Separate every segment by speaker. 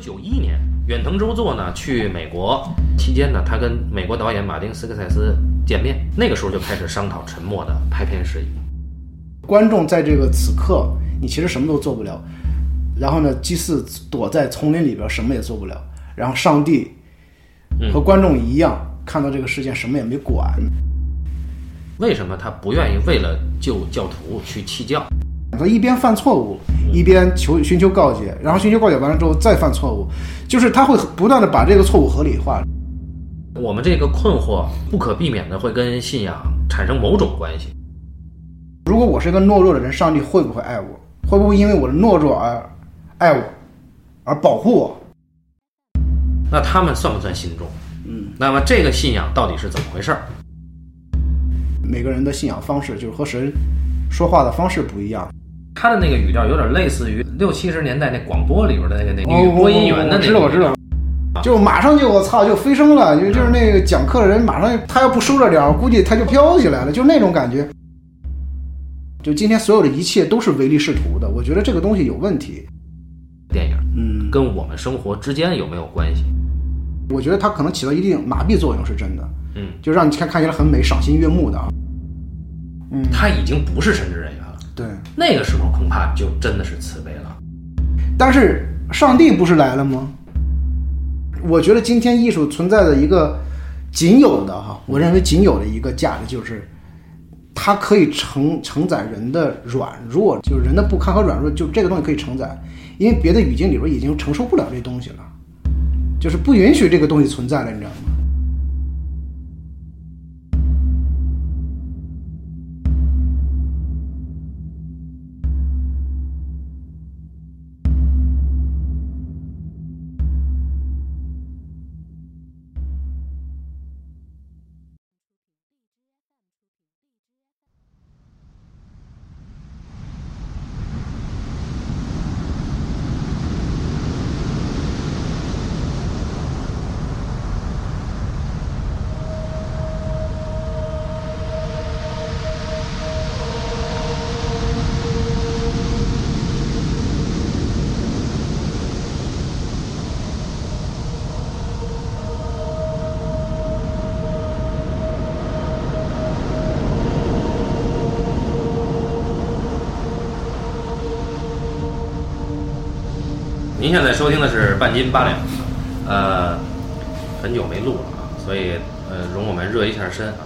Speaker 1: 九一年，远藤周作呢去美国期间呢，他跟美国导演马丁斯科塞斯见面，那个时候就开始商讨《沉默》的拍片事宜。
Speaker 2: 观众在这个此刻，你其实什么都做不了。然后呢，祭祀躲在丛林里边，什么也做不了。然后上帝和观众一样，看到这个事件，什么也没管。
Speaker 1: 为什么他不愿意为了救教徒去弃教？
Speaker 2: 他一边犯错误，一边求寻求告解，然后寻求告解完了之后再犯错误，就是他会不断的把这个错误合理化。
Speaker 1: 我们这个困惑不可避免的会跟信仰产生某种关系。
Speaker 2: 如果我是一个懦弱的人，上帝会不会爱我？会不会因为我的懦弱而爱我，而保护我？
Speaker 1: 那他们算不算信众？
Speaker 2: 嗯，
Speaker 1: 那么这个信仰到底是怎么回事儿？
Speaker 2: 每个人的信仰方式就是和神说话的方式不一样。
Speaker 1: 他的那个语调有点类似于六七十年代那广播里边的那个那
Speaker 2: 哦
Speaker 1: 女播音员的那个。啊
Speaker 2: 我知道，我知道。就马上就我操就飞升了，就就是那个讲课的人马上他要不收着点儿，估计他就飘起来了，就那种感觉。就今天所有的一切都是唯利是图的，我觉得这个东西有问题。
Speaker 1: 电影
Speaker 2: 嗯，
Speaker 1: 跟我们生活之间有没有关系？
Speaker 2: 我觉得它可能起到一定麻痹作用是真的，
Speaker 1: 嗯，
Speaker 2: 就让你看看起来很美、赏心悦目的啊。嗯，
Speaker 1: 他已经不是神职人员了，
Speaker 2: 对。
Speaker 1: 那个时候恐怕就真的是慈悲了。
Speaker 2: 但是上帝不是来了吗？我觉得今天艺术存在的一个仅有的哈，我认为仅有的一个价值就是，它可以承承载人的软弱，就是人的不堪和软弱，就这个东西可以承载，因为别的语境里边已经承受不了这东西了，就是不允许这个东西存在了，你知道吗？
Speaker 1: 您现在收听的是半斤八两，呃，很久没录了啊，所以呃，容我们热一下身啊。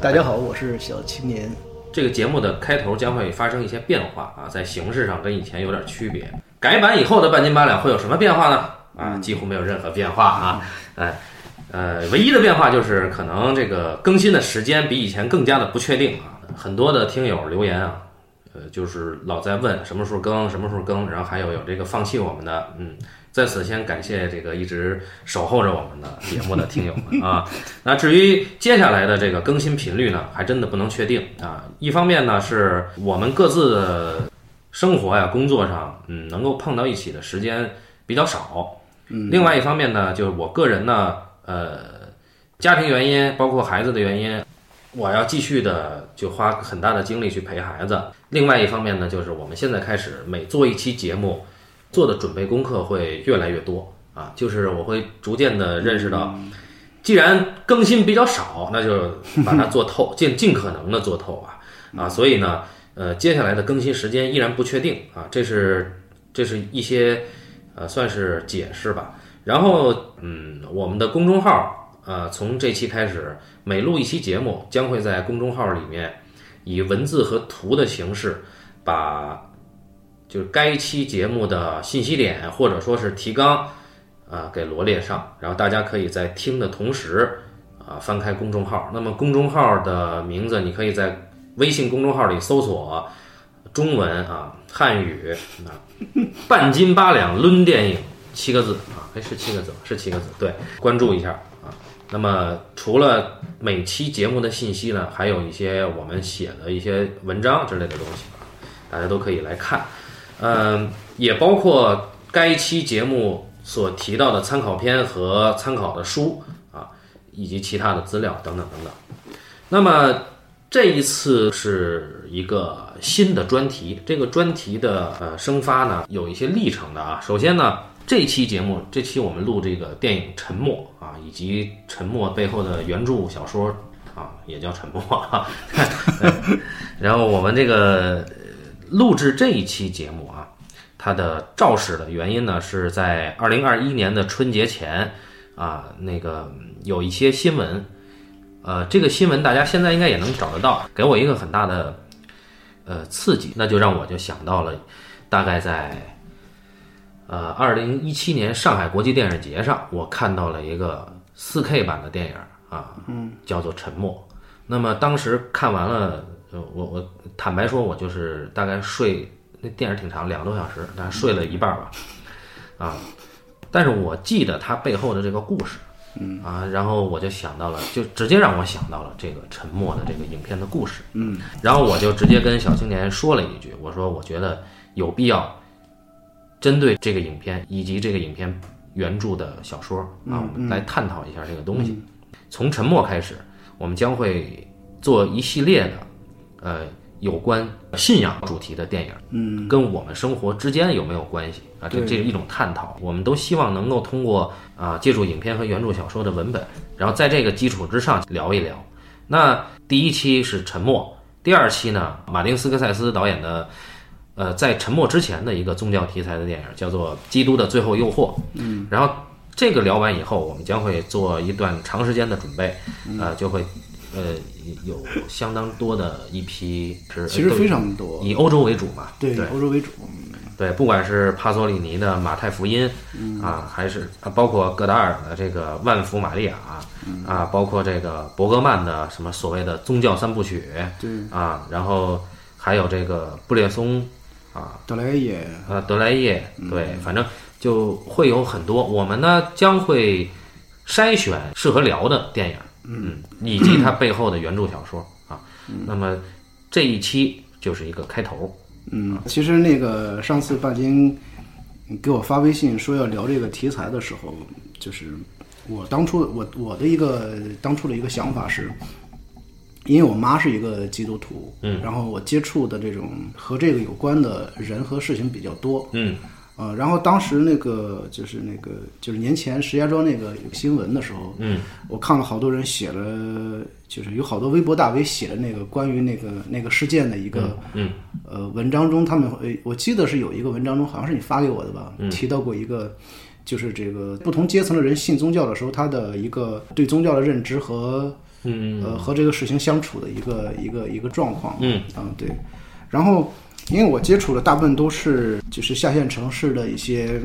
Speaker 2: 大家好，我是小青年。
Speaker 1: 这个节目的开头将会发生一些变化啊，在形式上跟以前有点区别。改版以后的半斤八两会有什么变化呢？啊，几乎没有任何变化啊。哎，呃，唯一的变化就是可能这个更新的时间比以前更加的不确定啊。很多的听友留言啊，呃，就是老在问什么时候更，什么时候更，然后还有有这个放弃我们的，嗯，在此先感谢这个一直守候着我们的节目的听友们啊。那至于接下来的这个更新频率呢，还真的不能确定啊。一方面呢，是我们各自的生活呀、工作上，嗯，能够碰到一起的时间比较少。嗯，另外一方面呢，就是我个人呢，呃，家庭原因，包括孩子的原因，我要继续的就花很大的精力去陪孩子。另外一方面呢，就是我们现在开始每做一期节目，做的准备功课会越来越多啊，就是我会逐渐的认识到。既然更新比较少，那就把它做透，尽尽可能的做透啊啊！所以呢，呃，接下来的更新时间依然不确定啊，这是这是一些呃算是解释吧。然后嗯，我们的公众号呃，从这期开始，每录一期节目，将会在公众号里面以文字和图的形式把。就是该期节目的信息点，或者说是提纲，啊给罗列上，然后大家可以在听的同时啊翻开公众号。那么公众号的名字，你可以在微信公众号里搜索中文啊汉语啊半斤八两抡电影七个字啊，哎是七个字吧，是七个字，对，关注一下啊。那么除了每期节目的信息呢，还有一些我们写的一些文章之类的东西啊，大家都可以来看。嗯，也包括该期节目所提到的参考片和参考的书啊，以及其他的资料等等等等。那么这一次是一个呃新的专题，这个专题的呃生发呢有一些历程的啊。首先呢，这期节目，这期我们录这个电影《沉默》啊，以及《沉默》背后的原著小说啊，也叫《沉默》 啊。然后我们这个呃录制这一期节目啊，它的肇始的原因呢，是在二零二一年的春节前啊，那个有一些新闻，呃，这个新闻大家现在应该也能找得到，给我一个很大的呃刺激，那就让我就想到了，大概在呃二零一七年上海国际电影节上，我看到了一个四 K 版的电影啊，嗯，叫做《沉默》。那么当时看完了，呃我我坦白说，我就是大概睡那电影挺长，两个多小时，但是睡了一半吧，啊，但是我记得它背后的这个故事，嗯啊，然后我就想到了，就直接让我想到了这个《沉默》的这个影片的故事，嗯，然后我就直接跟小青年说了一句，我说我觉得有必要针对这个影片以及这个影片原著的小说啊，我们来探讨一下这个东西。从沉默开始，我们将会做一系列的，呃，有关信仰主题的电影，嗯，跟我们生活之间有没有关系啊？这
Speaker 2: 对
Speaker 1: 这是一种探讨。我们都希望能够通过啊，借助影片和原著小说的文本，然后在这个基础之上聊一聊。那第一期是沉默，第二期呢，马丁斯科塞斯导演的呃，在《沉默》之前的一个宗教题材的电影，叫做《基督的最后诱惑》。嗯，然后这个聊完以后，我们将会做一段长时间的准备，
Speaker 2: 嗯
Speaker 1: 呃，就会呃有相当多的一批是
Speaker 2: 其实
Speaker 1: 都
Speaker 2: 非常多，
Speaker 1: 以欧洲为主嘛，
Speaker 2: 对
Speaker 1: 呃对
Speaker 2: 欧洲为主，
Speaker 1: 对，不管是帕索里尼的《马太福音》
Speaker 2: 嗯
Speaker 1: 啊，还是啊包括戈达尔的这个《万福玛利亚》
Speaker 2: 嗯
Speaker 1: 啊，包括这个伯格曼的什么所谓的宗教三部曲，
Speaker 2: 对
Speaker 1: 啊，然后还有这个布列松啊，
Speaker 2: 德莱也
Speaker 1: 呃，德莱叶，
Speaker 2: 嗯
Speaker 1: 对，反正就会有很多。我们呢将会筛选适合聊的电影，嗯，以及它背后的原著小说啊。那么这一期就是一个开头，
Speaker 2: 嗯，其实那个上次半斤给我发微信说要聊这个题材的时候，就是我当初我我的一个当初的一个想法是，因为我妈是一个基督徒，嗯，然后我接触的这种和这个有关的人和事情比较多，
Speaker 1: 嗯
Speaker 2: 呃，然后当时那个就是那个就是年前石家庄那个新闻的时候，
Speaker 1: 嗯，
Speaker 2: 我看了好多人写了，就是有好多微博大 V 写了那个关于那个那个事件的一个
Speaker 1: 嗯
Speaker 2: 呃文章中，他们呃我记得是有一个文章中，好像是你发给我的吧，
Speaker 1: 嗯
Speaker 2: 提到过一个。就是这个不同阶层的人信宗教的时候，他的一个对宗教的认知和
Speaker 1: 嗯
Speaker 2: 呃和这个事情相处的一个一个一个状况。
Speaker 1: 嗯
Speaker 2: 啊对，然后因为我接触的大部分都是就是下县城市的一些，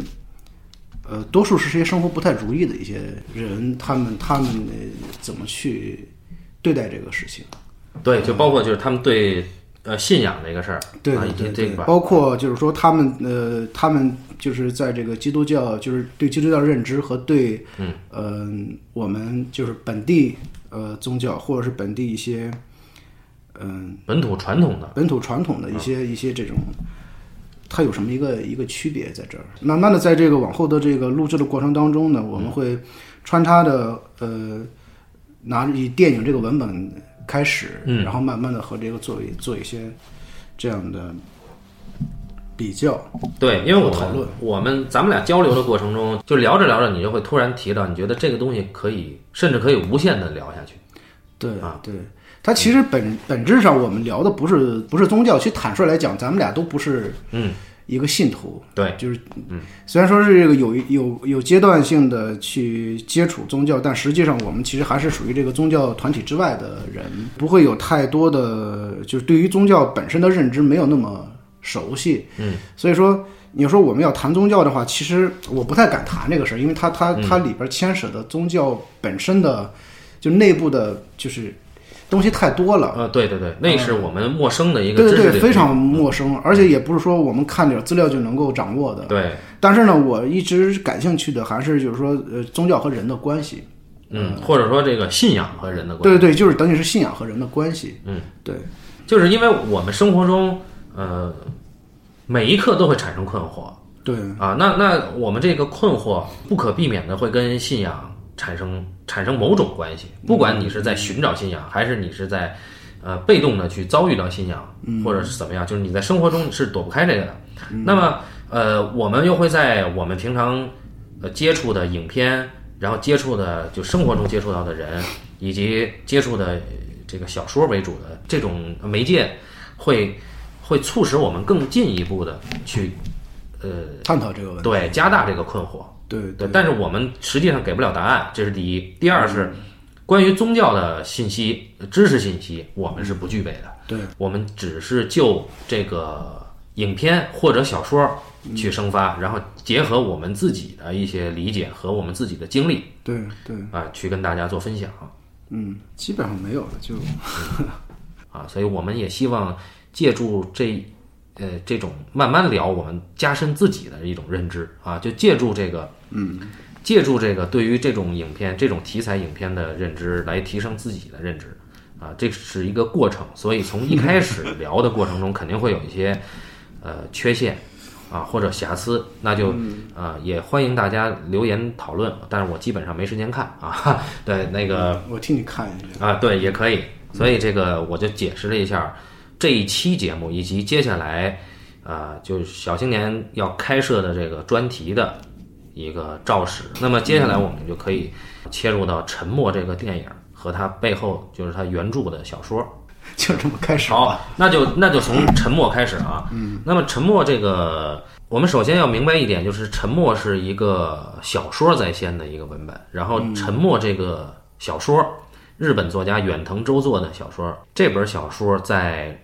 Speaker 2: 呃，多数是些生活不太如意的一些人，他们他们呃怎么去对待这个事情？
Speaker 1: 对，就包括就是他们对呃信仰这个事儿，
Speaker 2: 对
Speaker 1: 啊
Speaker 2: 对
Speaker 1: 以及
Speaker 2: 对
Speaker 1: 这
Speaker 2: 对
Speaker 1: 个吧，
Speaker 2: 包括就是说他们呃，他们就是在这个基督教，就是对基督教认知和对，嗯，呃，我们就是本地呃宗教或者是本地一些，嗯、
Speaker 1: 本土传统的，
Speaker 2: 本土传统的一
Speaker 1: 啊
Speaker 2: 些、一些这种，它有什么一个一个区别在这儿？慢慢的，在这个往后的这个录制的过程当中呢，
Speaker 1: 嗯
Speaker 2: 我们会穿插的呃，拿以电影这个文本开始，
Speaker 1: 嗯
Speaker 2: 然后慢慢的和这个做一做一些这样的比较。
Speaker 1: 对，因为我
Speaker 2: 讨论
Speaker 1: 我们咱们俩交流的过程中，就聊着聊着，你就会突然提到，你觉得这个东西可以，甚至可以无限的聊下去。
Speaker 2: 对
Speaker 1: 啊
Speaker 2: 对，它其实本本质上我们聊的不是不是宗教，其实坦率来讲，咱们俩都不是
Speaker 1: 嗯，
Speaker 2: 一个信徒，
Speaker 1: 对，
Speaker 2: 就是，虽然说是这个有有有阶段性的去接触宗教，但实际上我们其实还是属于这个宗教团体之外的人，不会有太多的就是对于宗教本身的认知没有那么熟悉。嗯，所以说你说我们要谈宗教的话，其实我不太敢谈这个事儿，因为它它
Speaker 1: 嗯
Speaker 2: 它里边牵扯的宗教本身的就内部的就是东西太多了。哦
Speaker 1: 呃，对对对，那是我们陌生的嗯一个知
Speaker 2: 对
Speaker 1: 识
Speaker 2: 对
Speaker 1: 领
Speaker 2: 对，
Speaker 1: 域
Speaker 2: 非常陌生，而且也不是说我们看点资料就能够掌握的。
Speaker 1: 对，
Speaker 2: 但是呢，我一直感兴趣的还是就是说，呃，宗教和人的关系。
Speaker 1: 嗯，或者说这个信仰和人的关系，
Speaker 2: 对对，就是等于是信仰和人的关系。嗯，对，
Speaker 1: 就是因为我们生活中，呃，每一刻都会产生困惑
Speaker 2: 对，
Speaker 1: 啊。那那我们这个困惑不可避免的会跟信仰产生产生某种关系，不管你是在寻找信仰，还是你是在呃被动的去遭遇到信仰，或者是怎么样，就是你在生活中是躲不开这个的。那么呃，我们又会在我们平常呃接触的影片，然后接触的就生活中接触到的人，以及接触的呃这个小说为主的这种媒介，会会促使我们更进一步的去呃
Speaker 2: 探讨这个问题。
Speaker 1: 对加大这个困惑。
Speaker 2: 对
Speaker 1: 对，但是我们实际上给不了答案，这是第一。第二是
Speaker 2: 嗯
Speaker 1: 关于宗教的信息、知识信息，我们是不具备的。
Speaker 2: 对，
Speaker 1: 我们只是就这个影片或者小说
Speaker 2: 嗯
Speaker 1: 去生发，然后结合我们自己的一些理解和我们自己的经历
Speaker 2: 对对，
Speaker 1: 啊，去跟大家做分享
Speaker 2: 嗯，基本上没有了，就
Speaker 1: 啊。所以我们也希望借助这呃这种慢慢聊，我们加深自己的一种认知啊，就借助这个
Speaker 2: 嗯，
Speaker 1: 借助这个对于这种影片、这种题材影片的认知，来提升自己的认知，啊，这是一个过程。所以从一开始聊的过程中，肯定会有一些呃缺陷啊或者瑕疵，那就啊、也欢迎大家留言讨论。但是我基本上没时间看啊， 对那个
Speaker 2: 我替你看一下。
Speaker 1: 啊，对，也可以。所以这个我就解释了一下这一期节目以及接下来啊、就是小青年要开设的这个专题的一个肇始。那么接下来我们就可以切入到《沉默》这个电影和它背后就是它原著的小说。
Speaker 2: 就这么开始吧。
Speaker 1: 好，那就那就从沉默开始啊。嗯，那么沉默这个，我们首先要明白一点，就是沉默是一个小说在先的一个文本，然后沉默这个小说，日本作家远藤周作的小说，这本小说在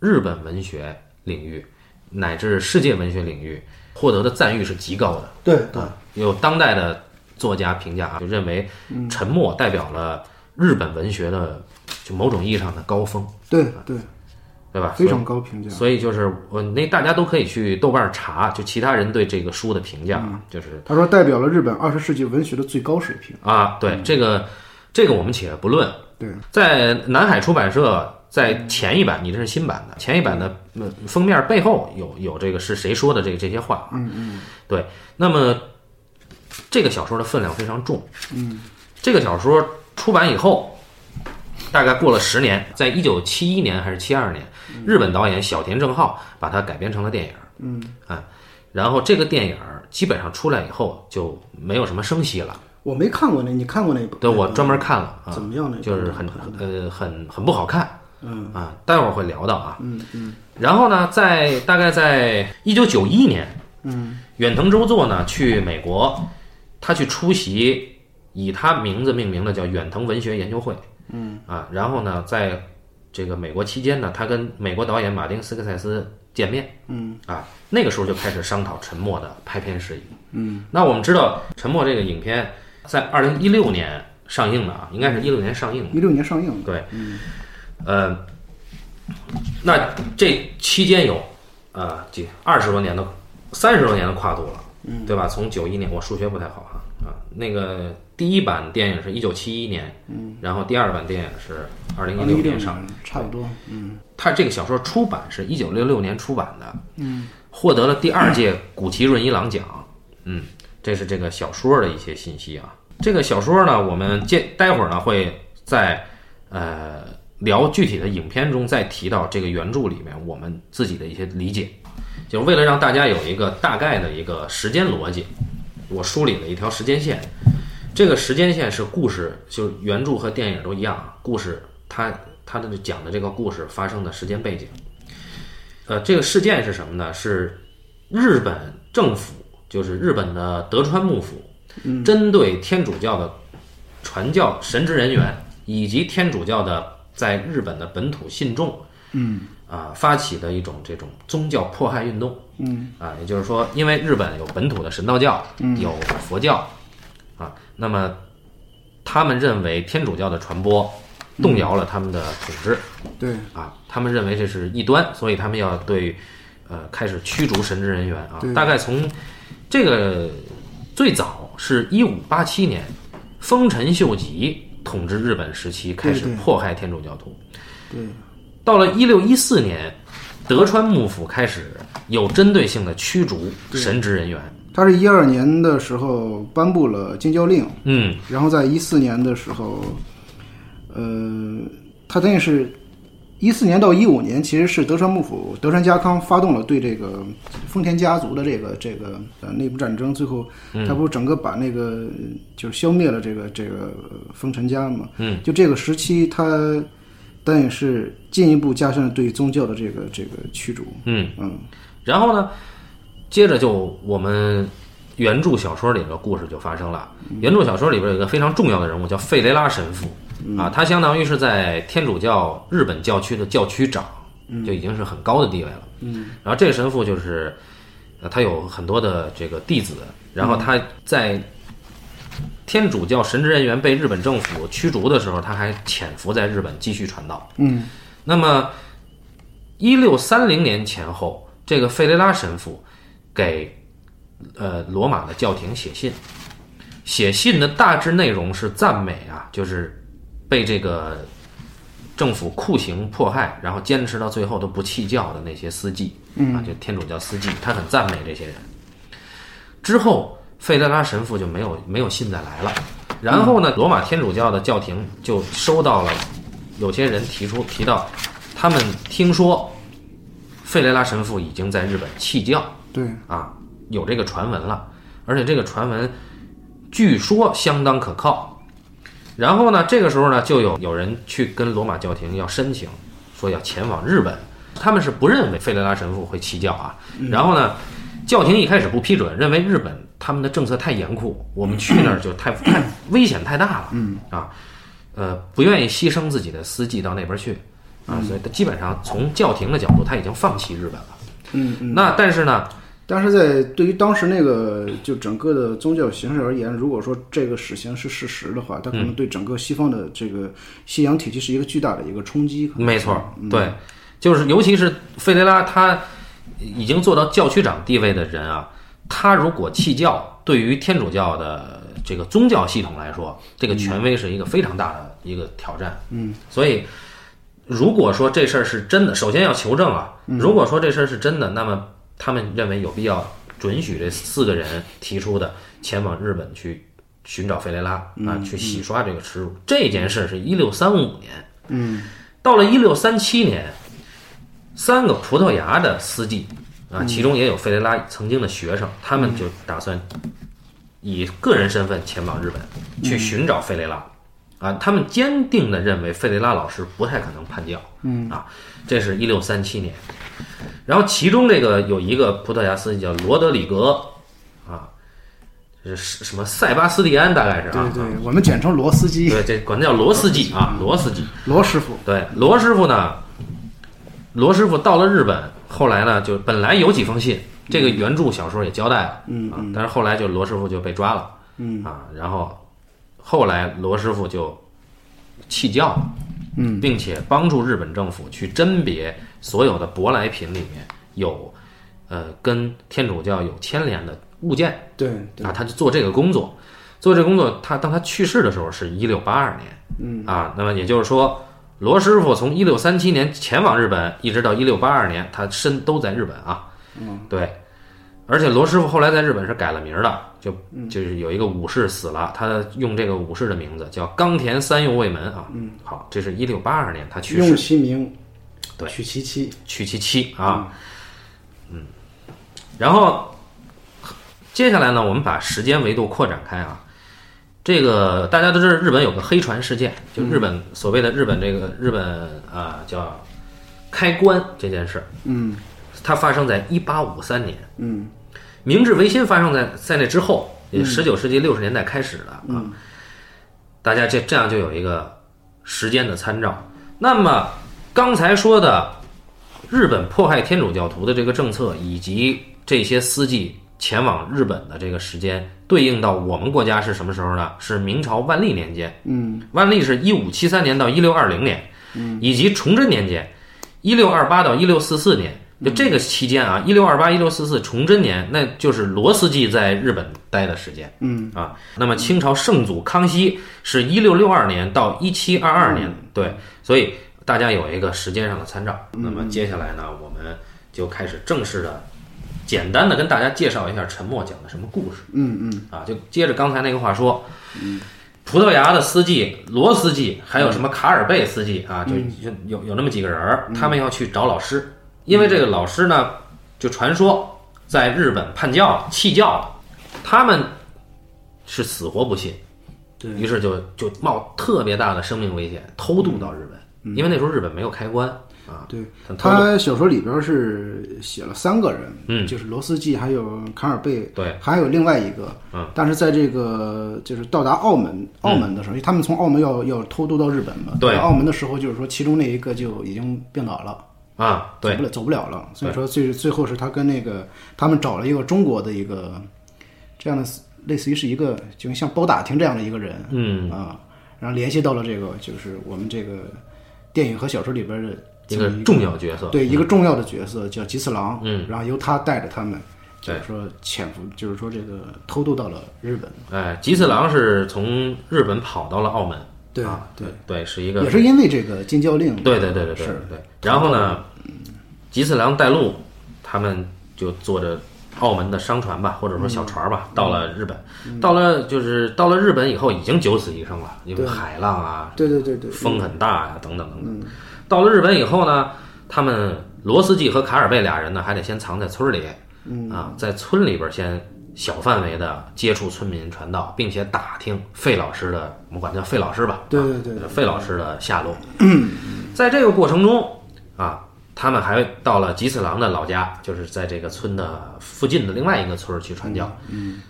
Speaker 1: 日本文学领域乃至世界文学领域获得的赞誉是极高的。
Speaker 2: 对对
Speaker 1: 啊，有当代的作家评价啊，就认为沉默代表了日本文学的就某种意义上的高峰，
Speaker 2: 对对，
Speaker 1: 对吧？
Speaker 2: 非常高评价。
Speaker 1: 所以就是我那大家都可以去豆瓣儿查，就其他人对这个书的评价啊，就是
Speaker 2: 他说代表了日本二十世纪文学的最高水平。
Speaker 1: 啊，对这个这个我们且不论，
Speaker 2: 对，
Speaker 1: 在南海出版社在前一版，你这是新版的，前一版的呃封面背后有有这个是谁说的这这些话，嗯嗯，对，那么这个小说的分量非常重，嗯，这个小说出版以后。大概过了十年，在一九七一年还是七二年，日本导演小田正浩把它改编成了电影。嗯啊，然后这个电影基本上出来以后就没有什么声息了。
Speaker 2: 我没看过那，你看过那部？
Speaker 1: 对，我专门看了啊，
Speaker 2: 怎么样呢？
Speaker 1: 就是很呃很很不好看，
Speaker 2: 嗯
Speaker 1: 啊，待会儿会聊到啊。
Speaker 2: 嗯嗯
Speaker 1: 然后呢，在大概在一九九一年，嗯，远藤周作呢去美国，他去出席以他名字命名的叫远藤文学研究会，嗯啊，然后呢，在这个美国期间呢，他跟美国导演马丁斯科塞斯见面，嗯啊，那个时候就开始商讨《沉默》的拍片事宜。嗯，那我们知道《沉默》这个影片在二零一六年上映了啊，应该是一六年上映的。
Speaker 2: 一六年上映的。
Speaker 1: 对，呃，那这期间有呃几二十多年的、三十多年的跨度了，嗯，对吧？从九一年，我数学不太好啊，啊，那个第一版电影是一九七一年，嗯，然后第二版电影是二零一
Speaker 2: 啊
Speaker 1: 六年上，
Speaker 2: 映，差不多。嗯，
Speaker 1: 它这个小说出版是一九六六年出版的，嗯，获得了第二届古奇润一郎奖，嗯，这是这个小说的一些信息啊。这个小说呢，我们接待会儿呢会在呃聊具体的影片中再提到这个原著里面我们自己的一些理解，就是为了让大家有一个大概的一个时间逻辑，我梳理了一条时间线。这个时间线是故事，就是原著和电影都一样啊。故事它它的讲的这个故事发生的时间背景，呃，这个事件是什么呢？是日本政府，就是日本的德川幕府，针对天主教的传教神职人员以及天主教的在日本的本土信众，嗯，啊、发起的一种这种宗教迫害运动，嗯，啊、也就是说，因为日本有本土的神道教，有佛教，啊，那么他们认为天主教的传播动摇了他们的统治，
Speaker 2: 对，
Speaker 1: 啊，他们认为这是异端，所以他们要对呃开始驱逐神职人员啊
Speaker 2: 对。
Speaker 1: 大概从这个最早是一五八七年，丰臣秀吉统治日本时期开始
Speaker 2: 对对
Speaker 1: 迫害天主教徒。
Speaker 2: 对，
Speaker 1: 到了一六一四年，德川幕府开始有针对性的驱逐神职人员。
Speaker 2: 他是一二年的时候颁布了禁教令，
Speaker 1: 嗯，
Speaker 2: 然后在一四年的时候，呃，他等于是一四年到一五年，其实是德川幕府、德川家康发动了对这个丰田家族的这个这个呃内部战争，最后他不是整个把那个就是消灭了这个这个呃丰臣家嘛？嗯，就这个时期，他但也是进一步加深了对宗教的这个这个驱逐。
Speaker 1: 嗯
Speaker 2: 嗯，
Speaker 1: 然后呢，接着就我们原著小说里的故事就发生了。原著小说里边有一个非常重要的人物叫费雷拉神父啊，他相当于是在天主教日本教区的教区长，就已经是很高的地位了。嗯，然后这个神父就是，呃，他有很多的这个弟子，然后他在。天主教神职人员被日本政府驱逐的时候，他还潜伏在日本继续传道。
Speaker 2: 嗯，
Speaker 1: 那么一六三零年前后，这个费雷拉神父给呃罗马的教廷写信，写信的大致内容是赞美啊，就是被这个政府酷刑迫害，然后坚持到最后都不弃教的那些司祭，啊，就天主教司祭，他很赞美这些人。之后，费德拉神父就没有没有信再来了。然后呢，罗马天主教的教廷就收到了有些人提出提到，他们听说费雷拉神父已经在日本弃教
Speaker 2: 对，
Speaker 1: 啊，有这个传闻了，而且这个传闻据说相当可靠。然后呢，这个时候呢，就有有人去跟罗马教廷要申请，说要前往日本。他们是不认为费雷拉神父会弃教啊。
Speaker 2: 嗯
Speaker 1: 然后呢，教廷一开始不批准，认为日本他们的政策太严酷，我们去那儿就太太危险太大了。嗯啊，呃，不愿意牺牲自己的司机到那边去
Speaker 2: 嗯
Speaker 1: 啊，所以他基本上从教廷的角度，他已经放弃日本了。
Speaker 2: 嗯，
Speaker 1: 那但是呢，
Speaker 2: 但是在对于当时那个就整个的宗教形式而言，如果说这个死刑是事实的话，它
Speaker 1: 嗯
Speaker 2: 可能对整个西方的这个信仰体系是一个巨大的一个冲击。
Speaker 1: 没错，对，就是尤其是费雷拉，他已经做到教区长地位的人啊，他如果弃教，对于天主教的这个宗教系统来说，这个权威是一个非常大的一个挑战。嗯，所以如果说这事儿是真的，首先要求证啊。如果说这事儿是真的，那么他们认为有必要准许这四个人提出的前往日本去寻找费雷拉啊，去洗刷这个耻辱。这件事是一六三五年。到了一六三七年，三个葡萄牙的司机啊，其中也有费雷拉曾经的学生，他们就打算以个人身份前往日本，去寻找费雷拉。啊，他们坚定地认为费雷拉老师不太可能叛教。嗯啊，这是一六三七年。然后其中这个有一个葡萄牙司机叫罗德里格，啊，是什么塞巴斯蒂安大概是
Speaker 2: 对
Speaker 1: 啊，
Speaker 2: 对，我们简称罗斯基、
Speaker 1: 对，这管他叫罗斯基啊，罗斯基。
Speaker 2: 罗师傅。
Speaker 1: 对，罗师傅呢，罗师傅到了日本，后来呢，就本来有几封信，这个原著小说也交代了，嗯啊，但是后来就罗师傅就被抓了，嗯啊，然后后来罗师傅就弃教了，嗯，并且帮助日本政府去甄别所有的舶来品里面有呃跟天主教有牵连的物件，
Speaker 2: 对，
Speaker 1: 啊，他就做这个工作，做这个工作，他当他去世的时候是一六八二年，嗯啊，那么也就是说，罗师傅从一六三七年前往日本，一直到一六八二年，他身都在日本啊，嗯，对，而且罗师傅后来在日本是改了名儿的，就就是有一个武士死了，他用这个武士的名字叫冈田三右卫门啊，嗯，好，这是一六八二年他去世
Speaker 2: 用其名，
Speaker 1: 对
Speaker 2: 取其妻。
Speaker 1: 娶其妻啊，嗯，然后接下来呢，我们把时间维度扩展开啊。这个大家都知道，日本有个黑船事件，就日本所谓的日本这个
Speaker 2: 嗯
Speaker 1: 日本啊叫开棺这件事，
Speaker 2: 嗯
Speaker 1: 它发生在一八五三年，
Speaker 2: 嗯
Speaker 1: 明治维新发生在在那之后，也十九世纪六十年代开始的啊。
Speaker 2: 嗯
Speaker 1: 大家这这样就有一个时间的参照。那么刚才说的日本迫害天主教徒的这个政策，以及这些司机前往日本的这个时间，对应到我们国家是什么时候呢？是明朝万历年间，
Speaker 2: 嗯，
Speaker 1: 万历是一五七三年到一六二零年，以及崇祯年间，一六二八到一六四四年。就这个期间啊，一六二八、一六四四崇祯年，那就是罗斯基在日本待的时间。
Speaker 2: 嗯
Speaker 1: 啊，那么清朝圣祖康熙是一六六二年到一七二二年，对，所以大家有一个时间上的参照。那么接下来呢，我们就开始正式的、简单的跟大家介绍一下沉默讲的什么故事。
Speaker 2: 嗯嗯
Speaker 1: 啊，就接着刚才那个话说，葡萄牙的司机罗司机，还有什么卡尔贝司机啊，就就有有那么几个人儿，他们要去找老师，因为这个老师呢，就传说在日本叛教了、弃教了，他们是死活不信，
Speaker 3: 对
Speaker 1: 于是就就冒特别大的生命危险偷渡到日本，因为那时候日本没有开关啊，
Speaker 2: 对
Speaker 1: 他偷渡
Speaker 2: 他小说里边是写了三个人，
Speaker 1: 嗯
Speaker 2: 就是罗斯基，还有卡尔贝，
Speaker 1: 对，
Speaker 2: 还有另外一个，
Speaker 1: 嗯，
Speaker 2: 但是在这个就是到达澳门，澳门的时候，因为他们从澳门要要偷渡到日本嘛，
Speaker 1: 对
Speaker 2: 到澳门的时候就是说其中那一个就已经病倒了。
Speaker 1: 啊，对
Speaker 2: 走不了，走不了了。所以说最最后是他跟那个他们找了一个中国的一个这样的，类似于是一个就像包打听这样的一个人，嗯啊，然后联系到了这个就是我们这个电影和小说里边的
Speaker 1: 一
Speaker 2: 这
Speaker 1: 个
Speaker 2: 么
Speaker 1: 重要角色，
Speaker 2: 对一个重要的角色叫吉次郎，
Speaker 1: 嗯，
Speaker 2: 然后由他带着他们。就
Speaker 1: 对
Speaker 2: 是说潜伏，就是说这个偷渡到了日本，
Speaker 1: 哎，吉次郎是从日本跑到了澳门，
Speaker 2: 对
Speaker 1: 啊
Speaker 2: 对，
Speaker 1: 对，是一个
Speaker 2: 也是因为这个禁教令，
Speaker 1: 对对对对对
Speaker 2: 是
Speaker 1: 对。然后呢，吉次郎带路，他们就坐着澳门的商船吧，或者说小船
Speaker 2: 嗯
Speaker 1: 吧，到了日本。到了就是到了日本以后，已经九死一生了，因为海浪啊、
Speaker 2: 对对对对，嗯
Speaker 1: 风很大呀、等等等等。到了日本以后呢，他们罗斯季和卡尔贝俩人呢，还得先藏在村里，
Speaker 2: 嗯
Speaker 1: 啊，在村里边先小范围的接触村民传道，并且打听费老师的，我们管他叫费老师吧，
Speaker 2: 对
Speaker 1: 啊
Speaker 2: 对对嗯对
Speaker 1: 呃费老师的下落。 在这个过程中啊，他们还到了吉次郎的老家，就是在这个村的附近的另外一个村儿去传教。嗯，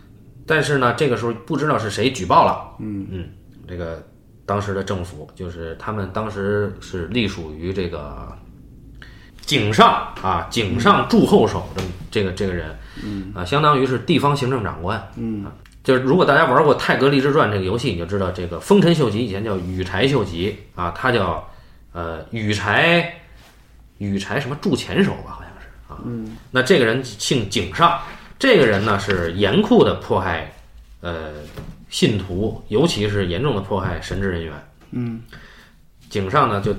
Speaker 1: 但是呢，这个时候不知道是谁举报了。嗯嗯，这个当时的政府就是他们当时是隶属于这个井上啊，井上驻后手这么这个这个人，嗯啊，相当于是地方行政长官，嗯、啊，就是如果大家玩过《泰格励志传》这个游戏，你就知道这个丰臣秀吉以前叫羽柴秀吉啊，他叫呃羽柴羽柴什么驻前手吧，好像是啊，嗯，那这个人姓井上，这个人呢是严酷的迫害呃信徒，尤其是严重的迫害神职人员，嗯，井上呢就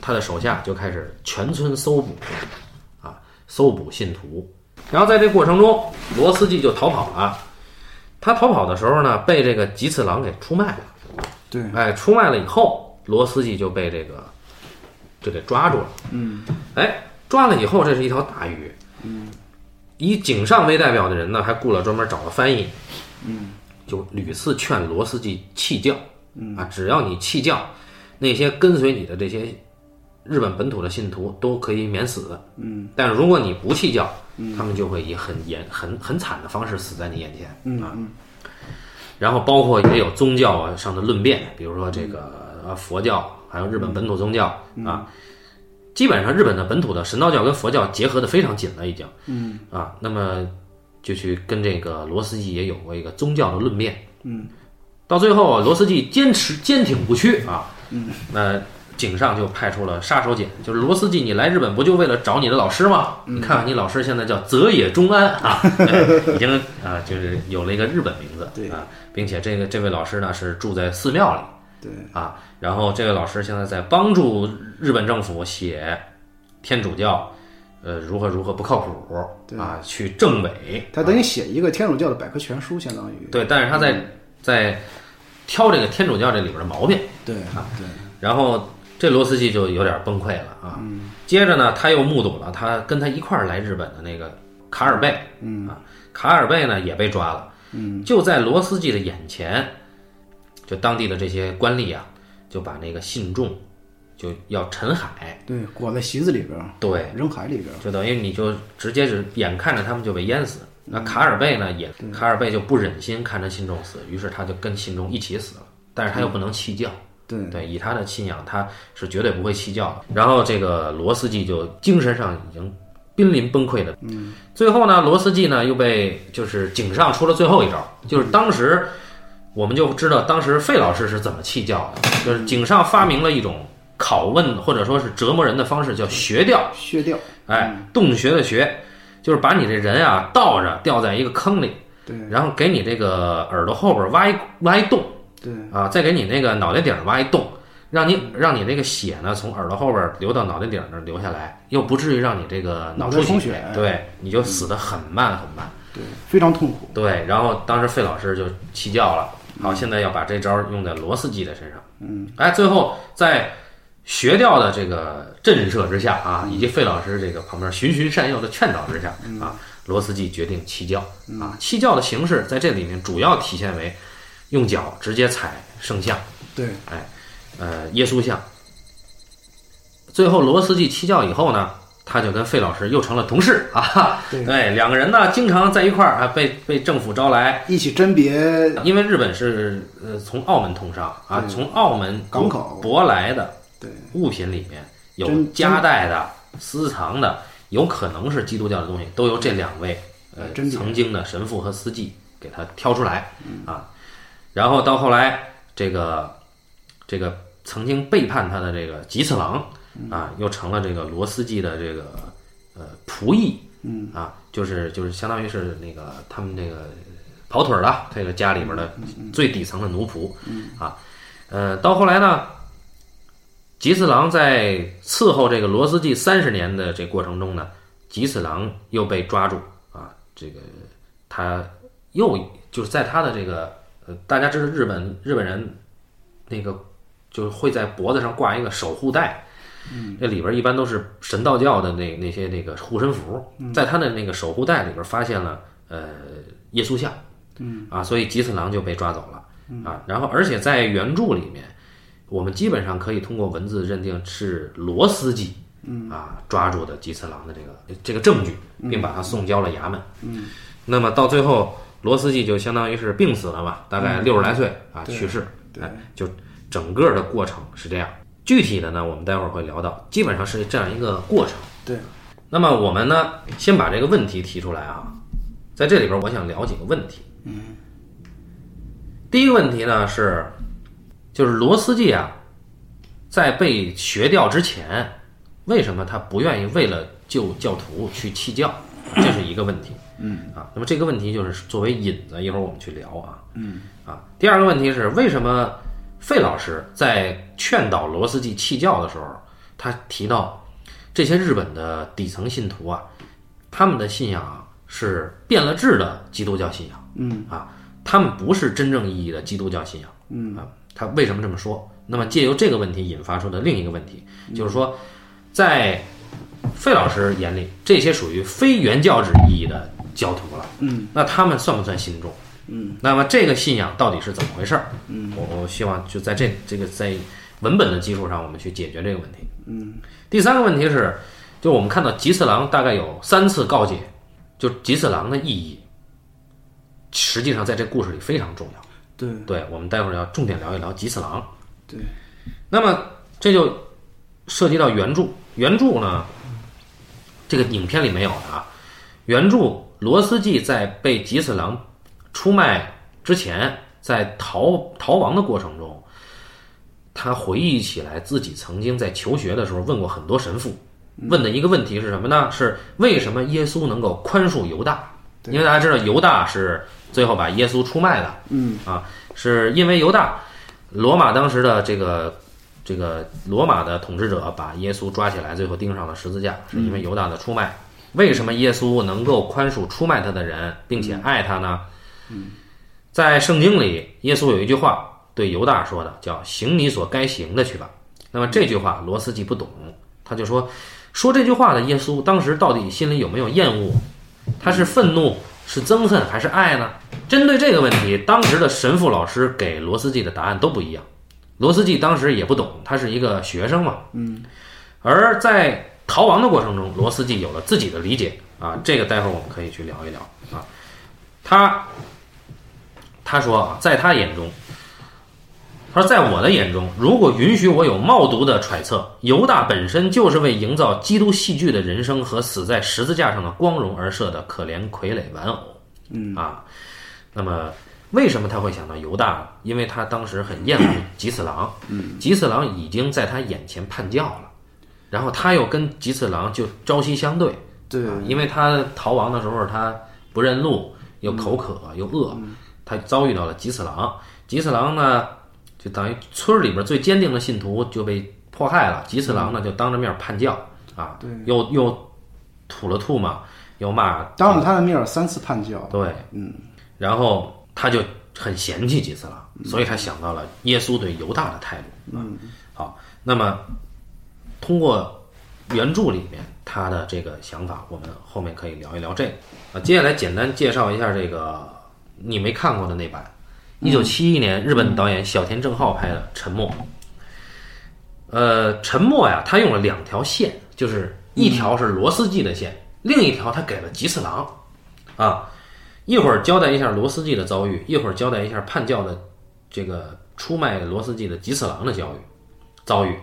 Speaker 1: 他的手下就开始全村搜捕，啊，搜捕信徒。然后在这过程中，罗斯季就逃跑了。他逃跑的时候呢，被这个吉次郎给出卖了。
Speaker 2: 对，
Speaker 1: 哎，出卖了以后，罗斯季就被这个就给抓住了。嗯，哎，抓了以后，这是一条大鱼。嗯，以井上为代表的人呢，还雇了专门找了翻译。嗯，就屡次劝罗斯季弃教。嗯啊，只要你弃教，那些跟随你的这些日本本土的信徒都可以免死。嗯，但是如果你不弃教，他们就会以很严、很很惨的方式死在你眼前。嗯啊。然后包括也有宗教上的论辩，比如说这个呃佛教，还有日本本土宗教啊，基本上日本的本土的神道教跟佛教结合的非常紧了，已经。嗯啊，那么就去跟这个罗斯基也有过一个宗教的论辩。嗯，到最后啊罗斯基坚持坚挺不屈啊。嗯，那井上就派出了杀手锏，就是罗斯基，你来日本不就为了找你的老师吗？
Speaker 2: 嗯
Speaker 1: 你看看你老师现在叫泽野中安 啊，哎已经啊、就是有了一个日本名字，
Speaker 2: 对
Speaker 1: 啊，并且这个这位老师呢是住在寺庙里，
Speaker 2: 对
Speaker 1: 啊，然后这位老师现在在帮助日本政府写天主教，呃，如何如何不靠谱啊，去政委，
Speaker 2: 他等于写一个天主教的百科全书，相当于，
Speaker 1: 对，但是他在、
Speaker 2: 嗯
Speaker 1: 在挑这个天主教这里边的毛病。
Speaker 2: 对对，
Speaker 1: 然后这罗斯基就有点崩溃了啊。接着呢，他又目睹了他跟他一块儿来日本的那个卡尔贝，嗯啊，卡尔贝呢也被抓了，嗯，就在罗斯基的眼前，就当地的这些官吏啊，就把那个信众就要沉海，
Speaker 2: 对，裹在席子里边儿，
Speaker 1: 对，
Speaker 2: 扔海里边儿。
Speaker 1: 就等于你就直接是眼看着他们就被淹死。那卡尔贝呢，也卡尔贝就不忍心看着信众死，于是他就跟信众一起死了，但是他又不能弃教。
Speaker 2: 对，
Speaker 1: 对，以他的信仰，他是绝对不会弃教的。然后这个罗斯基就精神上已经濒临崩溃了。嗯，最后呢，罗斯基呢又被就是井上出了最后一招，就是当时我们就知道当时费老师是怎么弃教的，就是井上发明了一种拷问或者说是折磨人的方式，叫学吊。
Speaker 2: 削掉。
Speaker 1: 哎，洞穴的穴，就是把你这人啊倒着吊在一个坑里，
Speaker 2: 对
Speaker 1: 然后给你这个耳朵后边挖一挖一洞
Speaker 2: 对
Speaker 1: 啊，再给你那个脑袋顶儿挖一洞，让你让你这个血呢从耳朵后边流到脑袋顶儿那儿流下来，又不至于让你这个
Speaker 2: 脑
Speaker 1: 出
Speaker 2: 袋充
Speaker 1: 血
Speaker 2: 血，
Speaker 1: 对，你就死得很慢很慢。
Speaker 2: 对，非常痛苦。
Speaker 1: 对，然后当时费老师就弃教了，好，现在要把这招用在罗斯基的身上。嗯，哎，最后在学调的这个震慑之下啊，以及费老师这个旁边循循善诱的劝导之下啊，罗斯基决定弃教啊。弃教的形式在这里面主要体现为用脚直接踩圣像，
Speaker 2: 对，
Speaker 1: 呃，耶稣像。最后罗斯基弃教以后呢，他就跟费老师又成了同事啊。
Speaker 2: 对
Speaker 1: 两个人呢经常在一块儿啊，被被政府招来，
Speaker 2: 一起甄别
Speaker 1: 因为日本是呃从澳门通商啊，
Speaker 2: 对
Speaker 1: 从澳门
Speaker 2: 港口
Speaker 1: 舶来的
Speaker 2: 对
Speaker 1: 物品里面有
Speaker 2: 真
Speaker 1: 夹带的、私藏的，有可能是基督教的东西，都由这两位呃
Speaker 2: 真别
Speaker 1: 曾经的神父和司祭给他挑出来啊。然后到后来，这个这个曾经背叛他的这个吉次郎啊，又成了这个罗斯基的这个呃仆役，嗯啊，就是就是相当于是那个他们这个跑腿儿的这个家里边的最底层的奴仆啊。呃，到后来呢，吉次郎在伺候这个罗斯基三十年的这过程中呢，吉次郎又被抓住啊，这个他又就是在他的这个呃，大家知道日本日本人那个就是会在脖子上挂一个守护带。这里边一般都是神道教的那那些那个护身符，在他的那个守护带里边发现了呃耶稣像，嗯啊，所以吉次郎就被抓走了啊。然后而且在原著里面，我们基本上可以通过文字认定是罗斯基，嗯啊抓住的吉次郎的这个这个证据，并把他送交了衙门。嗯，那么到最后罗斯基就相当于是病死了嘛，大概六十来岁啊去世，哎，就整个的过程是这样。具体的呢，我们待会儿会聊到，基本上是这样一个过程。
Speaker 2: 对，
Speaker 1: 那么我们呢，先把这个问题提出来啊，在这里边我想聊几个问题。嗯，第一个问题呢是，就是罗斯基啊，在被学掉之前，为什么他不愿意为了救教徒去弃教？这是一个问题。嗯啊，那么这个问题就是作为引子，一会儿我们去聊啊。嗯啊，第二个问题是为什么费老师在劝导罗斯基弃教的时候，他提到这些日本的底层信徒啊，他们的信仰啊是变了质的基督教信仰，嗯啊，他们不是真正意义的基督教信仰，嗯啊，他为什么这么说？那么借由这个问题引发出的另一个问题，就是说，在费老师眼里，这些属于非原教旨意义的教徒了，嗯，那他们算不算信众？嗯，那么这个信仰到底是怎么回事儿？嗯，我我希望就在这这个在文本的基础上，我们去解决这个问题。第三个问题是，就我们看到吉次郎大概有三次告诫，就吉次郎的意义，实际上在这故事里非常重要。
Speaker 2: 对
Speaker 1: 对，我们待会儿要重点聊一聊吉次郎。
Speaker 2: 嗯对，
Speaker 1: 那么这就涉及到原著，原著呢，这个影片里没有的啊。原著罗斯季在被吉次郎出卖之前，在逃逃亡的过程中，他回忆起来自己曾经在求学的时候问过很多神父，
Speaker 2: 嗯
Speaker 1: 问的一个问题是什么呢？是为什么耶稣能够宽恕犹大？
Speaker 2: 对
Speaker 1: 因为大家知道犹大是最后把耶稣出卖的，
Speaker 2: 嗯
Speaker 1: 啊，是因为犹大，罗马当时的这个这个罗马的统治者把耶稣抓起来，最后钉上了十字架，是因为犹大的出卖。为什么耶稣能够宽恕出卖他的人，并且爱他呢？在圣经里，耶稣有一句话对犹大说的，叫“行你所该行的去吧”。那么这句话罗斯基不懂，他就说，说这句话的耶稣当时到底心里有没有厌恶？他是愤怒、是憎恨还是爱呢？针对这个问题，当时的神父老师给罗斯基的答案都不一样。罗斯基当时也不懂，他是一个学生嘛。嗯。而在逃亡的过程中，罗斯基有了自己的理解啊，这个待会儿我们可以去聊一聊啊。他他说啊，在他眼中，他说在我的眼中，如果允许我有冒读的揣测，犹大本身就是为营造基督戏剧的人生和死在十字架上的光荣而设的可怜傀儡玩偶。嗯啊，那么为什么他会想到犹大呢？因为他当时很 厌恶吉次郎，嗯，吉次郎已经在他眼前叛教了，然后他又跟吉次郎就朝夕相对，
Speaker 2: 对
Speaker 1: 啊，因为他逃亡的时候他不认路，又
Speaker 2: 嗯
Speaker 1: 口渴、又饿，他遭遇到了吉次郎。吉次郎呢，就等于村里边最坚定的信徒就被迫害了。吉次郎呢，就当着面叛教啊，
Speaker 2: 嗯对
Speaker 1: 又又吐了吐嘛，又骂
Speaker 2: 当着他的面儿三次叛教，
Speaker 1: 对，嗯，然后他就很嫌弃基斯拉，所以他想到了耶稣对犹大的态度。嗯，好，那么通过原著里面他的这个想法，我们后面可以聊一聊这个。啊，接下来简单介绍一下这个你没看过的那版，一九七一年日本导演小田正浩拍的《沉默》。呃，沉默呀，他用了两条线，就是一条是罗斯基的线，另一条他给了吉次郎，啊，一会儿交代一下罗斯基的遭遇，一会儿交代一下叛教的这个出卖罗斯基的吉次郎的遭遇遭遇，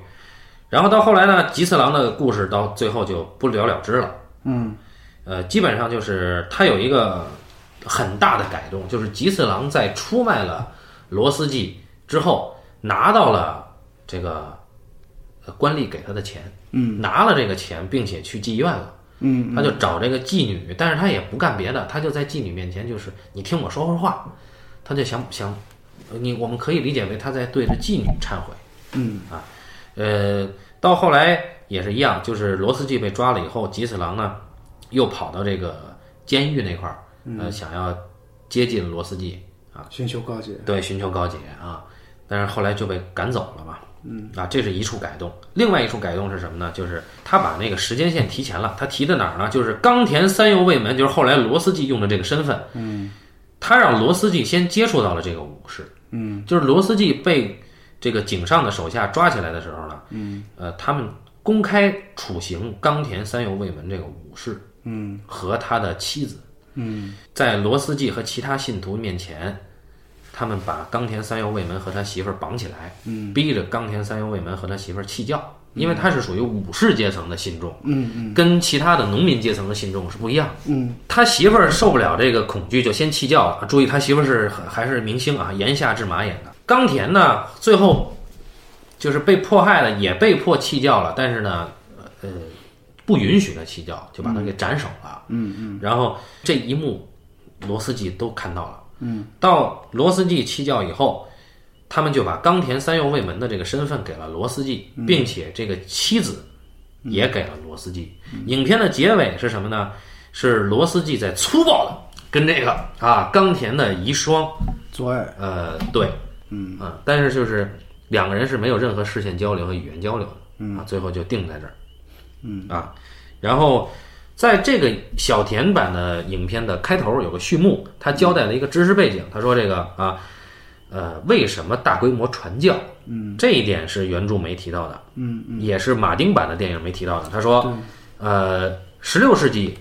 Speaker 1: 然后到后来呢，吉次郎的故事到最后就不了了之了，
Speaker 2: 嗯
Speaker 1: 呃，基本上就是他有一个很大的改动，就是吉次郎在出卖了罗斯基之后，拿到了这个呃官吏给他的钱，嗯，拿了这个钱，并且去妓院了。
Speaker 2: 嗯，
Speaker 1: 他就找这个妓女，但是他也不干别的，他就在妓女面前，就是你听我说会儿话，他就想想，呃你我们可以理解为他在对着妓女忏悔，啊
Speaker 2: 嗯
Speaker 1: 呃，到后来也是一样，就是罗斯基被抓了以后，吉次郎呢又跑到这个监狱那块儿，
Speaker 2: 嗯
Speaker 1: 呃，想要接近罗斯基，
Speaker 2: 寻求告解。
Speaker 1: 对，寻求告解啊，但是后来就被赶走了嘛。嗯，啊，这是一处改动。另外一处改动是什么呢？就是他把那个时间线提前了。他提的哪儿呢？就是冈田三右卫门，就是后来罗斯基用的这个身份。嗯，他让罗斯基先接触到了这个武士。嗯，就是罗斯基被这个井上的手下抓起来的时候呢，嗯，呃，他们公开处刑冈田三右卫门这个武士。嗯，和他的妻子。嗯，在罗斯基和其他信徒面前，他们把冈田三右卫门和他媳妇儿绑起来，嗯，逼着冈田三右卫门和他媳妇儿弃教，因为他是属于武士阶层的信众，
Speaker 2: 嗯嗯
Speaker 1: 跟其他的农民阶层的信众是不一样。
Speaker 2: 嗯
Speaker 1: 他媳妇儿受不了这个恐惧，就先弃教了。注意，他媳妇儿是还是明星啊，岩下志麻演的。冈田呢，最后就是被迫害了，也被迫弃教了，但是呢，呃，不允许他弃教，就把他给斩首了。
Speaker 2: 嗯嗯
Speaker 1: 然后这一幕，罗斯基都看到了。嗯，到罗斯基弃教以后，他们就把冈田三右卫门的这个身份给了罗斯基，并且这个妻子也给了罗斯基。影片的结尾是什么呢？是罗斯基在粗暴的跟这个啊冈田的遗孀，
Speaker 2: 做爱。
Speaker 1: 呃，对，嗯啊，但是就是两个人是没有任何视线交流和语言交流的，嗯啊，最后就定在这儿，嗯啊，然后在这个小田版的影片的开头有个序幕，他交代了一个知识背景，他说这个啊，呃，为什么大规模传教？嗯，这一点是原著没提到的，
Speaker 2: 嗯
Speaker 1: 也是马丁版的电影没提到的。他说，呃，十六世纪，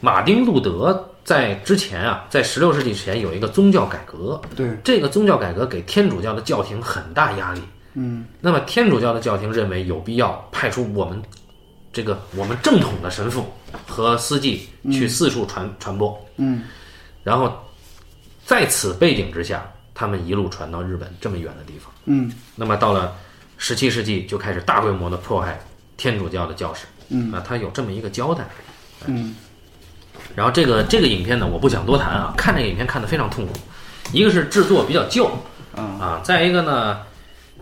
Speaker 1: 马丁路德在之前啊，在十六世纪前有一个宗教改革，
Speaker 2: 对，
Speaker 1: 这个宗教改革给天主教的教廷很大压力。
Speaker 2: 嗯
Speaker 1: 那么天主教的教廷认为有必要派出我们这个我们正统的神父和司祭去四处传、传播，
Speaker 2: 嗯
Speaker 1: 然后在此背景之下，他们一路传到日本这么远的地方。
Speaker 2: 嗯
Speaker 1: 那么到了十七世纪，就开始大规模的迫害天主教的教士。
Speaker 2: 嗯
Speaker 1: 啊，他有这么一个交代。
Speaker 2: 嗯
Speaker 1: 然后这个这个影片呢，我不想多谈啊，看这个影片看得非常痛苦，一个是制作比较旧，
Speaker 2: 嗯
Speaker 1: 啊，再一个呢，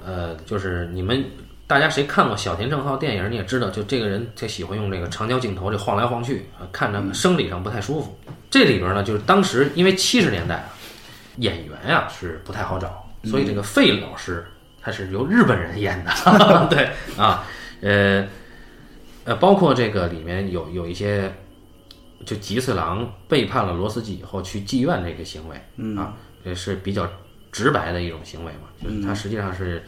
Speaker 1: 呃，就是你们大家谁看过小田正浩电影，你也知道，就这个人他喜欢用这个长焦镜头，这晃来晃去，啊看着
Speaker 2: 嗯
Speaker 1: 生理上不太舒服。这里边呢，就是当时因为七十年代啊，演员呀、是不太好找，所以这个费老师他是由日本人演的， 对啊，呃呃，包括这个里面有有一些。就吉次郎背叛了罗斯基以后去妓院这个行为、
Speaker 2: 嗯
Speaker 1: 啊，也是比较直白的一种行为嘛，就是他实际上是、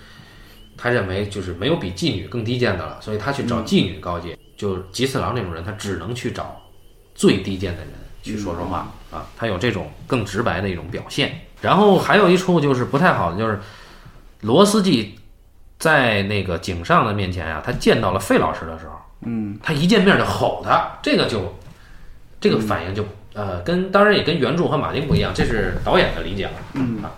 Speaker 1: 他认为就是没有比妓女更低贱的了，所以他去找妓女告诫。就吉次郎这种人，他只能去找最低贱的人去说说话、啊，他有这种更直白的一种表现。然后还有一处就是不太好的，就是罗斯基在那个井上的面前啊，他见到了费老师的时候，
Speaker 2: 嗯
Speaker 1: 他一见面就吼他，这个就这个反应就呃，跟当然也跟原著和马丁不一样，这是导演的理解了。嗯啊，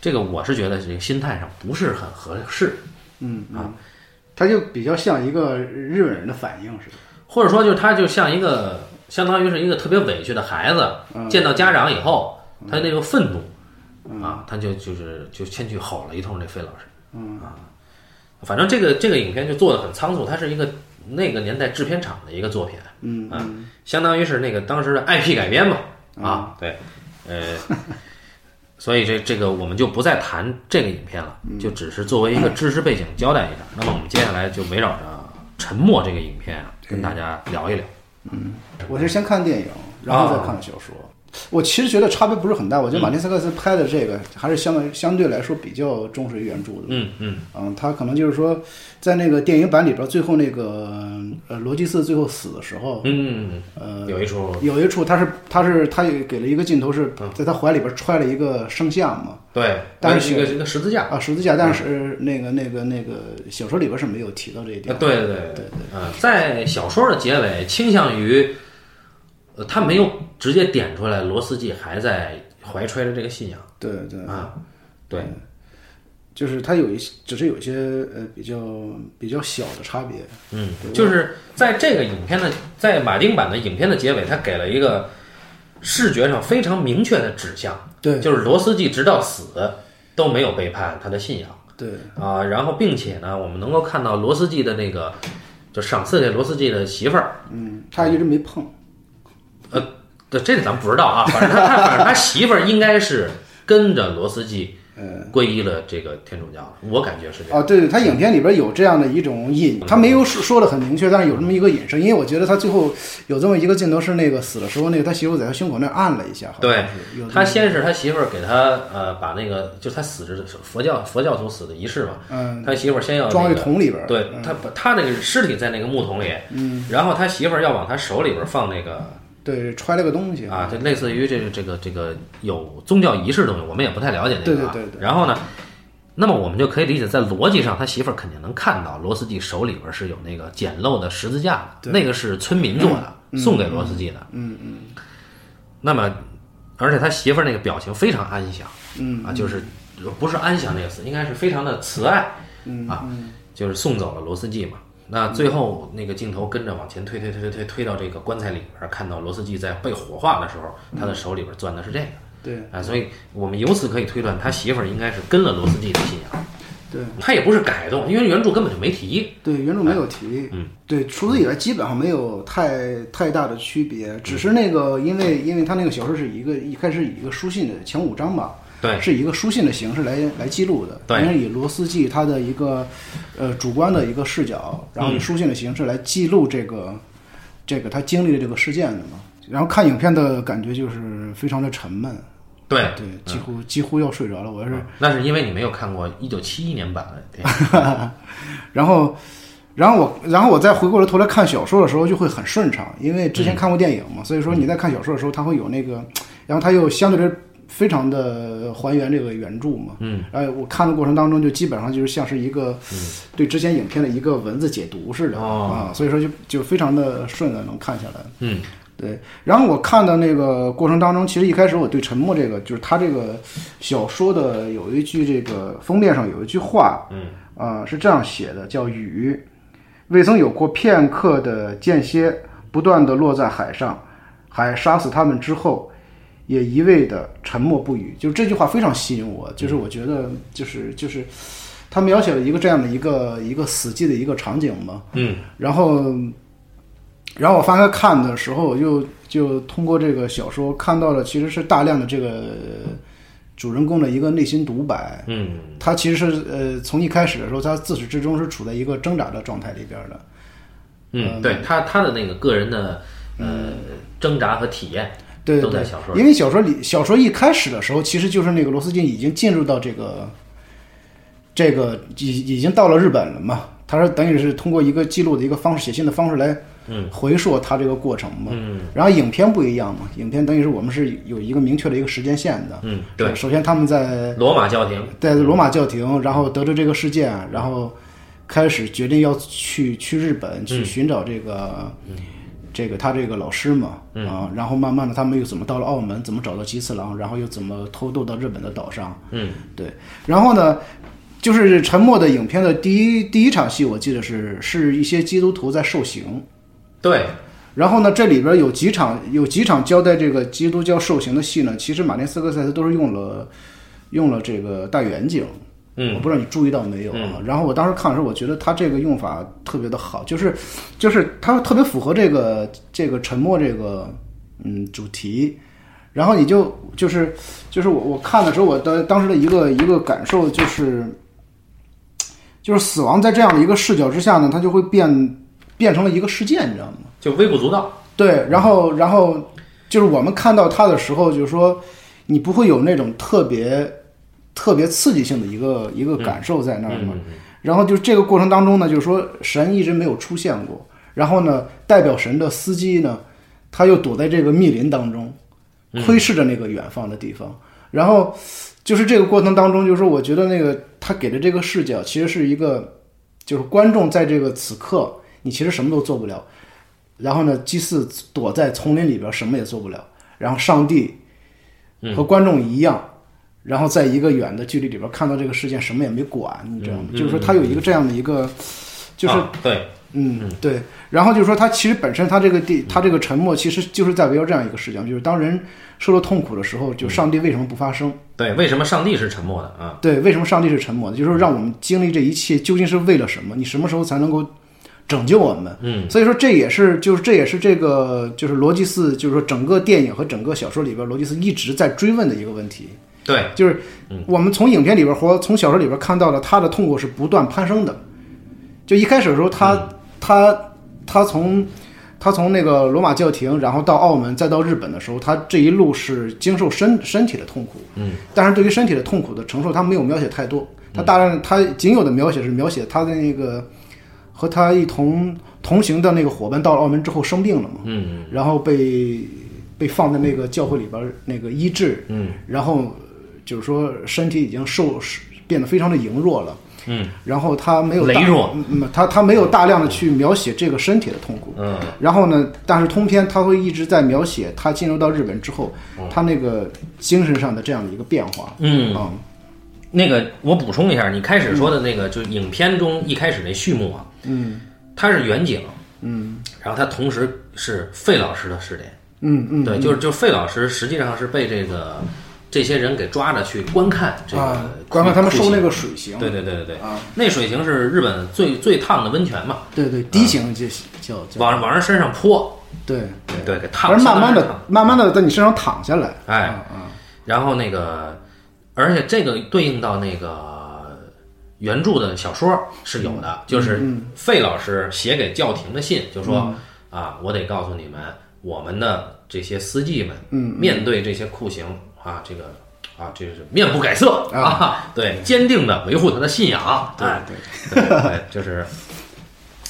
Speaker 1: 这个我是觉得这个心态上不是很合适，
Speaker 2: 嗯啊，他就比较像一个日本人的反应似的。
Speaker 1: 或者说就是他就像一个相当于是一个特别委屈的孩子，见到家长以后，他那种愤怒啊，他就就是就先去吼了一通这费老师。
Speaker 2: 嗯
Speaker 1: 啊，反正这个这个影片就做的很仓促，它是一个那个年代制片厂的一个作品。
Speaker 2: 嗯嗯
Speaker 1: 啊相当于是那个当时的 IP 改编嘛，啊，对，呃，所以这这个我们就不再谈这个影片了，就只是作为一个知识背景交代一下。那么我们接下来就围绕着《沉默》这个影片啊，跟大家聊一聊。
Speaker 2: 我是先看电影，然后再看小说。我其实觉得差别不是很大，我觉得马丁斯科塞斯拍的这个还是相对相对来说比较忠实于原著的。
Speaker 1: 嗯嗯，
Speaker 2: 嗯，他可能就是说，在那个电影版里边，最后那个呃罗辑斯最后死的时候，
Speaker 1: 嗯，呃，有一出，
Speaker 2: 有一处他是他是他也给了一个镜头是在他怀里边揣了一个圣像嘛，
Speaker 1: 对，
Speaker 2: 但
Speaker 1: 是一个一个十字架，
Speaker 2: 啊十字架，但是那个那个那个小说里边是没有提到这一
Speaker 1: 啊
Speaker 2: 点。
Speaker 1: 对对对对，嗯，在小说的结尾倾向于，呃，他没有直接点出来，罗斯季还在怀揣着这个信仰
Speaker 2: 对对，
Speaker 1: 啊，对，
Speaker 2: 嗯就是他有一些只是有一些呃比较比较小的差别。
Speaker 1: 嗯，就是在这个影片的在马丁版的影片的结尾，他给了一个视觉上非常明确的指向，
Speaker 2: 对
Speaker 1: 就是罗斯季直到死都没有背叛他的信仰。
Speaker 2: 对
Speaker 1: 啊，然后并且呢，我们能够看到罗斯季的那个，就赏赐给罗斯季的媳妇儿，
Speaker 2: 嗯，他一直没碰。
Speaker 1: 这这咱们不知道啊，反正他他反正他媳妇儿应该是跟着罗斯季皈依了这个天主教了，我感觉是这样。
Speaker 2: 啊，对对，他影片里边有这样的一种引，
Speaker 1: 嗯
Speaker 2: 他没有说说的很明确，但是有这么一个引申，因为我觉得他最后有这么一个镜头是那个死的时候，那个他媳妇在他胸口那儿按了一下，好像
Speaker 1: 对
Speaker 2: 是有这么
Speaker 1: 他先是他媳妇儿给他呃把那个就他死之佛教佛教徒死的仪式嘛，
Speaker 2: 嗯
Speaker 1: 他媳妇儿先要、那个、
Speaker 2: 装嗯在桶里边儿，
Speaker 1: 对他把他那个尸体在那个木桶里，嗯，然后他媳妇儿要往他手里边儿放那个
Speaker 2: 对，揣了个东西
Speaker 1: 啊，，就类似于这个这个这个有宗教仪式的东西，我们也不太了解这个、啊。
Speaker 2: 对对对对
Speaker 1: 然后呢，那么我们就可以理解，在逻辑上，他媳妇儿肯定能看到罗斯季手里边是有那个简陋的十字架的，那个是村民做的，送给罗斯季的。嗯嗯。那么，而且他媳妇儿那个表情非常安详，嗯啊，就是不是安详那个词，应该是非常的慈爱，嗯啊，就是送走了罗斯季嘛。那最后那个镜头跟着往前推推推推推推到这个棺材里边儿，看到罗斯季在被火化的时候，他的手里边攥的是这个。
Speaker 2: 对
Speaker 1: 啊，所以我们由此可以推断，他媳妇儿应该是跟了罗斯基的信仰，
Speaker 2: 对
Speaker 1: 他也不是改动，因为原著根本就没提。
Speaker 2: 对，原著没有提，嗯，对，除此以外基本上没有太太大的区别，只是那个因为因为他那个小说是一个一开始以一个书信的前五章吧，
Speaker 1: 对
Speaker 2: 是以一个书信的形式来来记录的，
Speaker 1: 对
Speaker 2: 因为以罗斯季他的一个呃主观的一个视角，
Speaker 1: 嗯
Speaker 2: 然后以书信的形式来记录这个、这个他经历的这个事件的嘛。然后看影片的感觉就是非常的沉闷，
Speaker 1: 对，嗯
Speaker 2: 对，几乎、几乎要睡着了，我是。
Speaker 1: 那是因为你没有看过一九七一年版的电影。
Speaker 2: 然后，然后我，然后我再回过头来看小说的时候就会很顺畅，因为之前看过电影嘛，所以说你在看小说的时候，它会有那个，然后它又相对来非常的还原这个原著嘛，嗯，然后我看的过程当中就基本上就是像是一个对之前影片的一个文字解读似的、
Speaker 1: 哦
Speaker 2: 啊，所以说就就非常的顺的能看下来。
Speaker 1: 嗯，
Speaker 2: 对，然后我看的那个过程当中，其实一开始我对沉默这个，就是他这个小说的有一句这个封面上有一句话，嗯，啊是这样写的，叫雨，未曾有过片刻的间歇，不断的落在海上，海杀死他们之后，也一味的沉默不语。就这句话非常吸引我，就是我觉得就是就是，他描写了一个这样的一个一个死寂的一个场景嘛，
Speaker 1: 嗯，
Speaker 2: 然后，然后我翻开看的时候，我就就通过这个小说看到了，其实是大量的这个主人公的一个内心独白。
Speaker 1: 嗯，
Speaker 2: 他其实是呃，从一开始的时候，他自始至终是处在一个挣扎的状态里边的。
Speaker 1: 嗯，对他他的那个个人的呃挣扎和体验，
Speaker 2: 对，
Speaker 1: 都
Speaker 2: 对
Speaker 1: 在小说里
Speaker 2: 因为小说里，小说一开始的时候，其实就是那个罗斯金已经进入到这个，这个已已经到了日本了嘛。他说，等于是通过一个记录的一个方式，写信的方式来，
Speaker 1: 嗯
Speaker 2: 回溯他这个过程嘛。嗯。然后影片不一样嘛，影片等于是我们是有一个明确的一个时间线的。
Speaker 1: 嗯对
Speaker 2: 首先他们在
Speaker 1: 罗马教廷，
Speaker 2: 在罗马教廷，然后得知这个事件，然后开始决定要去去日本去寻找这个、这个他这个老师嘛，啊，然后慢慢的他们又怎么到了澳门，怎么找到吉次郎，然后又怎么偷渡到日本的岛上，
Speaker 1: 嗯，
Speaker 2: 对，然后呢，就是《沉默》的影片的第一第一场戏，我记得是是一些基督徒在受刑，
Speaker 1: 对，
Speaker 2: 然后呢，这里边有几场有几场交代这个基督教受刑的戏呢？其实马丁斯科塞斯都是用了用了这个大远景，
Speaker 1: 嗯
Speaker 2: 我不知道你注意到没有啊？然后我当时看的时候，我觉得他这个用法特别的好，就是就是他特别符合这个这个沉默这个嗯主题。然后你就就是就是我我看的时候，我的当时的一个一个感受就是，就是死亡在这样的一个视角之下呢，它就会变变成了一个事件，你知道吗？
Speaker 1: 就微不足道。
Speaker 2: 对，然后然后就是我们看到它的时候，就是说你不会有那种特别特别刺激性的一个一个感受在那儿嘛。然后就这个过程当中呢，就是说神一直没有出现过，然后呢，代表神的司机呢，他又躲在这个密林当中，窥视着那个远方的地方。然后就是这个过程当中，就是说我觉得那个他给的这个视角其实是一个，就是观众在这个此刻，你其实什么都做不了。然后呢，祭祀躲在丛林里边，什么也做不了。然后上帝和观众一样，然后在一个远的距离里边看到这个事件，什么也没管，你知道吗？就是说他有一个这样的一个，就是
Speaker 1: 啊对，
Speaker 2: 嗯，对。然后就是说，他其实本身他这个地，他这个沉默，其实就是在围绕这样一个事情，就是当人受到痛苦的时候，就上帝为什么不发声？
Speaker 1: 对，为什么上帝是沉默的啊？
Speaker 2: 对，为什么上帝是沉默的？就是说让我们经历这一切究竟是为了什么？你什么时候才能够拯救我们？嗯，所以说这也是就是这也是这个就是罗辑斯就是说整个电影和整个小说里边罗辑斯一直在追问的一个问题，
Speaker 1: 对，
Speaker 2: 就是我们从影片里边或从小说里边看到了他的痛苦是不断攀升的。就一开始的时候他，他他从他从那个罗马教廷，然后到澳门，再到日本的时候，他这一路是经受身身体的痛苦。嗯，但是对于身体的痛苦的承受，他没有描写太多。他大量他仅有的描写是描写他的那个和他一同同行的那个伙伴到了澳门之后生病了嘛，嗯，然后被被放在那个教会里边儿那个医治，嗯，然后就是说身体已经受变得非常的羸弱了，嗯，然后他没有大
Speaker 1: 羸弱，
Speaker 2: 嗯，他他没有大量的去描写这个身体的痛苦，嗯，然后呢，但是通篇他会一直在描写他进入到日本之后，他那个精神上的这样的一个变化，
Speaker 1: 哦嗯
Speaker 2: 嗯
Speaker 1: 那个我补充一下，你开始说的那个，就是影片中一开始那序幕啊，嗯，它是远景，嗯，然后它同时是费老师的视点，
Speaker 2: 嗯嗯，
Speaker 1: 对，就是就是费老师实际上是被这个这些人给抓着去观看这个
Speaker 2: 啊，
Speaker 1: 酷，
Speaker 2: 关关他们受那
Speaker 1: 酷
Speaker 2: 个水刑
Speaker 1: 刑，，
Speaker 2: 啊
Speaker 1: 对对对对对，那水刑是日本最最烫的温泉嘛，
Speaker 2: 对对，低刑就叫叫
Speaker 1: 往往人身上泼，
Speaker 2: 对，
Speaker 1: 对，给烫，
Speaker 2: 而慢
Speaker 1: 相当
Speaker 2: 慢
Speaker 1: 于烫
Speaker 2: 的慢慢的在你身上躺下来，
Speaker 1: 哎
Speaker 2: 啊啊
Speaker 1: 然后那个，而且这个对应到那个原著的小说是有的，就是费老师写给教廷的信，就说、啊，我得告诉你们，我们的这些司机们，嗯，面对这些酷刑啊，这个啊，这是面不改色
Speaker 2: 啊
Speaker 1: 对，坚定的维护他的信仰，
Speaker 2: 对
Speaker 1: 哎
Speaker 2: 对。
Speaker 1: 对，哎就是，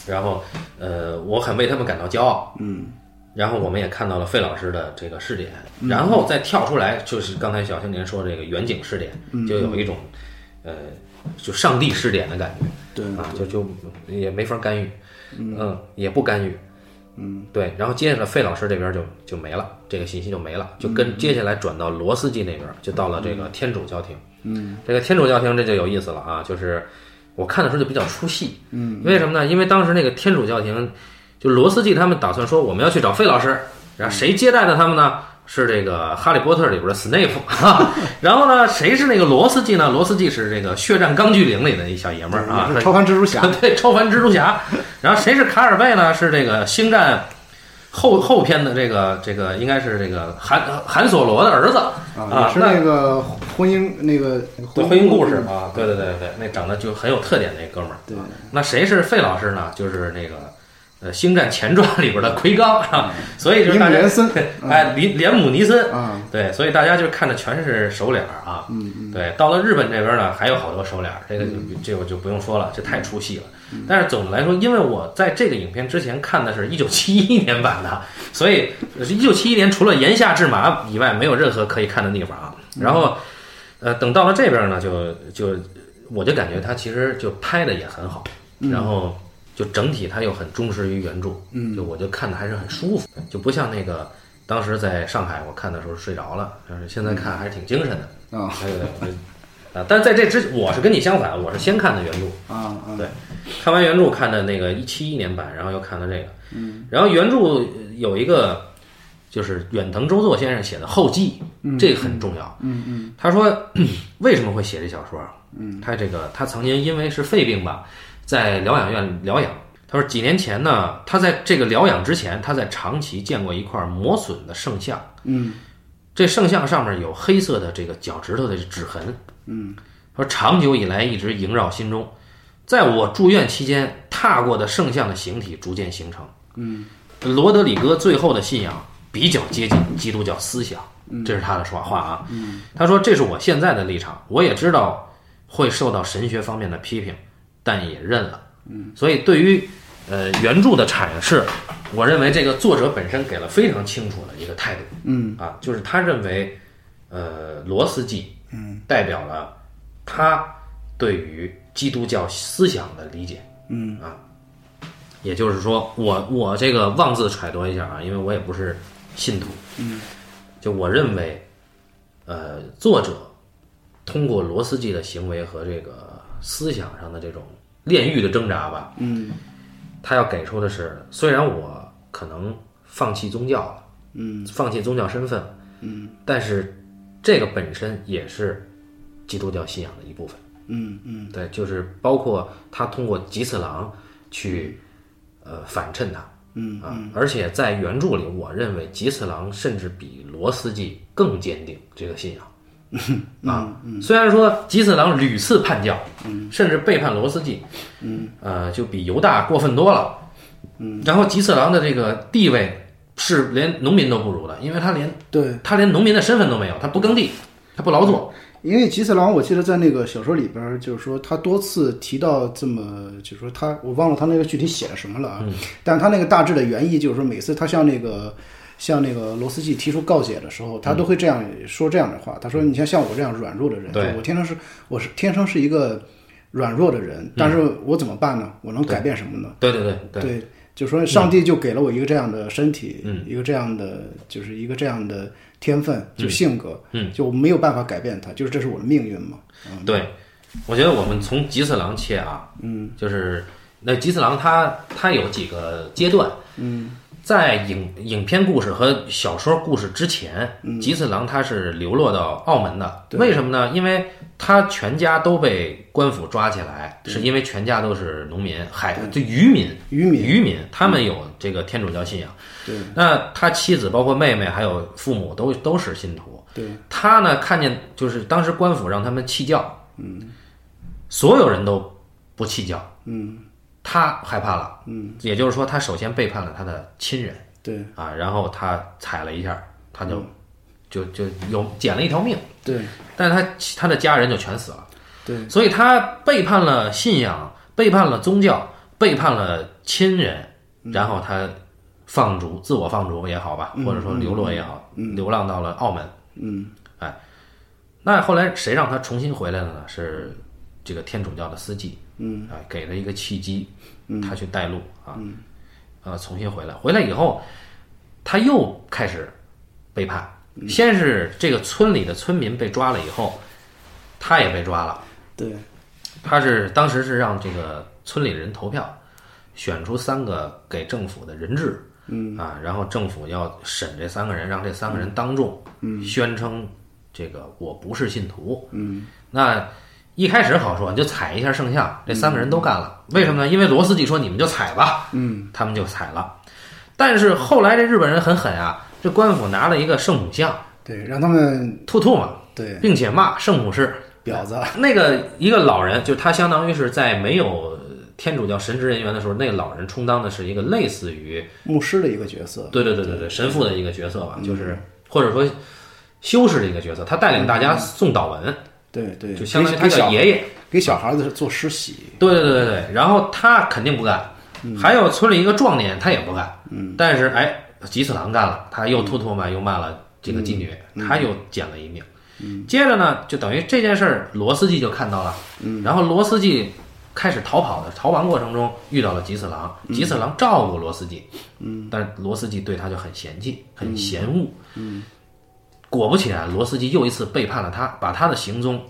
Speaker 1: 然后呃，我很为他们感到骄傲，嗯。然后我们也看到了费老师的这个试点，然后再跳出来，就是刚才小青年说这个远景试点，就有一种，呃，就上帝试点的感觉，
Speaker 2: 对
Speaker 1: 啊，就就也没法干预，嗯，也不干预，嗯，对。然后接下来费老师这边就就没了，这个信息就没了，就跟接下来转到罗斯基那边，就到了这个天主教廷，嗯，这个天主教廷这就有意思了啊，就是我看的时候就比较出戏，嗯，为什么呢？因为当时那个天主教廷，就罗斯基他们打算说我们要去找费老师，然后谁接待的他们呢？是这个《哈利波特》里边的 Snape，哈， 然后呢，谁是那个罗斯基呢？罗斯基是这个《血战钢锯岭》里的一小爷们儿啊，
Speaker 2: 就是超凡蜘 蛛侠
Speaker 1: 对，超凡蜘蛛侠。然后谁是卡尔贝呢？是这个《星战》后后篇的这个这个，应该是这个韩韩索罗的儿子
Speaker 2: 啊，也是
Speaker 1: 那
Speaker 2: 那个婚姻那个
Speaker 1: 对婚姻故事啊，对对对对，那长得就很有特点那哥们儿。
Speaker 2: 对，
Speaker 1: 那谁是费老师呢？就是那个呃，《星战前传》里边的奎刚啊，所以就是
Speaker 2: 伊
Speaker 1: 大
Speaker 2: 姆
Speaker 1: 家
Speaker 2: 连森
Speaker 1: 哎，连连姆尼森
Speaker 2: 啊，嗯
Speaker 1: 对，所以大家就看的全是熟脸儿啊。对，到了日本这边呢，还有好多熟脸儿，这个就这我就不用说了，这太出戏了。但是总的来说，因为我在这个影片之前看的是一九七一年版的，所以呃一九七一年除了岩下志麻以外，没有任何可以看的地方啊。然后，呃，等到了这边呢，就就我就感觉他其实就拍的也很好，然后就整体他又很忠实于原著，嗯，就我就看的还是很舒服，就不像那个当时在上海我看的时候睡着了，但是现在看还是挺精神的。
Speaker 2: 啊
Speaker 1: 对对对，我啊，但是在这之我是跟你相反，我是先看的原著，
Speaker 2: 啊啊，
Speaker 1: 对，看完原著看的那个一七一年版，然后又看的这个，嗯，然后原著呃有一个就是远藤周作先生写的后记，这个很重要，嗯嗯，他说咳为什么会写这小说？嗯，他这个他曾经因为是肺病吧，在疗养院疗养。他说，几年前呢，嗯他在这个疗养之前，他在长崎见过一块磨损的圣像，这圣像上面有黑色的这个脚趾头的指痕，
Speaker 2: 嗯
Speaker 1: 说长久以来一直萦绕心中，在我住院期间踏过的圣像的形体逐渐形成。
Speaker 2: 嗯
Speaker 1: 罗德里戈最后的信仰比较接近基督教思想，这是他的说话啊。他说：“这是我现在的立场，我也知道会受到神学方面的批评，但也认了。”所以对于呃原著的阐释，我认为这个作者本身给了非常清楚的一个态度。
Speaker 2: 嗯
Speaker 1: 啊，就是他认为，呃，罗斯基，嗯，代表了他对于基督教思想的理解，
Speaker 2: 嗯
Speaker 1: 啊，也就是说，我我这个妄自揣度一下啊，因为我也不是信徒，嗯，就我认为，呃，作者通过罗斯基的行为和这个思想上的这种炼狱的挣扎吧，
Speaker 2: 嗯
Speaker 1: 他要给出的是，虽然我可能放弃宗教了，嗯，放弃宗教身份，嗯，但是这个本身也是基督教信仰的一部分。
Speaker 2: 嗯嗯
Speaker 1: 对，就是包括他通过吉次郎去呃反衬他
Speaker 2: 嗯
Speaker 1: 啊，而且在原著里，我认为吉次郎甚至比罗斯基更坚定这个信仰。
Speaker 2: 嗯
Speaker 1: 啊，虽然说吉次郎屡次叛教，
Speaker 2: 嗯
Speaker 1: 甚至背叛罗斯基，嗯，呃，就比犹大过分多了。嗯，然后吉次郎的这个地位是连农民都不如的，因为他连
Speaker 2: 对，
Speaker 1: 他连农民的身份都没有，他不耕地，他不劳作。
Speaker 2: 因为吉次郎，我记得在那个小说里边儿，就是说他多次提到这么，就是说他我忘了他那个具体写了什么了啊，但他那个大致的原意就是说，每次他向那个向那个罗斯季提出告解的时候，他都会这样说这样的话。他说：“你像像我这样软弱的人，
Speaker 1: 对
Speaker 2: 我天生是我是天生是一个软弱的人，但是我怎么办呢？我能改变什么呢？
Speaker 1: 对对对对，
Speaker 2: 对，就说上帝就给了我一个这样的身体，
Speaker 1: 嗯
Speaker 2: 一个这样的就是一个这样的天分，就性格，嗯，就没有办法改变它，就是这是我的命运嘛。
Speaker 1: 对，我觉得我们从吉次郎切啊，嗯，就是那吉次郎他他有几个阶段，嗯，在影影片故事和小说故事之前，
Speaker 2: 嗯
Speaker 1: 吉次郎他是流落到澳门的，为什么呢？因为他全家都被官府抓起来，是因为全家都是农民、海就渔民、
Speaker 2: 渔民，嗯
Speaker 1: 渔民，他们有这个天主教信仰。
Speaker 2: 对
Speaker 1: 那他妻子包括妹妹还有父母都都是信徒，
Speaker 2: 对，
Speaker 1: 他呢看见就是当时官府让他们弃教，嗯，所有人都不弃教，
Speaker 2: 嗯，
Speaker 1: 他害怕了，嗯，也就是说他首先背叛了他的亲人
Speaker 2: 对
Speaker 1: 啊，然后他踩了一下，他就、就就有捡了一条命，
Speaker 2: 对
Speaker 1: 但是他他的家人就全死了，
Speaker 2: 对，
Speaker 1: 所以他背叛了信仰，背叛了宗教，背叛了亲人，
Speaker 2: 嗯
Speaker 1: 然后他放逐，自我放逐也好吧，或者说流落也好，流浪到了澳门。
Speaker 2: 嗯，
Speaker 1: 哎，那后来谁让他重新回来的呢？是这个天主教的司机，嗯，哎，给了一个契机，
Speaker 2: 嗯
Speaker 1: 他去带路啊，呃，重新回来。回来以后，他又开始背叛。
Speaker 2: 嗯
Speaker 1: 先是这个村里的村民被抓了以后，他也被抓了，
Speaker 2: 对
Speaker 1: 他是当时是让这个村里人投票，选出三个给政府的人质，嗯啊，然后政府要审这三个人，让这三个人当众宣称这个我不是信徒，嗯，那一开始好说，你就踩一下圣像，这三个人都干了，为什么呢？因为罗斯基说你们就踩吧，嗯，他们就踩了，但是后来这日本人很狠啊，这官府拿了一个圣母像，
Speaker 2: 对，让他们
Speaker 1: 吐吐嘛，
Speaker 2: 对
Speaker 1: 并且骂圣母是
Speaker 2: 婊子，啊
Speaker 1: 那个一个老人，就他相当于是在没有天主教神职人员的时候，那个老人充当的是一个类似于，
Speaker 2: 牧师的一个角色，
Speaker 1: 对对对对对，神父的一个角色吧，
Speaker 2: 嗯
Speaker 1: 就是或者说修士的一个角色，他带领大家诵祷文，
Speaker 2: 对对，
Speaker 1: 就相当于他
Speaker 2: 给
Speaker 1: 叫
Speaker 2: 小
Speaker 1: 爷爷。
Speaker 2: 给小孩子做施洗，
Speaker 1: 对对对对对，然后他肯定不干，还有村里一个壮年他也不干，但是哎，吉次郎干了，他又吐唾沫又骂了这个妓女，他又捡了一命。接着呢，就等于这件事儿，罗斯基就看到了，然后罗斯基开始逃跑的逃亡过程中遇到了吉次郎，吉次郎照顾罗斯基，但是罗斯基对他就很嫌弃，很嫌恶，果不其然，罗斯基又一次背叛了他，把他的行踪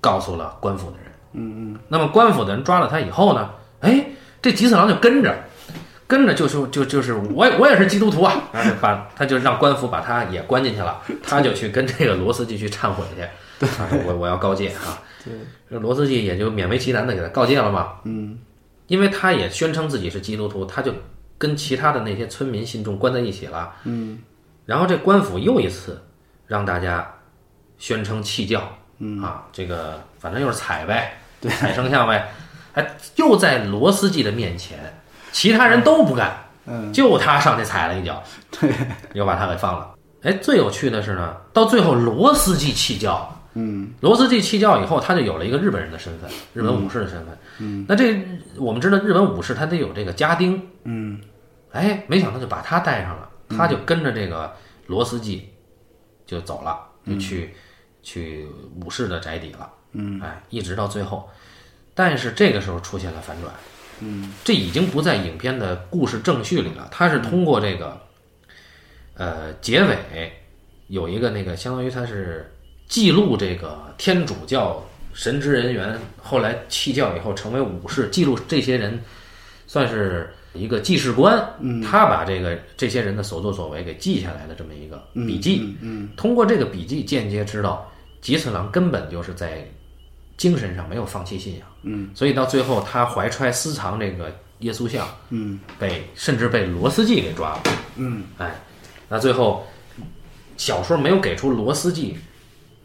Speaker 1: 告诉了官府的人。嗯嗯。那么官府的人抓了他以后呢？哎，这吉次郎就跟着，跟着就是就就是我也我也是基督徒 啊，然后就把他就让官府把他也关进去 了，他就去跟这个罗斯基去忏悔 去，他说我我要告诫啊。 对。罗斯基也就勉为其难的给他告诫了嘛。嗯。因为他也宣称自己是基督徒，他就跟其他的那些村民信众关在一起了。嗯。然后这官府又一次让大家宣称弃教，嗯啊，这个反正就是踩呗，对，踩圣像呗，哎，又在罗斯基的面前，其他人都不干，嗯，就他上去踩了一脚，
Speaker 2: 对，
Speaker 1: 又把他给放了。哎，最有趣的是呢，到最后罗斯基弃教，嗯，罗斯基弃教以后，他就有了一个日本人的身份，日本武士的身份，嗯，那这我们知道日本武士他得有这个家丁，
Speaker 2: 嗯，
Speaker 1: 哎，没想到就把他带上了，他就跟着这个罗斯基就走了，就去、去武士的宅邸了。嗯，哎，一直到最后，但是这个时候出现了反转。嗯，这已经不在影片的故事正序里了，它是通过这个，呃，结尾有一个那个，相当于它是记录这个天主教神职人员后来弃教以后成为武士，记录这些人算是一个记事官，他把这个这些人的所作所为给记下来的这么一个笔记。
Speaker 2: 嗯
Speaker 1: 嗯通过这个笔记间接知道吉次郎根本就是在精神上没有放弃信仰。嗯，所以到最后他怀揣私藏这个耶稣像，嗯，被甚至被罗斯基给抓了。嗯，哎，那最后小说没有给出罗斯基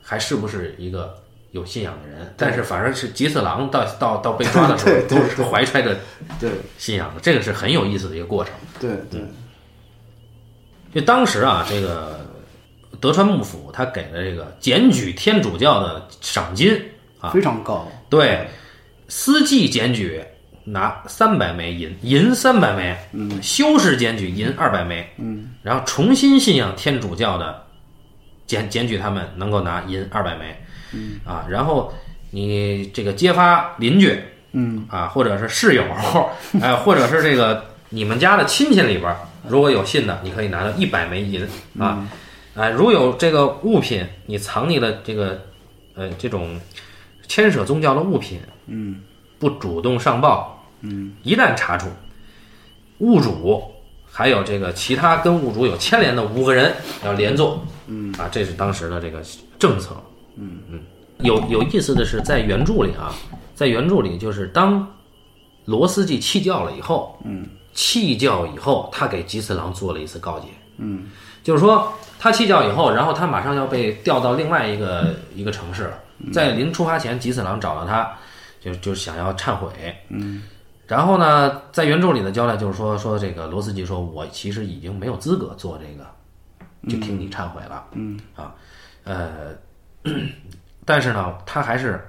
Speaker 1: 还是不是一个。有信仰的人，但是反而是吉次郎到到到被抓的时候，
Speaker 2: 对对
Speaker 1: 都是怀揣着
Speaker 2: 嗯对
Speaker 1: 信仰的，这个是很有意思的一个过程。
Speaker 2: 对对，
Speaker 1: 嗯就当时啊，这个德川幕府他给了这个检举天主教的赏金啊，
Speaker 2: 非常高，
Speaker 1: 对，司祭检举拿三百枚银，银三百枚，嗯，修士检举银二百枚，嗯，然后重新信仰天主教的检检举他们能够拿银二百枚，嗯啊，然后你这个揭发邻居，嗯啊，或者是室 友，哎，或者是这个你们家的亲戚里边儿，如果有信的，你可以拿到一百枚银啊，哎，如有这个物品你藏匿的这个呃这种牵涉宗教的物品，嗯，不主动上报，嗯，一旦查处，物主还有这个其他跟物主有牵连的五个人要连坐，嗯，啊，这是当时的这个政策，嗯嗯，有有意思的是，在原著里啊，在原著里就是当罗斯基弃教了以后，嗯，弃教以后，他给吉次郎做了一次告诫，嗯，就是说他弃教以后，然后他马上要被调到另外一个一个城市了，在临出发前，吉次郎找到他，就就想要忏悔，嗯，然后呢，在原著里的交代就是说说这个罗斯基说，我其实已经没有资格做这个，就听你忏悔了，嗯啊，呃， 但是呢，他还是。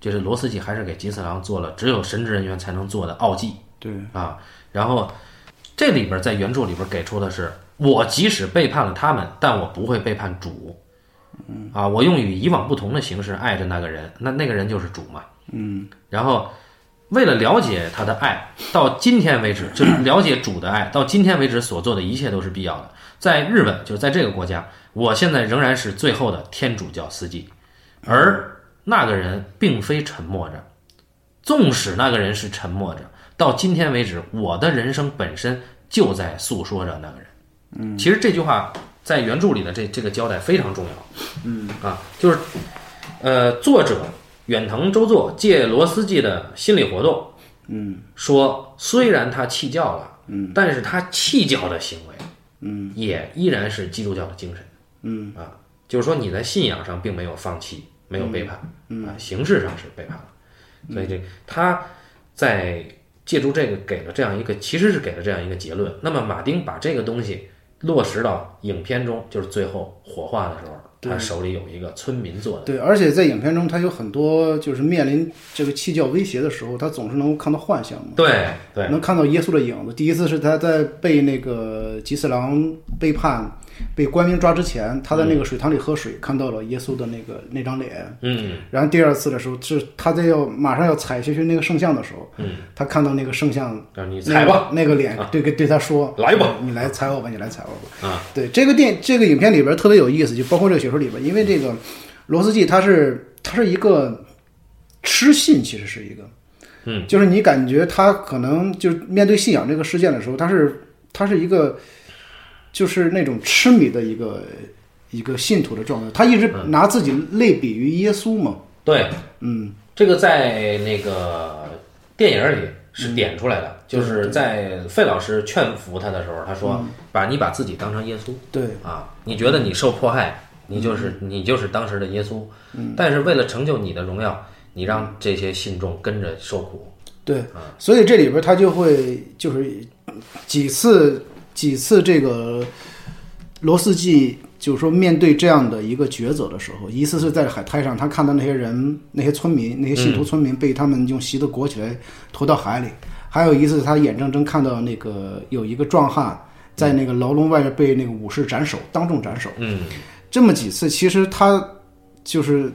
Speaker 1: 就是罗斯基还是给吉次郎做了只有神职人员才能做的奥祭
Speaker 2: 对
Speaker 1: 啊。然后这里边在原著里边给出的是，我即使背叛了他们，但我不会背叛主。啊，我用与以往不同的形式爱着那个人，那那个人就是主嘛。嗯。然后为了了解他的爱，到今天为止，就是了解主的爱，到今天为止所做的一切都是必要的。在日本，就是在这个国家，我现在仍然是最后的天主教司机，而那个人并非沉默着，纵使那个人是沉默着，到今天为止，我的人生本身就在诉说着那个人。嗯，其实这句话在原著里的这这个交代非常重要。嗯啊，就是呃，作者远藤周作借罗斯基的心理活动，嗯，说虽然他弃教了，嗯，但是他弃教的行为，嗯，也依然是基督教的精神。嗯啊，就是说你在信仰上并没有放弃，没有背叛，啊，形式上是背叛了。所以这他在借助这个给了这样一个，其实是给了这样一个结论。那么马丁把这个东西落实到影片中，就是最后火化的时候，他手里有一个村民做的，
Speaker 2: 对，而且在影片中，他有很多就是面临这个弃教威胁的时候，他总是能够看到幻象嘛，
Speaker 1: 对对
Speaker 2: 能看到耶稣的影子。第一次是他在被那个吉次郎背叛、被官兵抓之前，他在那个水塘里喝水，看到了耶稣的那个那张脸。
Speaker 1: 嗯，
Speaker 2: 然后第二次的时候，是他在要马上要踩下去那个圣像的时候，嗯，他看到那个圣像，
Speaker 1: 嗯让你踩吧，啊
Speaker 2: 那个脸，对对对他说，
Speaker 1: 来吧，
Speaker 2: 你来踩我吧，你来踩我吧。
Speaker 1: 啊，
Speaker 2: 对，这个电这个影片里边特别有意思，就包括这个小说里边，因为这个罗斯季他是他是一个痴信，其实是一个，嗯，就是你感觉他可能就是面对信仰这个事件的时候，他是他是一个就是那种痴迷的一个。一个信徒的状态，他一直
Speaker 1: 嗯
Speaker 2: 拿自己类比于耶稣嘛，
Speaker 1: 对，嗯，这个在那个电影里是点出来的，就是在费老师嗯劝服他的时候，他说：“把你把自己当成耶稣
Speaker 2: 对
Speaker 1: 啊，你觉得你受迫害，你就是你就是当时的耶稣。但是为了成就你的荣耀，你让这些信众跟着受苦。
Speaker 2: 对，所以这里边他就会就是几次几次这个罗斯季就是说面对这样的一个抉择的时候，一次是在海滩上，他看到那些人、那些村民、那些信徒村民被他们用席子裹起来拖到海里；还有一次，他眼睁睁看到那个有一个壮汉在那个牢笼外面被那个武士斩首，当众斩首。
Speaker 1: 嗯，
Speaker 2: 这么几次，其实他就是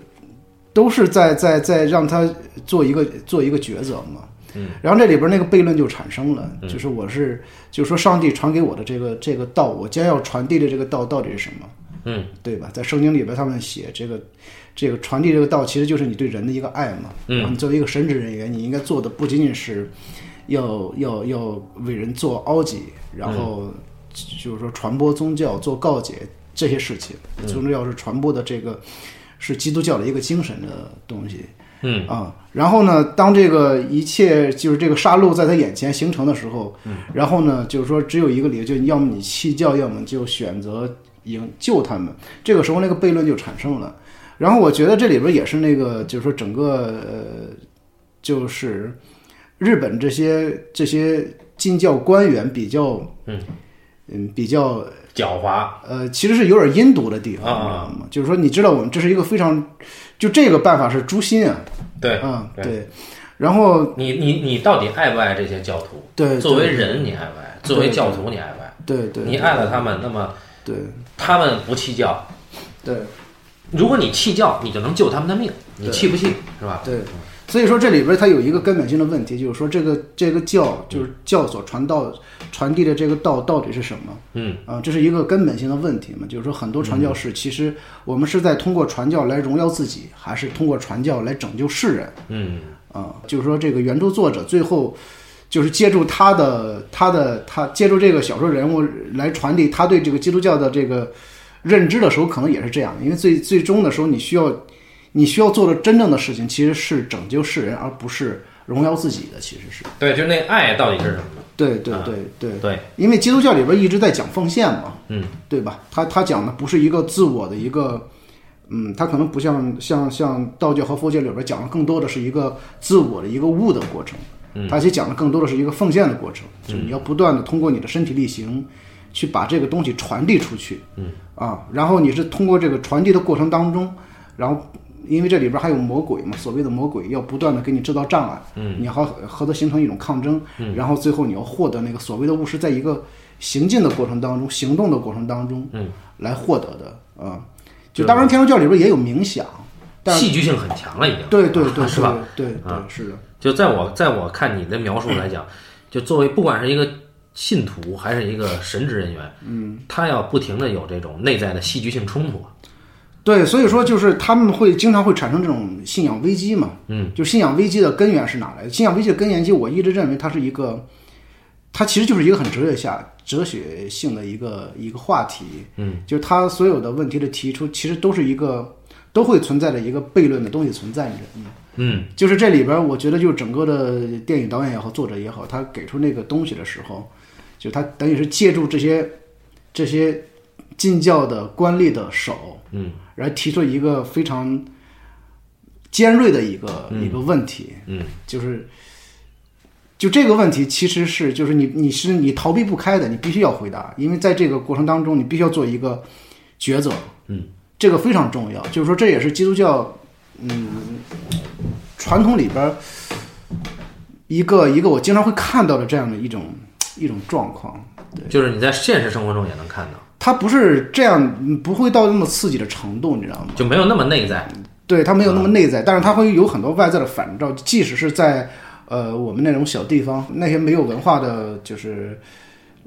Speaker 2: 都是在在在让他做一个做一个抉择嘛。嗯，然后这里边那个悖论就产生了，
Speaker 1: 嗯
Speaker 2: 就是我是，就是说上帝传给我的这个这个道，我将要传递的这个道到底是什么？
Speaker 1: 嗯，
Speaker 2: 对吧？在圣经里边他们写这个这个传递这个道，其实就是你对人的一个爱嘛。
Speaker 1: 嗯
Speaker 2: 然后你作为一个神职人员，你应该做的不仅仅是要要要为人做凹己，然后
Speaker 1: 嗯
Speaker 2: 就是说传播宗教、做告解这些事情，
Speaker 1: 嗯
Speaker 2: 最重要是传播的这个是基督教的一个精神的东西。
Speaker 1: 嗯
Speaker 2: 啊，然后呢，当这个一切就是这个杀戮在他眼前形成的时候，
Speaker 1: 嗯
Speaker 2: 然后呢，就是说只有一个理由，就要么你弃教，要么就选择营救他们。这个时候那个悖论就产生了。然后我觉得这里边也是那个，就是说整个呃，就是日本这些这些禁教官员比较，
Speaker 1: 嗯
Speaker 2: 嗯，比较
Speaker 1: 狡猾。
Speaker 2: 呃，其实是有点阴毒的地方，
Speaker 1: 啊
Speaker 2: 你知道吗？就是说，你知道我们这是一个非常，就这个办法是诛心啊，
Speaker 1: 对，
Speaker 2: 啊，对，然后
Speaker 1: 你你你到底爱不爱这些教徒？
Speaker 2: 对，
Speaker 1: 作为
Speaker 2: 对
Speaker 1: 人你爱不爱？
Speaker 2: 对
Speaker 1: 作为教徒你爱不爱？
Speaker 2: 对对，
Speaker 1: 你爱了他们，那么
Speaker 2: 对
Speaker 1: 他们不弃教，
Speaker 2: 对
Speaker 1: 如果你弃教，你就能救他们的命。你弃不弃是吧？
Speaker 2: 对，所以说这里边它有一个根本性的问题，就是说这个这个教
Speaker 1: 嗯
Speaker 2: 就是教所传道传递的这个道到底是什么？
Speaker 1: 嗯
Speaker 2: 啊，这是一个根本性的问题嘛，就是说很多传教士其实我们是在通过传教来荣耀自己，还是通过传教来拯救世人？
Speaker 1: 嗯
Speaker 2: 啊、就是说这个原著作者最后就是借助他的他的他借助这个小说人物来传递他对这个基督教的这个认知的时候，可能也是这样，因为最最终的时候，你需要你需要做的真正的事情其实是拯救世人，而不是荣耀自己的，其实是
Speaker 1: 对，就那爱到底是什么？
Speaker 2: 对对
Speaker 1: 啊
Speaker 2: 对对，
Speaker 1: 对，
Speaker 2: 因为基督教里边一直在讲奉献嘛，
Speaker 1: 嗯，
Speaker 2: 对吧？他他讲的不是一个自我的一个，嗯，他可能不像像像道教和佛教里边讲的更多的是一个自我的一个悟的过程，嗯，他其实讲的更多的是一个奉献的过程，就是你要不断的通过你的身体力行去把这个东西传递出去，嗯，啊，然后你是通过这个传递的过程当中，然后。因为这里边还有魔鬼嘛，所谓的魔鬼要不断的给你制造障碍，嗯，你好和它形成一种抗争，嗯，然后最后你要获得那个所谓的巫师在一个行进的过程当中、行动的过程当中，嗯，来获得的啊、就当然，天主教里边也有冥想，但
Speaker 1: 戏剧性很强了已经。
Speaker 2: 对啊对对，
Speaker 1: 是吧？？
Speaker 2: 对对对，是的，
Speaker 1: 就在我在我看你的描述来讲，就作为不管是一个信徒还是一个神职人员，嗯，他要不停的有这种内在的戏剧性冲突。
Speaker 2: 对，所以说就是他们会经常会产生这种信仰危机嘛，嗯，就信仰危机的根源是哪来的？信仰危机的根源，其实我一直认为它是一个，它其实就是一个很哲学下哲学性的一个一个话题，嗯，就是它所有的问题的提出，其实都是一个都会存在的一个悖论的东西存在着，嗯。
Speaker 1: 嗯，
Speaker 2: 就是这里边儿，我觉得就是整个的电影导演也好，作者也好，他给出那个东西的时候，就他等于是借助这些这些进教的官吏的手，嗯，来提出一个非常尖锐的一个、一个问题，嗯，就是就这个问题其实是就是你你是你逃避不开的，你必须要回答，因为在这个过程当中，你必须要做一个抉择，嗯，这个非常重要，就是说这也是基督教。嗯传统里边儿一个一个我经常会看到的这样的一种一种状况，
Speaker 1: 就是你在现实生活中也能看到，
Speaker 2: 它不是这样，嗯不会到那么刺激的程度，你知道吗？
Speaker 1: 就没有那么内在。
Speaker 2: 对，它没有那么内在，但是它会有很多外在的反照，即使是在呃我们那种小地方，那些没有文化的就是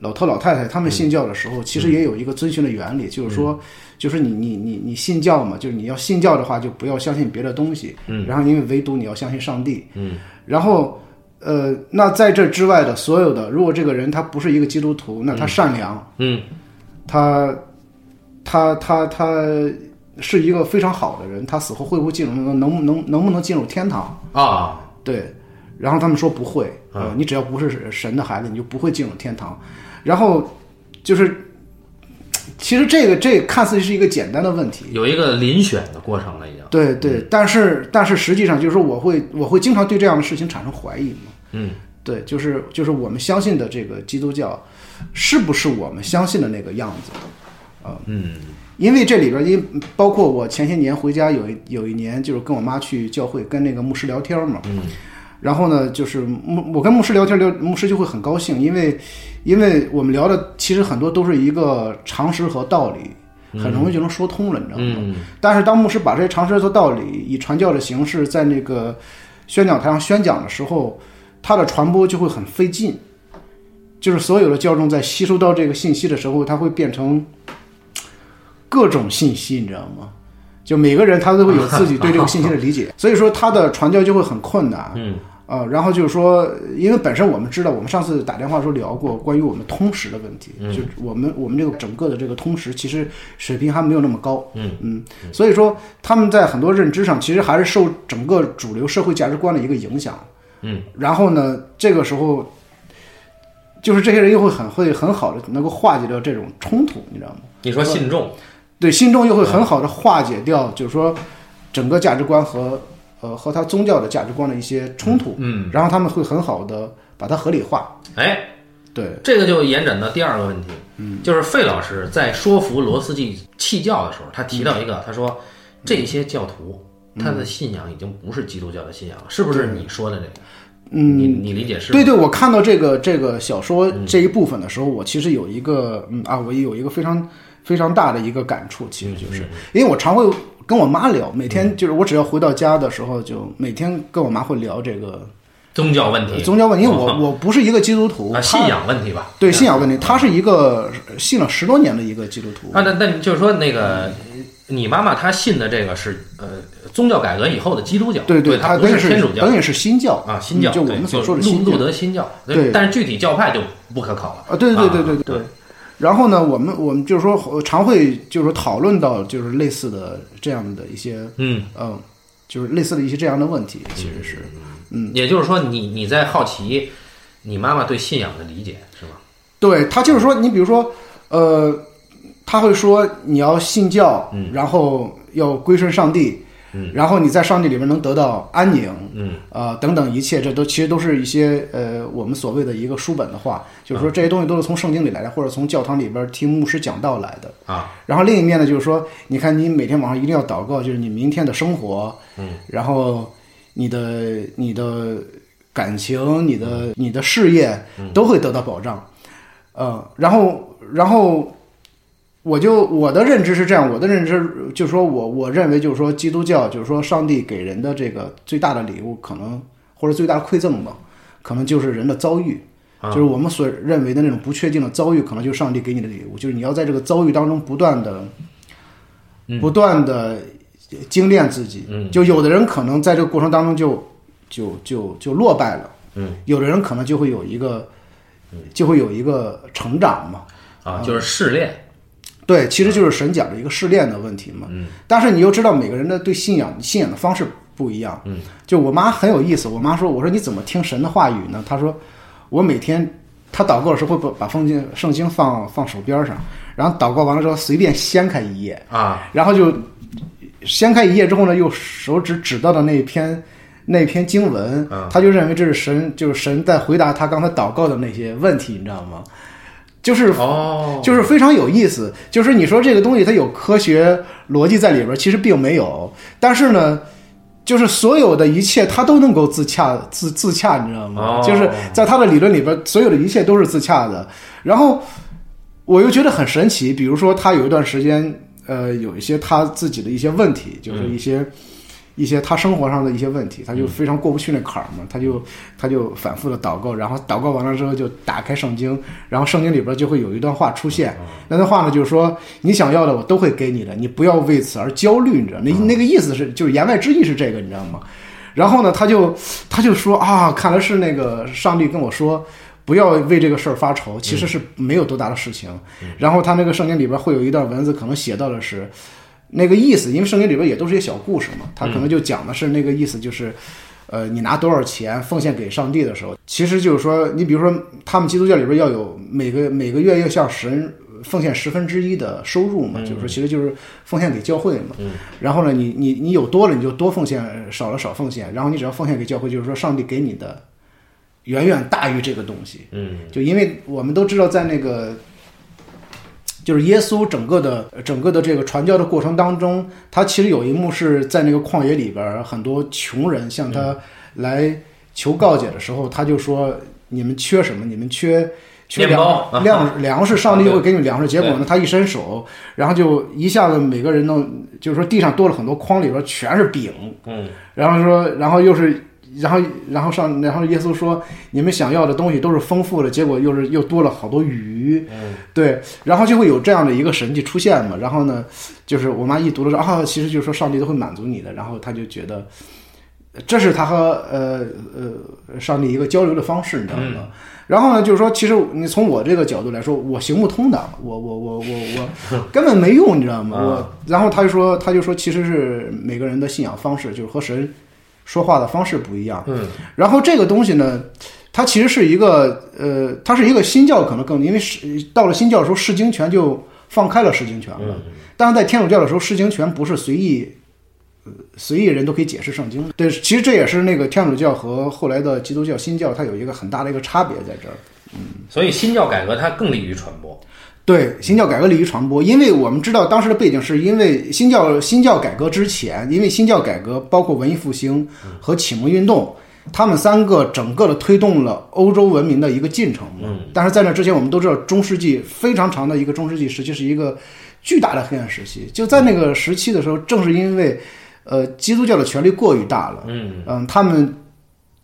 Speaker 2: 老头老太太，他们信教的时候，其实也有一个遵循的原理，就是说，就是你你你你信教嘛，就是你要信教的话，就不要相信别的东西，嗯，然后因为唯独你要相信上帝，嗯，然后。呃，那在这之外的所有的，如果这个人他不是一个基督徒，那他善良，
Speaker 1: 嗯
Speaker 2: 他他他他是一个非常好的人，他死后会不会进入能能能能不能进入天堂？
Speaker 1: 啊，
Speaker 2: 对，然后他们说不会，呃，你只要不是神的孩子，你就不会进入天堂。然后就是其实这个这个看似是一个简单的问题，
Speaker 1: 有一个遴选的过程了已经。
Speaker 2: 对
Speaker 1: 嗯
Speaker 2: 对，但是但是实际上就是说我会我会经常对这样的事情产生怀疑嘛。
Speaker 1: 嗯，
Speaker 2: 对，就是就是我们相信的这个基督教，是不是我们相信的那个样子？呃
Speaker 1: 嗯
Speaker 2: 因为这里边，因包括我前些年回家有一有一年，就是跟我妈去教会跟那个牧师聊天嘛，
Speaker 1: 嗯，
Speaker 2: 然后呢，就是牧我跟牧师聊天，聊牧师就会很高兴，因为因为我们聊的其实很多都是一个常识和道理，很容易就能说通了，你知道吗？
Speaker 1: 嗯
Speaker 2: 但是当牧师把这些常识和道理以传教的形式在那个宣讲台上宣讲的时候，它的传播就会很费劲，就是所有的教众在吸收到这个信息的时候，它会变成各种信息，你知道吗？就每个人他都会有自己对这个信息的理解，所以说他的传教就会很困难。
Speaker 1: 嗯
Speaker 2: 啊、然后就是说，因为本身我们知道，我们上次打电话的时候聊过关于我们通识的问题，
Speaker 1: 嗯
Speaker 2: 就我们我们这个整个的这个通识其实水平还没有那么高，
Speaker 1: 嗯
Speaker 2: 所以说他们在很多认知上其实还是受整个主流社会价值观的一个影响，
Speaker 1: 嗯，
Speaker 2: 然后呢，这个时候就是这些人又会很会很好的能够化解掉这种冲突，你知道吗？
Speaker 1: 你说信众，
Speaker 2: 对，信众又会很好的化解掉，就是说整个价值观和呃和他宗教的价值观的一些冲突，
Speaker 1: 嗯，
Speaker 2: 然后他们会很好的把它合理化。
Speaker 1: 哎，
Speaker 2: 对，
Speaker 1: 这个就延展到第二个问题，
Speaker 2: 嗯
Speaker 1: 就是费老师在说服罗斯基弃教的时候，他提到一
Speaker 2: 嗯
Speaker 1: 个，他说这些教徒他的信仰已经不是基督教的信仰了，是不是你说的这个？
Speaker 2: 嗯，
Speaker 1: 你你理解是吗？嗯
Speaker 2: 对对，我看到这个这个小说这一部分的时候，我其实有一个嗯啊，我有一个非常非常大的一个感触，其实就是
Speaker 1: 嗯
Speaker 2: 因为我常会跟我妈聊，每天就是我只要回到家的时候，就每天跟我妈会聊这个
Speaker 1: 宗教问题，
Speaker 2: 宗教问题。因为我
Speaker 1: 哦
Speaker 2: 我不是一个基督徒，
Speaker 1: 啊
Speaker 2: 她
Speaker 1: 信仰嗯问题吧？
Speaker 2: 对信仰问题，她是一个信了十多年的一个基督徒。
Speaker 1: 啊，那那你就是说那个你妈妈她信的这个是呃宗教改革以后的基督教，
Speaker 2: 对
Speaker 1: 对，她
Speaker 2: 她
Speaker 1: 不
Speaker 2: 等于
Speaker 1: 是天主教
Speaker 2: 等于是新教
Speaker 1: 啊，新教
Speaker 2: 嗯就我
Speaker 1: 对
Speaker 2: 们所说的
Speaker 1: 路
Speaker 2: 新教
Speaker 1: 路德新教，
Speaker 2: 对
Speaker 1: 但是具体教派就不可考了
Speaker 2: 啊，对对对对
Speaker 1: 啊
Speaker 2: 对对。然后呢，我们我们就是说呃常会就是说讨论到就是类似的这样的一些
Speaker 1: 嗯。
Speaker 2: 嗯，就是类似的一些这样的问题，其实是，嗯
Speaker 1: 也就是说你，你在好奇你妈妈对信仰的理解是吗？
Speaker 2: 对他就是说，你比如说，呃，他会说你要信教，
Speaker 1: 嗯
Speaker 2: 然后要归顺上帝，然后你在上帝里面能得到安宁，
Speaker 1: 嗯，
Speaker 2: 呃，等等一切，这都其实都是一些呃我们所谓的一个书本的话，就是说这些东西都是从圣经里来的，或者从教堂里边听牧师讲道来的。
Speaker 1: 啊，
Speaker 2: 然后另一面呢，就是说，你看你每天晚上一定要祷告，就是你明天的生活，嗯，然后你的你的感情、你的你的事业都会得到保障，呃，然后然后我就我的认知是这样，我的认知就是说我我认为就是说基督教就是说上帝给人的这个最大的礼物，可能或者最大的馈赠吧，可能就是人的遭遇。就是我们所认为的那种不确定的遭遇，可能就是上帝给你的礼物，就是你要在这个遭遇当中不断的、不断的精炼自己。就有的人可能在这个过程当中就就就就落败了，嗯，有的人可能就会有一个就会有一个成长嘛。
Speaker 1: 啊，就是试炼，
Speaker 2: 对，其实就是神讲的一个试炼的问题嘛。嗯，但是你又知道每个人的对信仰信仰的方式不一样。嗯，就我妈很有意思，我妈说，我说你怎么听神的话语呢？她说，我每天她祷告的时候会把把圣经圣经放放手边上，然后祷告完了之后随便掀开一页，
Speaker 1: 啊，
Speaker 2: 然后就掀开一页之后呢，用手指指到的那一篇 那篇经文，他就认为这是神，就是神在回答他刚才祷告的那些问题，你知道吗？就是
Speaker 1: 哦，
Speaker 2: 就是非常有意思。就是你说这个东西它有科学逻辑在里边儿，其实并没有。但是呢，就是所有的一切它都能够自洽自自洽，你知道吗？
Speaker 1: 哦
Speaker 2: 就是在他的理论里边儿，所有的一切都是自洽的。然后我又觉得很神奇，比如说他有一段时间，呃，有一些他自己的一些问题，就是
Speaker 1: 嗯
Speaker 2: 一些。一些他生活上的一些问题，他就非常过不去那坎儿嘛，他就他就反复的祷告，然后祷告完了之后就打开圣经，然后圣经里边就会有一段话出现，那段话呢就是说你想要的我都会给你的，你不要为此而焦虑，你知道那那个意思是就是言外之意是这个，你知道吗？然后呢，他就他就说啊，看来是那个上帝跟我说。不要为这个事儿发愁，其实是没有多大的事情。然后他那个圣经里边会有一段文字，可能写到的是，那个意思，因为圣经里边也都是一些小故事嘛，他可能就讲的是那个意思，就是，呃，你拿多少钱奉献给上帝的时候，其实就是说，你比如说他们基督教里边要有每个每个月要向神奉献十分之一的收入嘛，就是说其实就是奉献给教会嘛。然后呢，你你你有多了你就多奉献，少了少奉献。然后你只要奉献给教会，就是说上帝给你的远远大于这个东西。
Speaker 1: 嗯
Speaker 2: 就因为我们都知道，在那个就是耶稣整个的整个的这个传教的过程当中，他其实有一幕是在那个旷野里边儿，很多穷人向
Speaker 1: 嗯
Speaker 2: 他来求告解的时候，他就说：“你们缺什么？你们缺。”缺
Speaker 1: 面
Speaker 2: 粮
Speaker 1: 包啊
Speaker 2: 粮粮食，上帝
Speaker 1: 啊对
Speaker 2: 会给你粮食。结果呢，他一伸手，然后就一下子每个人都，就是说地上多了很多筐，里边全是饼，
Speaker 1: 嗯，
Speaker 2: 然后说，然后又是，然后然后上，然后耶稣说，你们想要的东西都是丰富的，结果又是又多了好多鱼，
Speaker 1: 嗯
Speaker 2: 对，然后就会有这样的一个神迹出现嘛。然后呢，就是我妈一读的时候啊，其实就是说上帝都会满足你的，然后他就觉得。这是他和呃呃上帝一个交流的方式，你知道吗？然后呢，就是说，其实你从我这个角度来说，我行不通的，我我我我我根本没用，你知道吗？我然后他就说，他就说，其实是每个人的信仰方式，就是和神说话的方式不一样。
Speaker 1: 嗯，
Speaker 2: 然后这个东西呢，它其实是一个呃，它是一个新教，可能更因为是到了新教的时候，释经权就放开了释经权了。但是在天主教的时候，释经权不是随意呃随意人都可以解释圣经。对，其实这也是那个天主教和后来的基督教、新教，它有一个很大的一个差别在这儿。
Speaker 1: 所以新教改革它更利于传播。
Speaker 2: 对新教改革利于传播，因为我们知道当时的背景是因为新教新教改革之前，因为新教改革包括文艺复兴和启蒙运动，他们三个整个的推动了欧洲文明的一个进程嘛。但是在那之前，我们都知道中世纪非常长的一个中世纪时期是一个巨大的黑暗时期，就在那个时期的时候，正是因为呃基督教的权力过于大了，
Speaker 1: 嗯
Speaker 2: 嗯，他们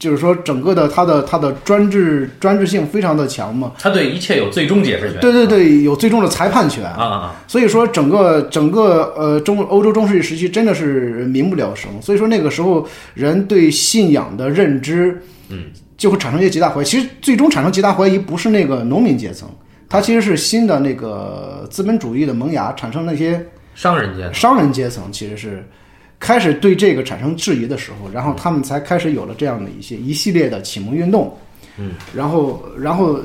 Speaker 2: 就是说整个的他的他的专制专制性非常的强嘛。
Speaker 1: 他对一切有最终解释权。
Speaker 2: 对对对，有最终的裁判权
Speaker 1: 啊啊啊！
Speaker 2: 所以说整个整个呃中欧洲中世纪时期真的是民不聊生，所以说那个时候人对信仰的认知，嗯，就会产生一些极大怀疑。其实最终产生极大怀疑不是那个农民阶层，它其实是新的那个资本主义的萌芽产生那些
Speaker 1: 商人阶层
Speaker 2: 商人阶层其实是开始对这个产生质疑的时候，然后他们才开始有了这样的一些一系列的启蒙运动。嗯，然后然后呃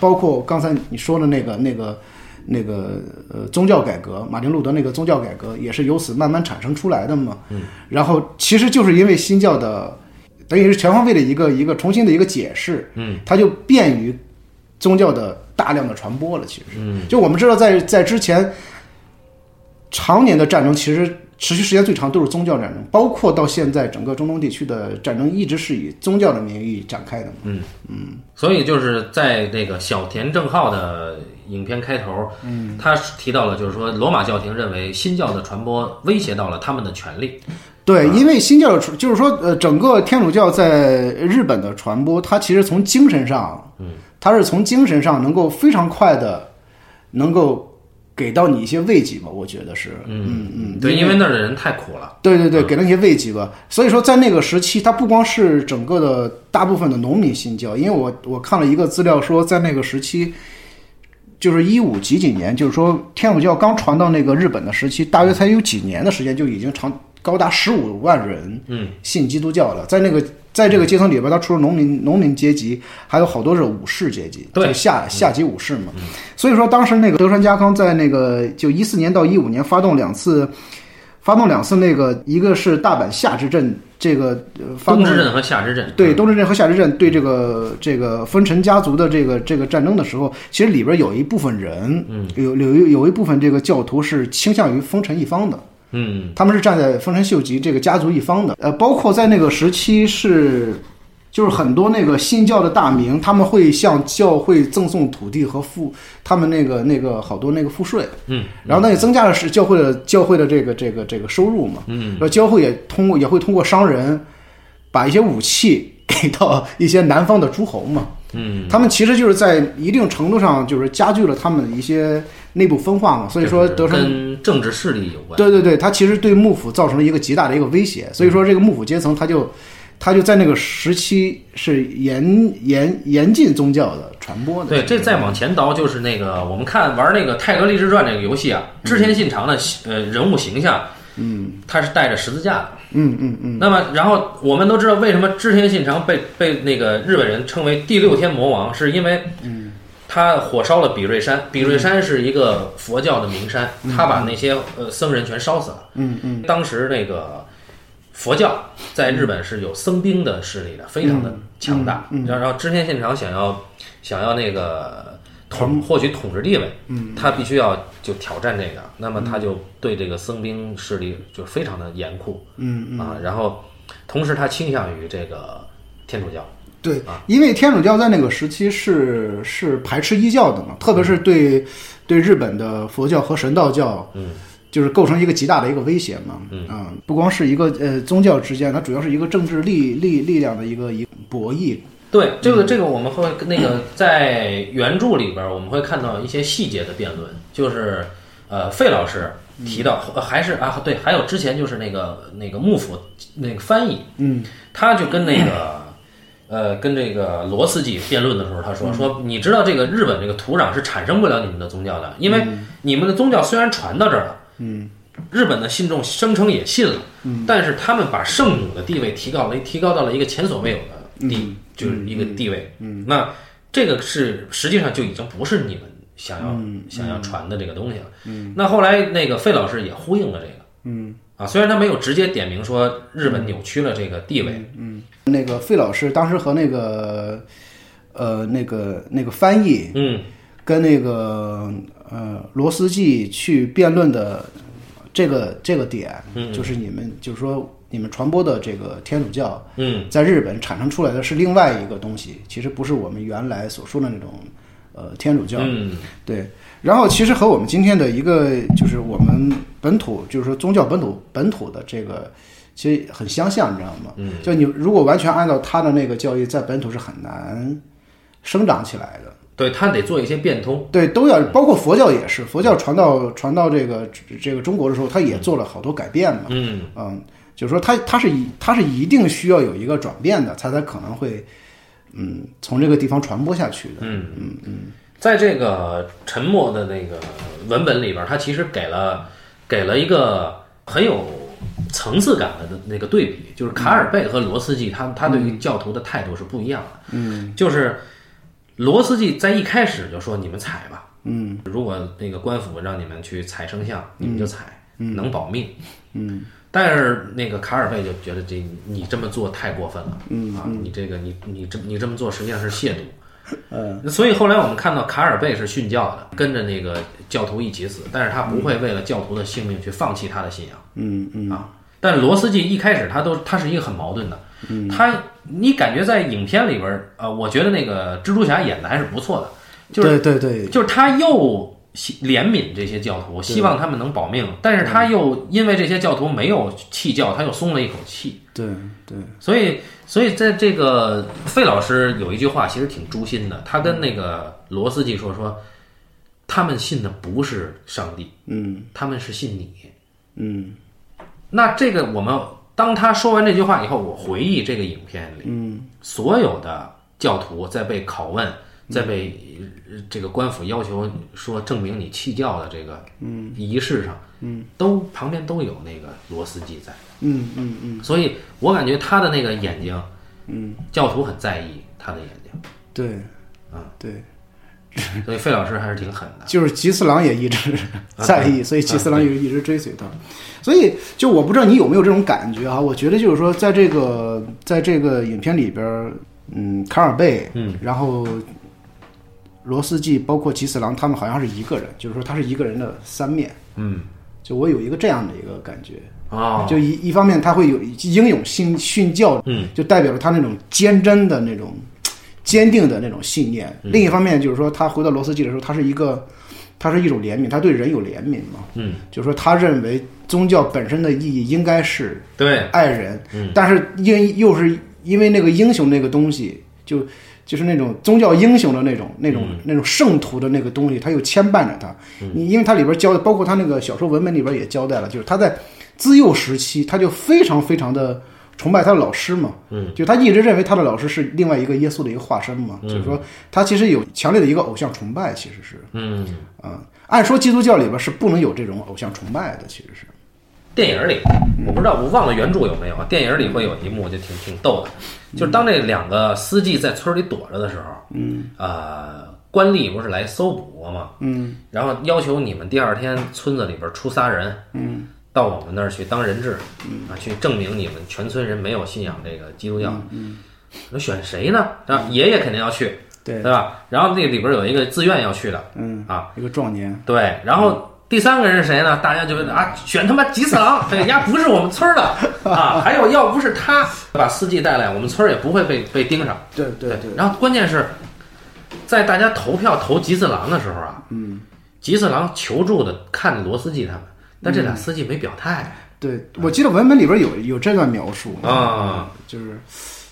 Speaker 2: 包括刚才你说的那个那个那个呃宗教改革，马丁路德那个宗教改革也是由此慢慢产生出来的嘛。嗯，然后其实就是因为新教的等于是全方位的一个一个重新的一个解释，嗯，它就便于宗教的大量的传播了。其实，嗯，就我们知道在在之前。常年的战争其实持续时间最长都是宗教战争，包括到现在整个中东地区的战争一直是以宗教的名义展开的嘛。
Speaker 1: 所以就是在那个小田正浩的影片开头，嗯，他提到了，就是说罗马教廷认为新教的传播威胁到了他们的权利。
Speaker 2: 对，
Speaker 1: 嗯
Speaker 2: 因为新教的传就是说，呃，整个天主教在日本的传播，它其实从精神上，嗯，它是从精神上能够非常快的，能够给到你一些慰藉吧，我觉得是，嗯嗯，
Speaker 1: 对，因为那儿的人太苦了。
Speaker 2: 对对对，给了一些慰藉吧。所以说，在那个时期，它不光是整个的大部分的农民信教，因为我我看了一个资料说，在那个时期，就是一五几几年，就是说天主教刚传到那个日本的时期，大约才有几年的时间，就已经长高达十五万人
Speaker 1: 嗯
Speaker 2: 信基督教了。在那个在这个阶层里边，它除了农民农民阶级，还有好多是武士阶级，
Speaker 1: 对嗯
Speaker 2: 就下下级武士嘛。所以说，当时那个德川家康在那个就一四年到一五年发动两次。发动两次那个，一个是大阪夏之阵，这个呃发
Speaker 1: 东
Speaker 2: 动
Speaker 1: 之镇和夏之镇，
Speaker 2: 对东之镇和夏之镇对这个这个丰臣家族的这个这个战争的时候，其实里边有一部分人，嗯，有有有有一部分这个教徒是倾向于丰臣一方的，
Speaker 1: 嗯，
Speaker 2: 他们是站在丰臣秀吉这个家族一方的。呃，包括在那个时期是，就是很多那个信教的大名，他们会向教会赠送土地和赋，他们那个那个好多那个赋税，
Speaker 1: 嗯，
Speaker 2: 然后那也增加了是教会的教会的这个这个这个收入嘛，嗯，然后教会也通过也会通过商人把一些武器 给到一些南方的诸侯嘛，嗯，他们其实就是在一定程度上就是加剧了他们一些内部分化嘛，所以说
Speaker 1: 就是
Speaker 2: 呃德川
Speaker 1: 跟政治势力有关。
Speaker 2: 对对对，它其实对幕府造成了一个极大的一个威胁，所以说这个幕府阶层他就他就在那个时期是严严严禁宗教的传播的。
Speaker 1: 对，这再往前倒就是那个，我们看玩那个《泰格立志传》这个游戏啊，织
Speaker 2: 嗯
Speaker 1: 田信长的呃人物形象，嗯，他是带着十字架的，
Speaker 2: 嗯嗯嗯，
Speaker 1: 那么，然后我们都知道为什么织田信长被被那个日本人称为第六天魔王，是因为他火烧了比瑞
Speaker 2: 嗯
Speaker 1: 山，比瑞山是一个佛教的名山，他把那些呃僧人全烧死了。
Speaker 2: 嗯嗯
Speaker 1: 当时那个佛教在日本是有僧兵的势力的，非常的强大。
Speaker 2: 嗯
Speaker 1: 然后织田信长想要想要那个统获取统治地位，
Speaker 2: 嗯
Speaker 1: 他必须要就挑战这个，那么他就对这个僧兵势力就非常的严酷
Speaker 2: 嗯，
Speaker 1: 啊。然后同时他倾向于这个天主教，
Speaker 2: 对，
Speaker 1: 啊
Speaker 2: 因为天主教在那个时期是是排斥异教的嘛，特别是对对日本的佛教和神道教，嗯，就是构成一个极大的一个威胁嘛，嗯，不光是一个呃宗教之间，它主要是一个政治力力力量的一个一个博弈，
Speaker 1: 对这个这个我们会那个在原著里边儿我们会看到一些细节的辩论，就是呃费老师提到、呃还是啊对，还有之前就是那个那个幕府那个翻译，
Speaker 2: 嗯，
Speaker 1: 他就跟那个。呃，跟这个罗斯基辩论的时候，他说：“说你知道这个日本这个土壤是产生不了你们的宗教的，因为你们的宗教虽然传到这儿了，嗯，日本的信众声称也信了，嗯，但是他们把圣母的地位提高了，提高到了一个前所未有的地，就是一个地位，嗯，那这个是实际上就已经不是你们想要、想要传的这个东西了，嗯，那后来那个费老师也呼应了这个，嗯，啊，虽然他没有直接点名说日本扭曲了这个地位，
Speaker 2: 那个费老师当时和那个呃那个那个翻译
Speaker 1: 嗯
Speaker 2: 跟那个呃罗斯基去辩论的这个这个点，就是你们就是说你们传播的这个天主教。
Speaker 1: 嗯
Speaker 2: 在日本产生出来的是另外一个东西，其实不是我们原来所说的那种呃天主教。
Speaker 1: 嗯
Speaker 2: 对，然后其实和我们今天的一个就是我们本土，就是说宗教本土本土的这个。其实很相像，你知道吗？嗯，就你如果完全按照他的那个教义，在本土是很难生长起来的。
Speaker 1: 对他得做一些变通，
Speaker 2: 对，都要包括佛教也是，佛教传到传到这个这个中国的时候，他也做了好多改变嘛。
Speaker 1: 嗯
Speaker 2: 嗯，就是说它它是一它是一定需要有一个转变的，它才可能会嗯从这个地方传播下去的。
Speaker 1: 在这个沉默的那个文本里边，他其实给了给了一个很有层次感的那个对比，就是卡尔贝和罗斯基他他对于教徒的态度是不一样的。嗯，就是罗斯基在一开始就说：“你们采吧，嗯，如果那个官府让你们去采生像，你们就采，能保命。”嗯，但是那个卡尔贝就觉得这你这么做太过分了，嗯啊，你这个你你这你这么做实际上是亵渎。所以后来我们看到卡尔贝是殉教的，跟着那个教徒一起死，但是他不会为了教徒的性命去放弃他的信仰。
Speaker 2: 嗯嗯
Speaker 1: 啊。但罗斯基一开始他都他是一个很矛盾的，他你感觉在影片里边儿，呃，我觉得那个蜘蛛侠演的还是不错的，就是
Speaker 2: 对对对，
Speaker 1: 就是他又希怜悯这些教徒，希望他们能保命，但是他又因为这些教徒没有弃教，他又松了一口气。
Speaker 2: 对对，
Speaker 1: 所以，所以在这个费老师有一句话，其实挺诛心的。他跟那个罗斯基说说，他们信的不是上帝，
Speaker 2: 嗯
Speaker 1: 他们是信你。
Speaker 2: 嗯
Speaker 1: 那这个我们当他说完这句话以后，我回忆这个影片里，
Speaker 2: 嗯
Speaker 1: 所有的教徒在被拷问，在被呃这个官府要求说证明你弃教的这个仪式上，嗯，都旁边都有那个罗斯基在。
Speaker 2: 嗯嗯嗯，
Speaker 1: 所以我感觉他的那个眼睛，嗯，教徒很在意他的眼睛，
Speaker 2: 对啊对，
Speaker 1: 所以费老师还是挺狠的。
Speaker 2: 就是吉次郎也一直
Speaker 1: 啊
Speaker 2: 在意，所以吉次郎也一直追随他。所以就我不知道你有没有这种感觉啊？我觉得就是说，在这个在这个影片里边儿，嗯，卡尔贝，
Speaker 1: 嗯，
Speaker 2: 然后罗斯基包括吉次郎，他们好像是一个人，就是说他是一个人的三面。
Speaker 1: 嗯，
Speaker 2: 就我有一个这样的一个感觉，
Speaker 1: 哦，
Speaker 2: 就一一方面他会有英勇信训教，
Speaker 1: 嗯，
Speaker 2: 就代表了他那种坚贞的那种坚定的那种信念；
Speaker 1: 嗯
Speaker 2: 另一方面就是说，他回到罗斯基的时候，他是一个，他是一种怜悯，他对人有怜悯嘛，
Speaker 1: 嗯，
Speaker 2: 就是说他认为宗教本身的意义应该是
Speaker 1: 对，
Speaker 2: 爱人，
Speaker 1: 嗯
Speaker 2: 但是因又是因为那个英雄那个东西，就就是那种宗教英雄的那种那种、
Speaker 1: 嗯
Speaker 2: 那种圣徒的那个东西，他又牵绊着他。你因为他里边交，包括他那个小说文本里边也交代了，就是他在自幼时期，他就非常非常的。崇拜他的老师嘛，嗯，就他一直认为他的老师是另外一个耶稣的一个化身
Speaker 1: 嗯
Speaker 2: 嘛，就是说他其实有强烈的一个偶像崇拜，其实是，
Speaker 1: 嗯，
Speaker 2: 啊、按说基督教里边是不能有这种偶像崇拜的，其实是，
Speaker 1: 电影里
Speaker 2: 嗯
Speaker 1: 我不知道，我忘了原著有没有啊？电影里会有一幕就挺挺逗的，就是当那两个司机在村里躲着的时候，嗯，呃，官吏不是来搜捕我吗？
Speaker 2: 嗯
Speaker 1: 然后要求你们第二天村子里边出仨人，
Speaker 2: 嗯
Speaker 1: 到我们那儿去当人质，啊，去证明你们全村人没有信仰这个基督教。
Speaker 2: 嗯，
Speaker 1: 那选谁呢？啊，爷爷肯定要去，对
Speaker 2: 对，
Speaker 1: 吧？然后那里边有一个自愿要去的，
Speaker 2: 嗯
Speaker 1: 啊，
Speaker 2: 一个壮年，
Speaker 1: 对。然
Speaker 2: 嗯
Speaker 1: 后第三个人是谁呢？大家就觉得啊，选他妈吉次 郎，这丫不是我们村儿的啊。还有，要不是他把司机带来，我们村儿也不会被被盯上。
Speaker 2: 对对对，
Speaker 1: 然后关键是，在大家投票投吉次郎的时候啊，
Speaker 2: 嗯
Speaker 1: 吉次郎求助的看罗斯基他们，但这
Speaker 2: 嗯
Speaker 1: 俩司机没表态
Speaker 2: 对，我记得文本里边有有这段描述，
Speaker 1: 啊。
Speaker 2: 就是。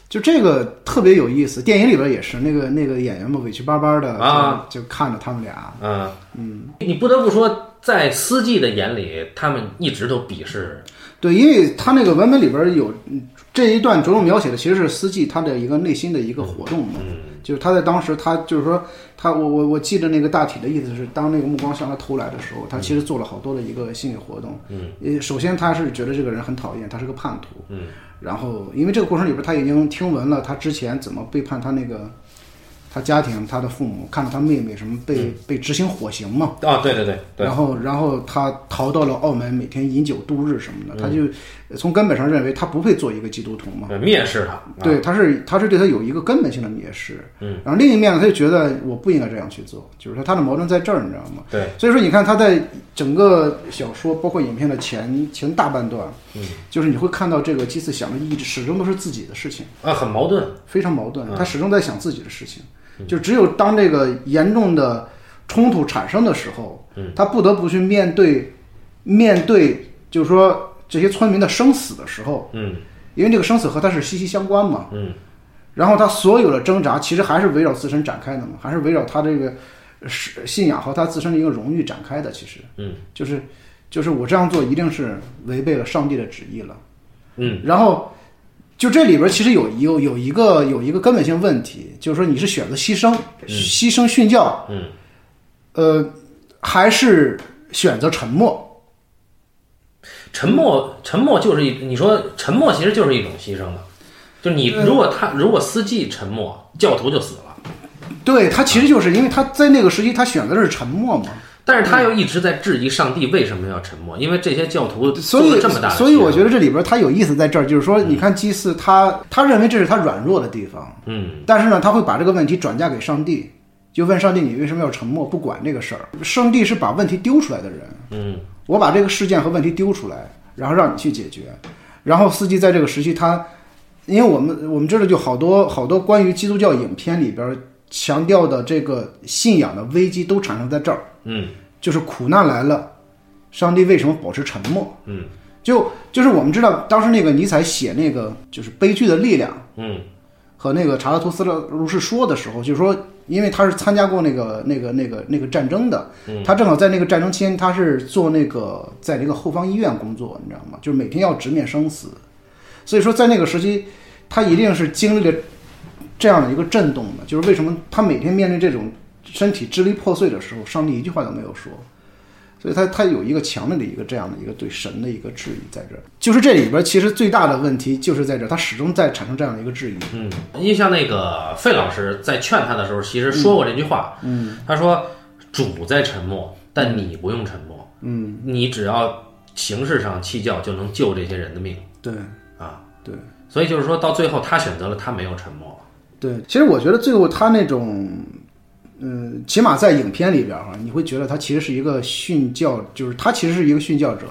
Speaker 2: 就这个特别有意思，电影里边也是那个那个演员嘛，委屈巴巴的
Speaker 1: 啊
Speaker 2: 就，就看着他们俩，
Speaker 1: 嗯，
Speaker 2: 嗯，
Speaker 1: 你不得不说，在司机的眼里，他们一直都鄙视
Speaker 2: 对，因为他那个文本里边有嗯这一段着重描写的，其实是司机他的一个内心的一个活动嘛。
Speaker 1: 嗯
Speaker 2: 就是他在当时，他就是说，他我我我记得那个大体的意思是，当那个目光向他投来的时候，他其实做了好多的一个心理活动。
Speaker 1: 嗯，
Speaker 2: 呃，首先他是觉得这个人很讨厌，他是个叛徒。
Speaker 1: 嗯，
Speaker 2: 然后因为这个过程里边他已经听闻了他之前怎么背叛他那个他家庭、他的父母，看到他妹妹什么被、
Speaker 1: 嗯
Speaker 2: 被执行火刑嘛。
Speaker 1: 啊。对对对对，
Speaker 2: 然后，然后他逃到了澳门，每天饮酒度日什么
Speaker 1: 嗯
Speaker 2: 的，他就呃从根本上认为他不配做一个基督徒嘛。
Speaker 1: 呃蔑视他。啊，
Speaker 2: 对，他是他是对他有一个根本性的蔑视。
Speaker 1: 嗯，
Speaker 2: 然后另一面呢，他就觉得我不应该这样去做，就是说他的矛盾在这儿，你知道吗？
Speaker 1: 对，
Speaker 2: 所以说，你看他在整个小说包括影片的前前大半段，
Speaker 1: 嗯，
Speaker 2: 就是你会看到这个基斯想的一直始终都是自己的事情。
Speaker 1: 啊，很矛盾。
Speaker 2: 非常矛盾，
Speaker 1: 嗯
Speaker 2: 他始终在想自己的事情。就只有当这个严重的冲突产生的时候，
Speaker 1: 嗯
Speaker 2: 他不得不去面对面对，就是说这些村民的生死的时候，
Speaker 1: 嗯
Speaker 2: 因为这个生死和他是息息相关嘛。
Speaker 1: 嗯，
Speaker 2: 然后他所有的挣扎其实还是围绕自身展开的嘛，还是围绕他这个是信仰和他自身的一个荣誉展开的。其实，
Speaker 1: 嗯，
Speaker 2: 就是就是我这样做一定是违背了上帝的旨意了。
Speaker 1: 嗯，
Speaker 2: 然后就这里边其实有有有一个有一个根本性问题，就是说你是选择牺牲、牺牲殉教，
Speaker 1: 嗯，
Speaker 2: 呃，还是选择沉默？
Speaker 1: 沉默，沉默就是一，你说沉默其实就是一种牺牲嘛。就是你如果他如果司机沉默，教徒就死了。
Speaker 2: 对他其实就是因为他在那个时期他选择的是沉默嘛，
Speaker 1: 但是
Speaker 2: 嗯
Speaker 1: 他又一直在质疑上帝为什么要沉默，因为这些教徒做
Speaker 2: 所以
Speaker 1: 了这嗯么大的牺牲，
Speaker 2: 所以我觉得这里边他有意思在这儿，就是说你看祭祀他他认为这是他软弱的地方，
Speaker 1: 嗯，
Speaker 2: 但是呢，他会把这个问题转嫁给上帝，就问上帝：“你为什么要沉默，不管这个事儿？”上帝是把问题丢出来的人，
Speaker 1: 嗯，
Speaker 2: 我把这个事件和问题丢出来，然后让你去解决。然后司机在这个时期，他，因为我们我们知道，就好多好多关于基督教影片里边强调的这个信仰的危机都产生在这儿，
Speaker 1: 嗯
Speaker 2: 就是苦难来了，上帝为什么保持沉默？
Speaker 1: 嗯
Speaker 2: 就就是我们知道，当时那个尼采写那个就是悲剧的力量。
Speaker 1: 嗯
Speaker 2: 和那个查拉图斯勒如是说的时候，就是说，因为他是参加过那个那个那个那个战争的，他正好在那个战争期间，他是做那个在那个后方医院工作，你知道吗？就是每天要直面生死，所以说在那个时期，他一定是经历了这样的一个震动的。就是为什么他每天面对这种身体支离破碎的时候，上帝一句话都没有说。所以他他有一个强烈的一个这样的一个对神的一个质疑在这儿，就是这里边其实最大的问题就是在这儿，他始终在产生这样的一个质疑。
Speaker 1: 嗯，因为像那个费老师在劝他的时候，其实说过这句话，嗯，他说主在沉默，但你不用沉默，嗯，你只要形式上弃教就能救这些人的命
Speaker 2: 对
Speaker 1: 啊，
Speaker 2: 对
Speaker 1: 所以就是说到最后他选择了他没有沉默，
Speaker 2: 对，其实我觉得最后他那种，嗯、起码在影片里边儿哈，你会觉得他其实是一个殉教，就是他其实是一个殉教者，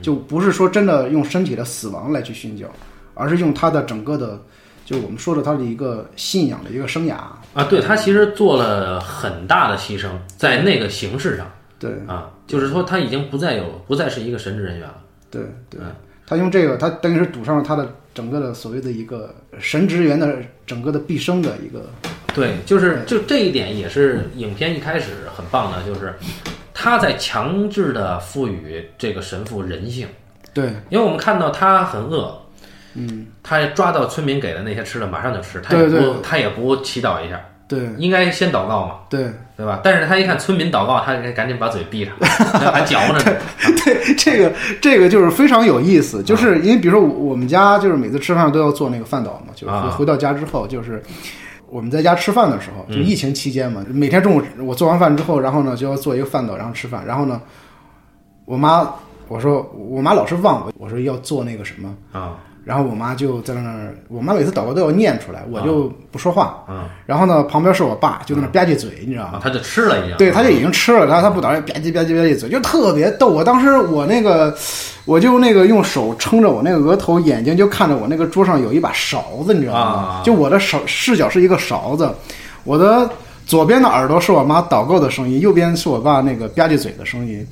Speaker 2: 就不是说真的用身体的死亡来去殉教，而是用他的整个的，就是我们说的他的一个信仰的一个生涯。
Speaker 1: 啊，对他其实做了很大的牺牲在那个形式上
Speaker 2: 对
Speaker 1: 啊，就是说他已经不再有不再是一个神职人员了，
Speaker 2: 对对
Speaker 1: 嗯，
Speaker 2: 他用这个，他等于是赌上了他的整个的所谓的一个神职员的整个的毕生的一个，
Speaker 1: 对，就是就这一点也是影片一开始很棒的，就是他在强制的赋予这个神父人性，
Speaker 2: 对
Speaker 1: 因为我们看到他很饿，嗯，他抓到村民给的那些吃的，马上就吃，他也不
Speaker 2: 对对
Speaker 1: 他也不祈祷一下，
Speaker 2: 对
Speaker 1: 应该先祷告嘛，
Speaker 2: 对，
Speaker 1: 对吧？但是他一看村民祷告，他赶紧把嘴闭上，还嚼着 呢，
Speaker 2: 对， 这个这个就是非常有意思，就是因为比如说我我们家就是每次吃饭都要做那个饭岛嘛，就是回
Speaker 1: 啊
Speaker 2: 回到家之后就是。我们在家吃饭的时候，就疫情期间嘛，每天中午我做完饭之后，然后呢就要做一个饭岛，然后吃饭，然后呢，我妈我说我妈老是忘我，我说要做那个什么，
Speaker 1: 啊
Speaker 2: 然后我妈就在那儿，我妈每次祷告都要念出来，我就不说话，
Speaker 1: 啊
Speaker 2: 然后呢旁边是我爸，就在那儿吧唧嘴，你知道吗？
Speaker 1: 啊，他就吃了一样，
Speaker 2: 对，他就已经吃了，然后他不倒，吧唧吧唧吧唧嘴，就特别逗。我当时我那个，我就那个用手撑着我那个额头，眼睛就看着我那个桌上有一把勺子，你知道吗
Speaker 1: 啊？
Speaker 2: 就我的手视角是一个勺子，我的左边的耳朵是我妈祷告的声音，右边是我爸那个吧唧嘴的声音，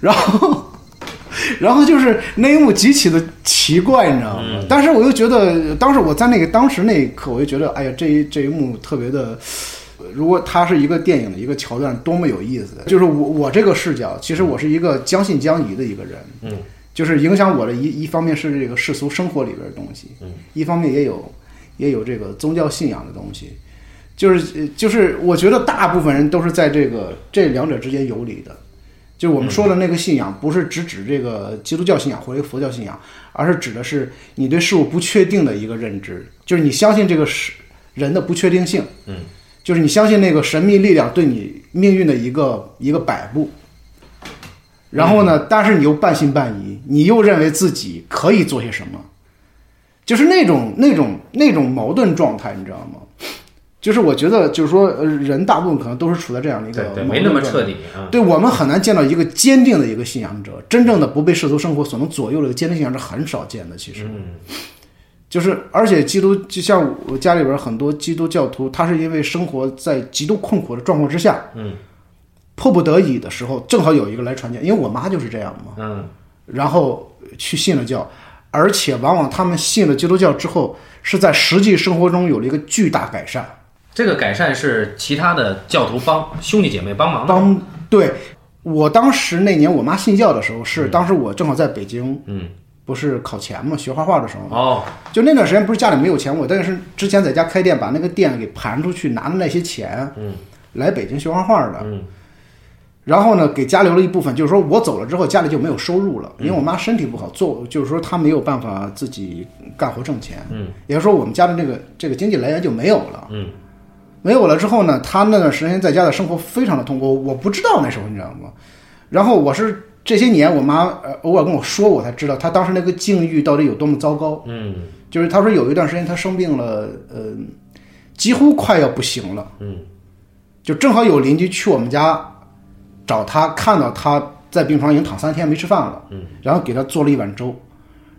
Speaker 2: 然后。 然后就是那一幕极其的奇怪，你知道吗？
Speaker 1: 嗯
Speaker 2: 但是我又觉得，当时我在那个当时那一刻，我就觉得，哎呀，这一这一幕特别的，呃如果它是一个电影的一个桥段，多么有意思！就是我我这个视角，其实我是一个将信将疑的一个人，
Speaker 1: 嗯，
Speaker 2: 就是影响我的一一方面是这个世俗生活里边的东西，嗯，一方面也有也有这个宗教信仰的东西，就是呃就是我觉得大部分人都是在这个这两者之间游离的。就是我们说的那个信仰，不是只指这个基督教信仰或者佛教信仰，而是指的是你对事物不确定的一个认知，就是你相信这个是人的不确定性，
Speaker 1: 嗯，
Speaker 2: 就是你相信那个神秘力量对你命运的一个一个摆布。然后呢，但是你又半信半疑，你又认为自己可以做些什么，就是那种那种那种矛盾状态，你知道吗？就是我觉得，就是说，呃人大部分可能都是处在这样的一个
Speaker 1: 对对，
Speaker 2: 矛
Speaker 1: 没
Speaker 2: 盾
Speaker 1: 那么
Speaker 2: 状态
Speaker 1: 彻底啊，
Speaker 2: 对我们很难见到一个坚定的一个信仰者，真正的不被世俗生活所能左右的坚定信仰者很少见的。其实，
Speaker 1: 嗯
Speaker 2: 就是而且基督就像我家里边很多基督教徒，他是因为生活在极度困苦的状况之下，
Speaker 1: 嗯
Speaker 2: 迫不得已的时候，正好有一个来传教，因为我妈就是这样嘛，
Speaker 1: 嗯
Speaker 2: 然后去信了教，而且往往他们信了基督教之后，是在实际生活中有了一个巨大改善。
Speaker 1: 这个改善是其他的教徒帮兄弟姐妹帮忙的，
Speaker 2: 当对我当时那年我妈信教的时候，是当时我正好在北京，
Speaker 1: 嗯，
Speaker 2: 不是考前嘛，学画画的时候，
Speaker 1: 哦，
Speaker 2: 就那段时间不是家里没有钱，我但是之前在家开店，把那个店给盘出去，拿的那些钱，
Speaker 1: 嗯，
Speaker 2: 来北京学画画的，
Speaker 1: 嗯
Speaker 2: 然后呢，给家留了一部分，就是说我走了之后，家里就没有收入了，
Speaker 1: 嗯
Speaker 2: 因为我妈身体不好，做就是说她没有办法自己干活挣钱，
Speaker 1: 嗯，
Speaker 2: 也就是说我们家的这个这个经济来源就没有了，
Speaker 1: 嗯，
Speaker 2: 没有了之后呢，她那段时间在家的生活非常的痛苦，我不知道那时候你知道吗？然后我是这些年我妈呃偶尔跟我说，我才知道她当时那个境遇到底有多么糟糕，
Speaker 1: 嗯
Speaker 2: 就是她说有一段时间她生病了，呃，几乎快要不行了。
Speaker 1: 嗯
Speaker 2: 就正好有邻居去我们家找他，看到他在病床已经躺三天没吃饭了，嗯，然后给他做了一碗粥，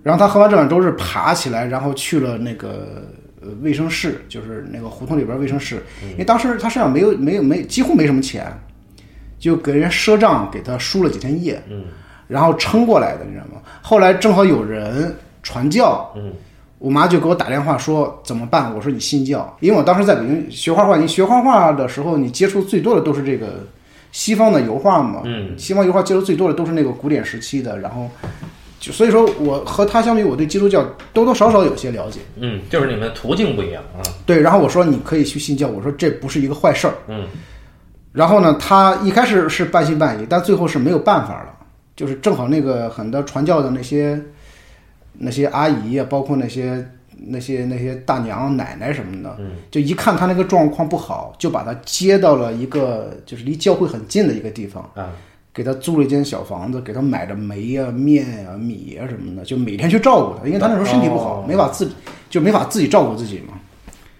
Speaker 2: 然后他喝完这碗粥是爬起来，然后去了那个呃卫生室，就是那个胡同里边卫生室，因为当时他身上没有没有没几乎没什么钱，就给人赊账给他输了几天液，嗯，然后撑过来的，你知道吗？后来正好有人传教，我妈就给我打电话说怎么办？我说你信教，因为我当时在北京学画画，你学画画的时候，你接触最多的都是这个西方的油画嘛，
Speaker 1: 嗯，
Speaker 2: 西方油画接触最多的都是那个古典时期的，然后就所以说我和他相比，我对基督教多多少少有些了解，
Speaker 1: 嗯，就是你们途径不一样啊，
Speaker 2: 对，然后我说你可以去信教，我说这不是一个坏事儿，
Speaker 1: 嗯
Speaker 2: 然后呢，他一开始是半信半疑，但最后是没有办法了，就是正好那个很多传教的那些那些阿姨啊，包括那些那些那些大娘奶奶什么的，
Speaker 1: 嗯
Speaker 2: 就一看他那个状况不好，就把他接到了一个就是离教会很近的一个地方。
Speaker 1: 啊
Speaker 2: 给他租了一间小房子，给他买的煤呀、面呀、米呀、什么的，就每天去照顾他，因为他那时候身体不好，
Speaker 1: 哦
Speaker 2: 没法自就没法自己照顾自己嘛。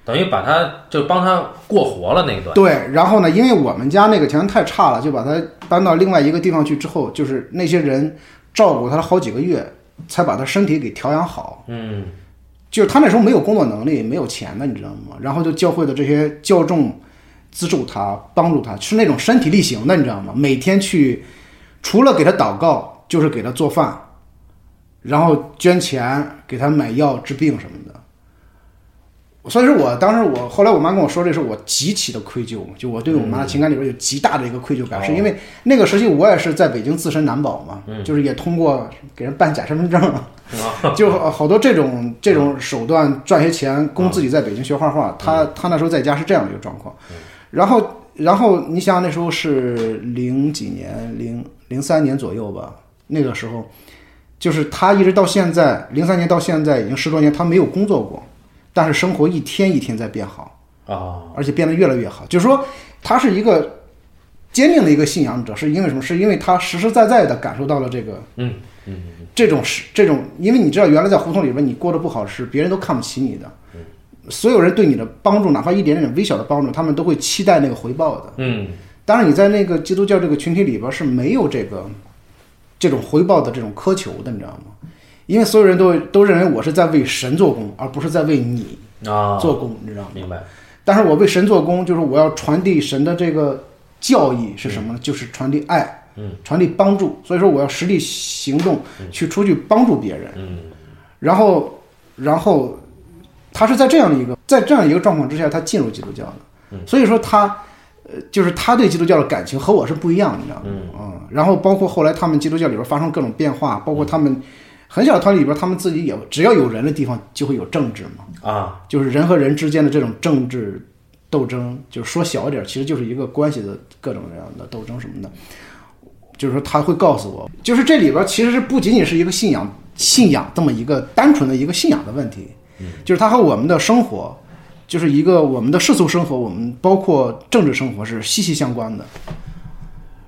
Speaker 1: 等于把他就帮他过活了那一段，
Speaker 2: 对，然后呢，因为我们家那个条件太差了，就把他搬到另外一个地方去之后，就是那些人照顾他好几个月，才把他身体给调养好。
Speaker 1: 嗯
Speaker 2: 就是他那时候没有工作能力，没有钱的，你知道吗？然后就教会的这些教众资助他，帮助他，是那种身体力行的，你知道吗？每天去，除了给他祷告，就是给他做饭，然后捐钱给他买药治病什么的。所以说我当时我后来我妈跟我说这事，我极其的愧疚，就我对我妈的情感里边有极大的一个愧疚感，
Speaker 1: 哦
Speaker 2: 是因为那个时期我也是在北京自身难保嘛，就是也通过给人办假身份证啊就好好多这种这种手段赚些钱，供自己在北京学画画。他他那时候在家是这样的一个状况，然后然后你想想那时候是零几年，零零三年左右吧，那个时候就是他一直到现在，零三年到现在已经十多年，他没有工作过，但是生活一天一天在变好。
Speaker 1: 哦，
Speaker 2: 而且变得越来越好。就是说，他是一个坚定的一个信仰者，是因为什么？是因为他实实在在的感受到了这个
Speaker 1: 嗯嗯，
Speaker 2: 这种是这种，因为你知道，原来在胡同里边你过得不好是别人都看不起你的，
Speaker 1: 嗯
Speaker 2: 所有人对你的帮助，哪怕一点点微小的帮助，他们都会期待那个回报的。
Speaker 1: 嗯
Speaker 2: 当然，你在那个基督教这个群体里边是没有这个这种回报的这种苛求的，你知道吗？因为所有人都都认为我是在为神做工，而不是在为你
Speaker 1: 啊，
Speaker 2: 做工，你知道吗？
Speaker 1: 明白，
Speaker 2: 但是我为神做工，就是我要传递神的这个教义是什么呢？就是传递爱，
Speaker 1: 嗯，
Speaker 2: 传递帮助。所以说，我要实地行动去出去帮助别人。
Speaker 1: 嗯
Speaker 2: 然后，然后他是在这样的一个在这样一个状况之下，他进入基督教
Speaker 1: 嗯
Speaker 2: 的。所以说他，呃，就是他对基督教的感情和我是不一样，你知道吗？嗯。然后包括后来他们基督教里边发生各种变化，包
Speaker 1: 嗯
Speaker 2: 括他们很小的团体里边，他们自己也只要有人的地方就会有政治嘛。
Speaker 1: 啊，
Speaker 2: 就是人和人之间的这种政治斗争，就是说小一点，其实就是一个关系的各种各样的斗争什么的。就是说他会告诉我，就是这里边其实是不仅仅是一个信仰信仰这么一个单纯的一个信仰的问题，就是它和我们的生活，就是一个我们的世俗生活，我们包括政治生活是息息相关的。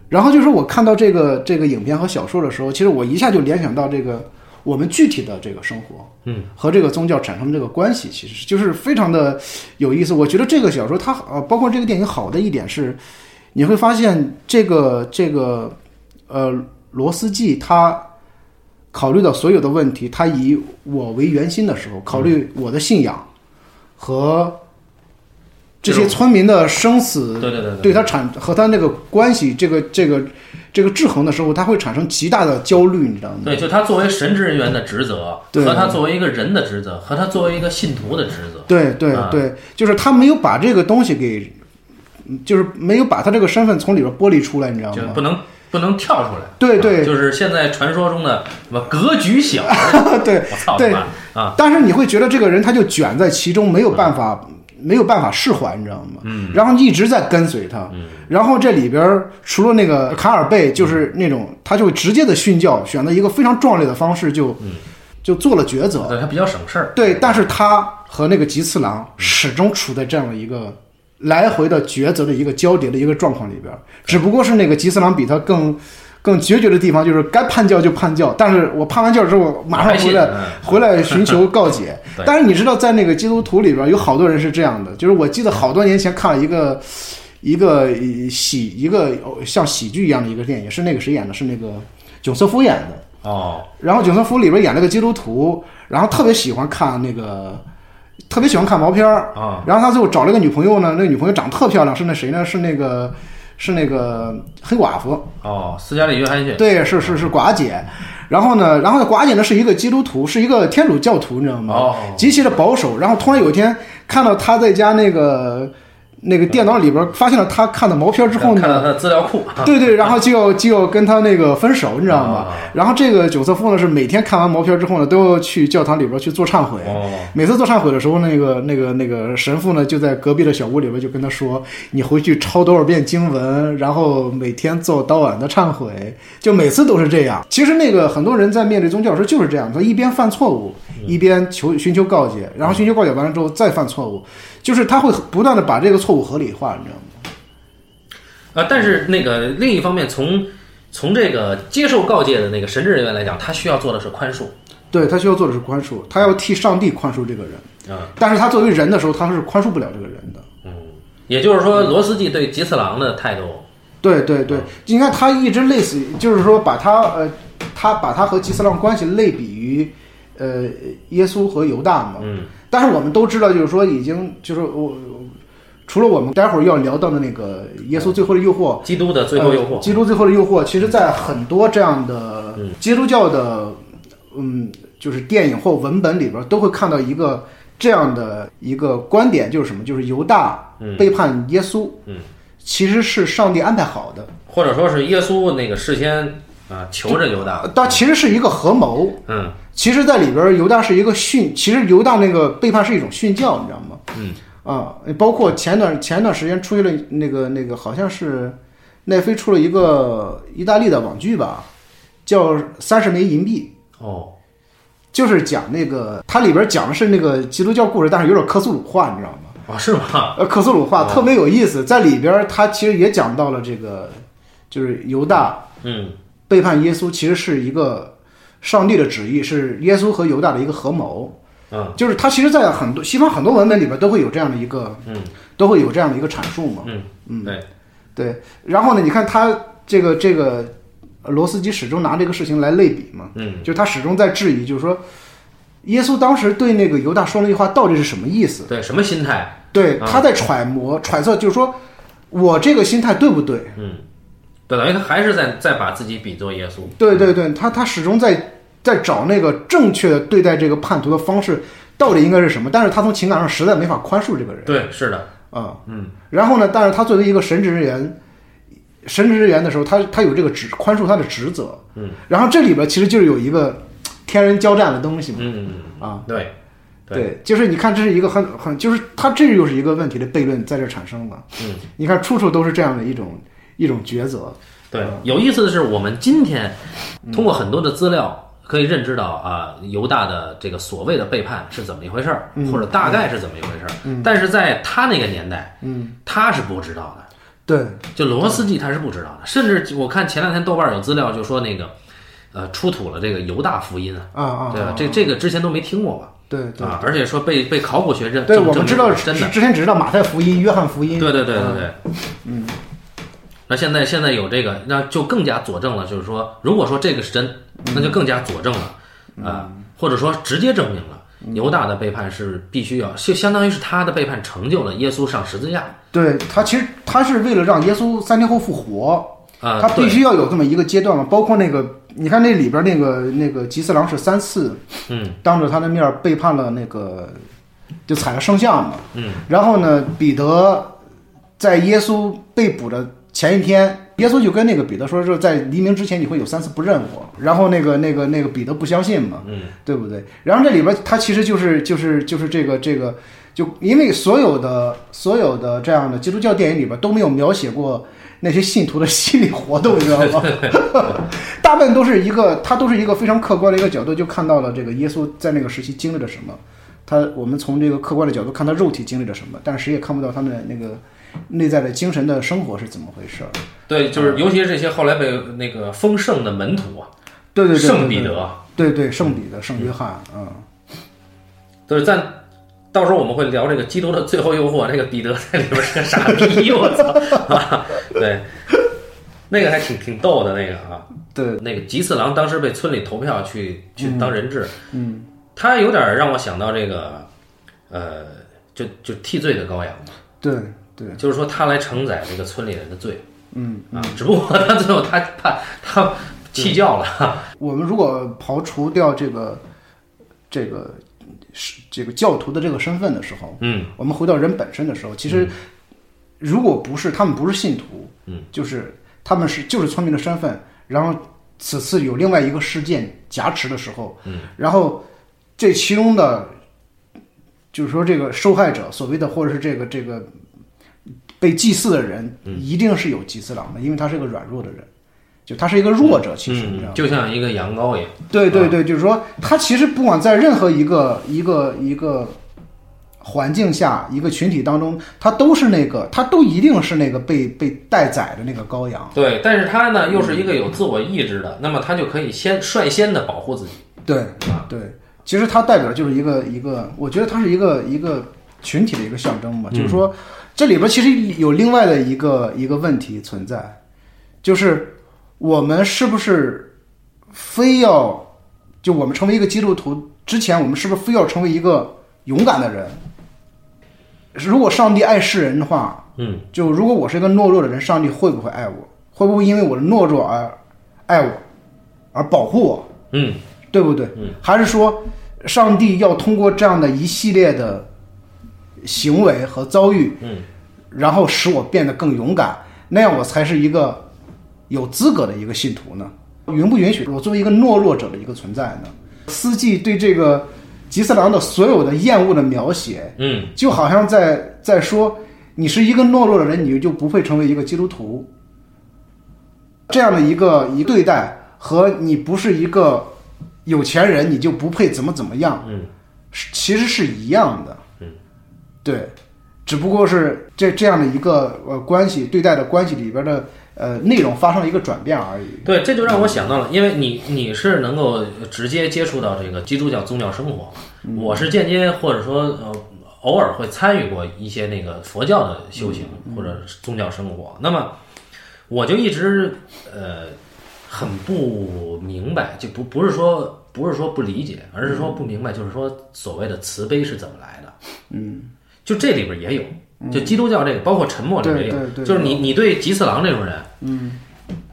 Speaker 2: 然后就是我看到这个这个影片和小说的时候，其实我一下就联想到这个我们具体的这个生活，
Speaker 1: 嗯，
Speaker 2: 和这个宗教产生这个关系，其实是就是非常的有意思。我觉得这个小说它呃，包括这个电影好的一点是，你会发现这个这个呃罗斯季他考虑到所有的问题，他以我为圆心的时候，考虑我的信仰和这些村民的生死
Speaker 1: 对对对对
Speaker 2: 对他产和他那个关系，这个这个这个制衡的时候，他会产生极大的焦虑，你知道吗？
Speaker 1: 对，就他作为神职人员的职责，
Speaker 2: 对
Speaker 1: 和他作为一个人的职责，和他作为一个信徒的职责，
Speaker 2: 对对
Speaker 1: 啊
Speaker 2: 对，就是他没有把这个东西给，嗯就是没有把他这个身份从里边剥离出来，你知道
Speaker 1: 就
Speaker 2: 吗
Speaker 1: 不？能不能跳出来。
Speaker 2: 对对
Speaker 1: 啊就是现在传说中的什么格局 小，
Speaker 2: 对
Speaker 1: 我操
Speaker 2: 对
Speaker 1: 他妈啊！
Speaker 2: 但是你会觉得这个人他就卷在其中，没有办法，没有办法释怀，你知道吗？嗯，然后一直在跟随他，嗯，然后这里边儿除了那个卡尔贝，就是那种他就直接的训教，选择一个非常壮烈的方式就，就做了抉择，
Speaker 1: 对，他比较省事儿。
Speaker 2: 对，但是他和那个吉次郎始终处在这样的一个来回的抉择的一个交叠的一个状况里边儿，只不过是那个吉次郎比他更更决绝的地方，就是该叛教就叛教，但是我叛完教之后马上回来
Speaker 1: 还信嗯
Speaker 2: 回来寻求告解
Speaker 1: 对。
Speaker 2: 但是你知道，在那个基督徒里边儿有好多人是这样的，就是我记得好多年前看了一个。一个呃喜一个哦像喜剧一样的一个电影，是那个谁演的？是那个囧瑟夫演的。
Speaker 1: 哦，
Speaker 2: 然后《囧瑟夫》里边演了个基督徒，然后特别喜欢看那个，特别喜欢看毛片儿
Speaker 1: 啊。
Speaker 2: 然后他最后找了个女朋友呢，那个女朋友长得特漂亮，是那谁呢？是那个是那个黑寡妇，
Speaker 1: 哦，斯嘉丽·约翰逊，
Speaker 2: 对，是是是寡姐。然后呢，然后呢，寡姐呢是一个基督徒，是一个天主教徒，你知道吗？
Speaker 1: 哦
Speaker 2: 极其的保守。然后突然有一天看到他在家那个那个电脑里边发现了他看的毛片之后呢，
Speaker 1: 看到他的资料 库，
Speaker 2: 对对，然后就要就要跟他那个分手，你知道吗？
Speaker 1: 啊
Speaker 2: 然后这个九色夫呢是每天看完毛片之后呢，都要去教堂里边去做忏悔。
Speaker 1: 哦，
Speaker 2: 每次做忏悔的时候，那个那个那个神父呢就在隔壁的小屋里边就跟他说：“你回去抄多少遍经文，然后每天做当晚的忏悔。”就每次都是这样。其实那个很多人在面对宗教的时候就是这样，他一边犯错误，
Speaker 1: 嗯
Speaker 2: 一边求寻求告解，然后寻求告解完了之后再犯错误，就是他会不断的把这个错误合理化，你知道吗？
Speaker 1: 啊，但是那个另一方面，从从这个接受告诫的那个神职人员来讲，他需要做的是宽恕。
Speaker 2: 对他需要做的是宽恕，他要替上帝宽恕这个人，
Speaker 1: 啊，
Speaker 2: 但是他作为人的时候，他是宽恕不了这个人的。
Speaker 1: 也就是说，罗斯季对吉次郎的态度，
Speaker 2: 对对对，你看他一直类似于，就是说把他呃，他把他和吉斯浪关系类比于呃耶稣和犹大嘛。
Speaker 1: 嗯
Speaker 2: 但是我们都知道，就是说已经就是我、除了我们待会儿要聊到的那个耶稣最后的诱惑，
Speaker 1: 基督的最后诱惑嗯
Speaker 2: 呃，基督最后的诱惑，其实，在很多这样的基督教的，嗯，就是电影或文本里边，都会看到一个这样的一个观点，就是什么？就是犹大背叛耶稣，
Speaker 1: 嗯
Speaker 2: 其实是上帝安排好的，
Speaker 1: 或者说是耶稣那个事先啊求着犹大，
Speaker 2: 呃但其实是一个合谋。
Speaker 1: 嗯
Speaker 2: 其实，在里边，犹大是一个训，其实犹大那个背叛是一种训教，你知道吗？
Speaker 1: 嗯
Speaker 2: 啊，包括前段前段时间出现了那个那个，好像是奈飞出了一个意大利的网剧吧，叫《三十枚银币
Speaker 1: 哦》，
Speaker 2: 就是讲那个它里边讲的是那个基督教故事，但是有点科苏鲁化，你知道吗？
Speaker 1: 哦，是吗？
Speaker 2: 呃，克苏鲁话特别有意思，在里边儿他其实也讲到了这个，就是犹大
Speaker 1: 嗯
Speaker 2: 背叛耶稣，其实是一个上帝的旨意，是耶稣和犹大的一个合谋。
Speaker 1: 嗯
Speaker 2: 就是他其实，在很多西方很多文本里边都会有这样的一个，
Speaker 1: 嗯，
Speaker 2: 都会有这样的一个阐述嘛。
Speaker 1: 嗯嗯，对，
Speaker 2: 对，然后呢，你看他这个这个呃罗斯基始终拿这个事情来类比嘛，
Speaker 1: 嗯
Speaker 2: 就是他始终在质疑，就是说，耶稣当时对那个犹大说那句话到底是什么意思？
Speaker 1: 对，什么心态？
Speaker 2: 对，
Speaker 1: 啊
Speaker 2: 他在揣摩、揣测，就是说我这个心态对不对？
Speaker 1: 对，等于他还是在在把自己比作耶稣。
Speaker 2: 对
Speaker 1: 嗯
Speaker 2: 对对，他他始终在在找那个正确的对待这个叛徒的方式到底应该是什么？但是他从情感上实在没法宽恕这个人
Speaker 1: 对，是的，
Speaker 2: 啊，嗯。然后呢，但是他作为一个神职人员，神职人员的时候，他他有这个职宽恕他的职责，嗯。然后这里边其实就是有一个天人交战的东西嘛，
Speaker 1: 嗯
Speaker 2: 啊，
Speaker 1: 对，对
Speaker 2: 对，就是你看，这是一个很很，就是它这又是一个问题的悖论在这产生了。嗯，你看处处都是这样的一种一种抉择。
Speaker 1: 对，有意思的是，我们今天通过很多的资料可以认知到啊，犹大的这个所谓的背叛是怎么一回事儿，
Speaker 2: 嗯
Speaker 1: 或者大概是怎么一回事儿。但是在他那个年代，嗯，他是不知道的。
Speaker 2: 对，
Speaker 1: 就罗斯基他是不知道
Speaker 2: 嗯
Speaker 1: 的，甚至我看前两天豆瓣有资料就说那个，呃，出土了这个犹大福音啊，
Speaker 2: 啊啊，
Speaker 1: 对吧
Speaker 2: 啊？
Speaker 1: 这这个之前都没听过吧？
Speaker 2: 对对
Speaker 1: 啊，而且说被被考古学认
Speaker 2: 对，
Speaker 1: 证
Speaker 2: 我
Speaker 1: 证
Speaker 2: 们知
Speaker 1: 明
Speaker 2: 道
Speaker 1: 是真的，
Speaker 2: 之前只知道马太福音、约翰福音。啊
Speaker 1: 对对对对对，嗯。那现在现在有这个，那就更加佐证了，就是说，如果说这个是真，那就更加佐证了，
Speaker 2: 嗯
Speaker 1: 啊、或者说直接证明了犹大的背叛是必须要，就相当于是他的背叛成就了耶稣上十字架，
Speaker 2: 对他其实他是为了让耶稣三天后复活，
Speaker 1: 啊、
Speaker 2: 他必
Speaker 1: 对，
Speaker 2: 须要有这么一个阶段嘛。包括那个，你看那里边那个那个吉次郎是三次
Speaker 1: 嗯
Speaker 2: 当着他的面儿背叛了那个，就踩了圣像嘛。
Speaker 1: 嗯，
Speaker 2: 然后呢，彼得在耶稣被捕的前一天，耶稣就跟那个彼得说，说在黎明之前你会有三次不认我。然后那个那个那个彼得不相信嘛，
Speaker 1: 嗯，
Speaker 2: 对不对？然后这里边他其实就是就是就是这个这个，就因为所有的所有的这样的基督教电影里边都没有描写过。那些信徒的心理活动，你知道吗？ 大部分都是一个，他都是一个非常客观的一个角度，就看到了这个耶稣在那个时期经历了什么。他我们从这个客观的角度看他肉体经历了什么，但是谁也看不到他们的那个内在的精神的生活是怎么回事儿。嗯
Speaker 1: 对，就是尤其是这些后来被那个封圣的门徒啊，
Speaker 2: 对对对，对
Speaker 1: 圣彼，得，
Speaker 2: 对对圣彼得、圣约翰，嗯，
Speaker 1: 对，但到时候我们会聊这个基督的最后诱惑，那个彼得在里边是个傻逼，我操！啊，对，那个还挺挺逗的那个啊，
Speaker 2: 对，
Speaker 1: 那个吉次郎当时被村里投票去去当人质，嗯，他有点让我想到这个，呃，就就替罪的羔羊嘛，
Speaker 2: 对对
Speaker 1: 就是说他来承载这个村里人的罪，嗯啊，只不过他最后他他他弃教了，
Speaker 2: 我们如果刨除掉这个这个是这个教徒的这个身份的时候，
Speaker 1: 嗯，
Speaker 2: 我们回到人本身的时候，其实如果不是他们不是信徒，
Speaker 1: 嗯，
Speaker 2: 就是他们是就是村民的身份，然后此次有另外一个事件挟持的时候，嗯，然后这其中的就是说这个受害者所谓的或者是这个这个被祭祀的人，
Speaker 1: 嗯
Speaker 2: 一定是有祭祀郎的，因为他是个软弱的人。就他是一个弱者，其实你知道
Speaker 1: 嗯，？
Speaker 2: 吗
Speaker 1: 就像一个羊羔一样，
Speaker 2: 对对对，就是说，他其实不管在任何一个一个一个环境下，一个群体当中，他都是那个，他都一定是那个被被待宰的那个羔羊。
Speaker 1: 对，但是他呢又是一个有自我意志的，那么他就可以先率先的保护自己。
Speaker 2: 对对，其实它代表就是一个一个，我觉得它是一个一个群体的一个象征吧。就是说，这里边其实有另外的一个一个问题存在，就是我们是不是非要就我们成为一个基督徒之前，我们是不是非要成为一个勇敢的人？如果上帝爱世人的话，
Speaker 1: 嗯，
Speaker 2: 就如果我是一个懦弱的人，上帝会不会爱我？会不会因为我的懦弱而爱我，而保护我？
Speaker 1: 嗯，
Speaker 2: 对不对？还是说，上帝要通过这样的一系列的行为和遭遇，
Speaker 1: 嗯，
Speaker 2: 然后使我变得更勇敢，那样我才是一个有资格的一个信徒呢？允不允许我作为一个懦弱者的一个存在呢？司机对这个吉次郎的所有的厌恶的描写，
Speaker 1: 嗯，
Speaker 2: 就好像在在说，你是一个懦弱的人，你就不会成为一个基督徒。这样的一个一个对待和你不是一个有钱人，你就不配怎么怎么样，
Speaker 1: 嗯，
Speaker 2: 是其实是一样的。嗯，对，只不过是这这样的一个呃关系对待的关系里边的呃内容发生了一个转变而已。
Speaker 1: 对，这就让我想到了，因为你你是能够直接接触到这个基督教宗教生活，我是间接或者说呃偶尔会参与过一些那个佛教的修行或者是宗教生活，那么我就一直呃很不明白，就不不是说不是说不理解，而是说不明白，就是说所谓的慈悲是怎么来的，嗯，就这里边也有。就基督教这个，包括沉默里边也有
Speaker 2: 嗯对对，对嗯
Speaker 1: 就是你你对吉次郎这种人，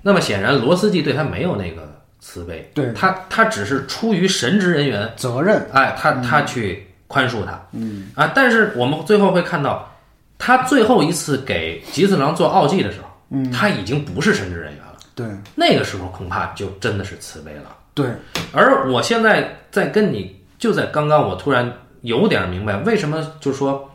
Speaker 1: 那么显然，罗斯季对他没有那个慈悲，
Speaker 2: 对
Speaker 1: 他，他只是出于神职人员，
Speaker 2: 责任，
Speaker 1: 哎，
Speaker 2: 嗯
Speaker 1: 他他去宽恕他，嗯啊，但是我们最后会看到，他最后一次给吉次郎做奥祭的时候，嗯，他已经不是神职人员了，
Speaker 2: 对
Speaker 1: 那个时候恐怕就真的是慈悲了。
Speaker 2: 对，
Speaker 1: 而我现在在跟你，就在刚刚，我突然有点明白为什么，就是说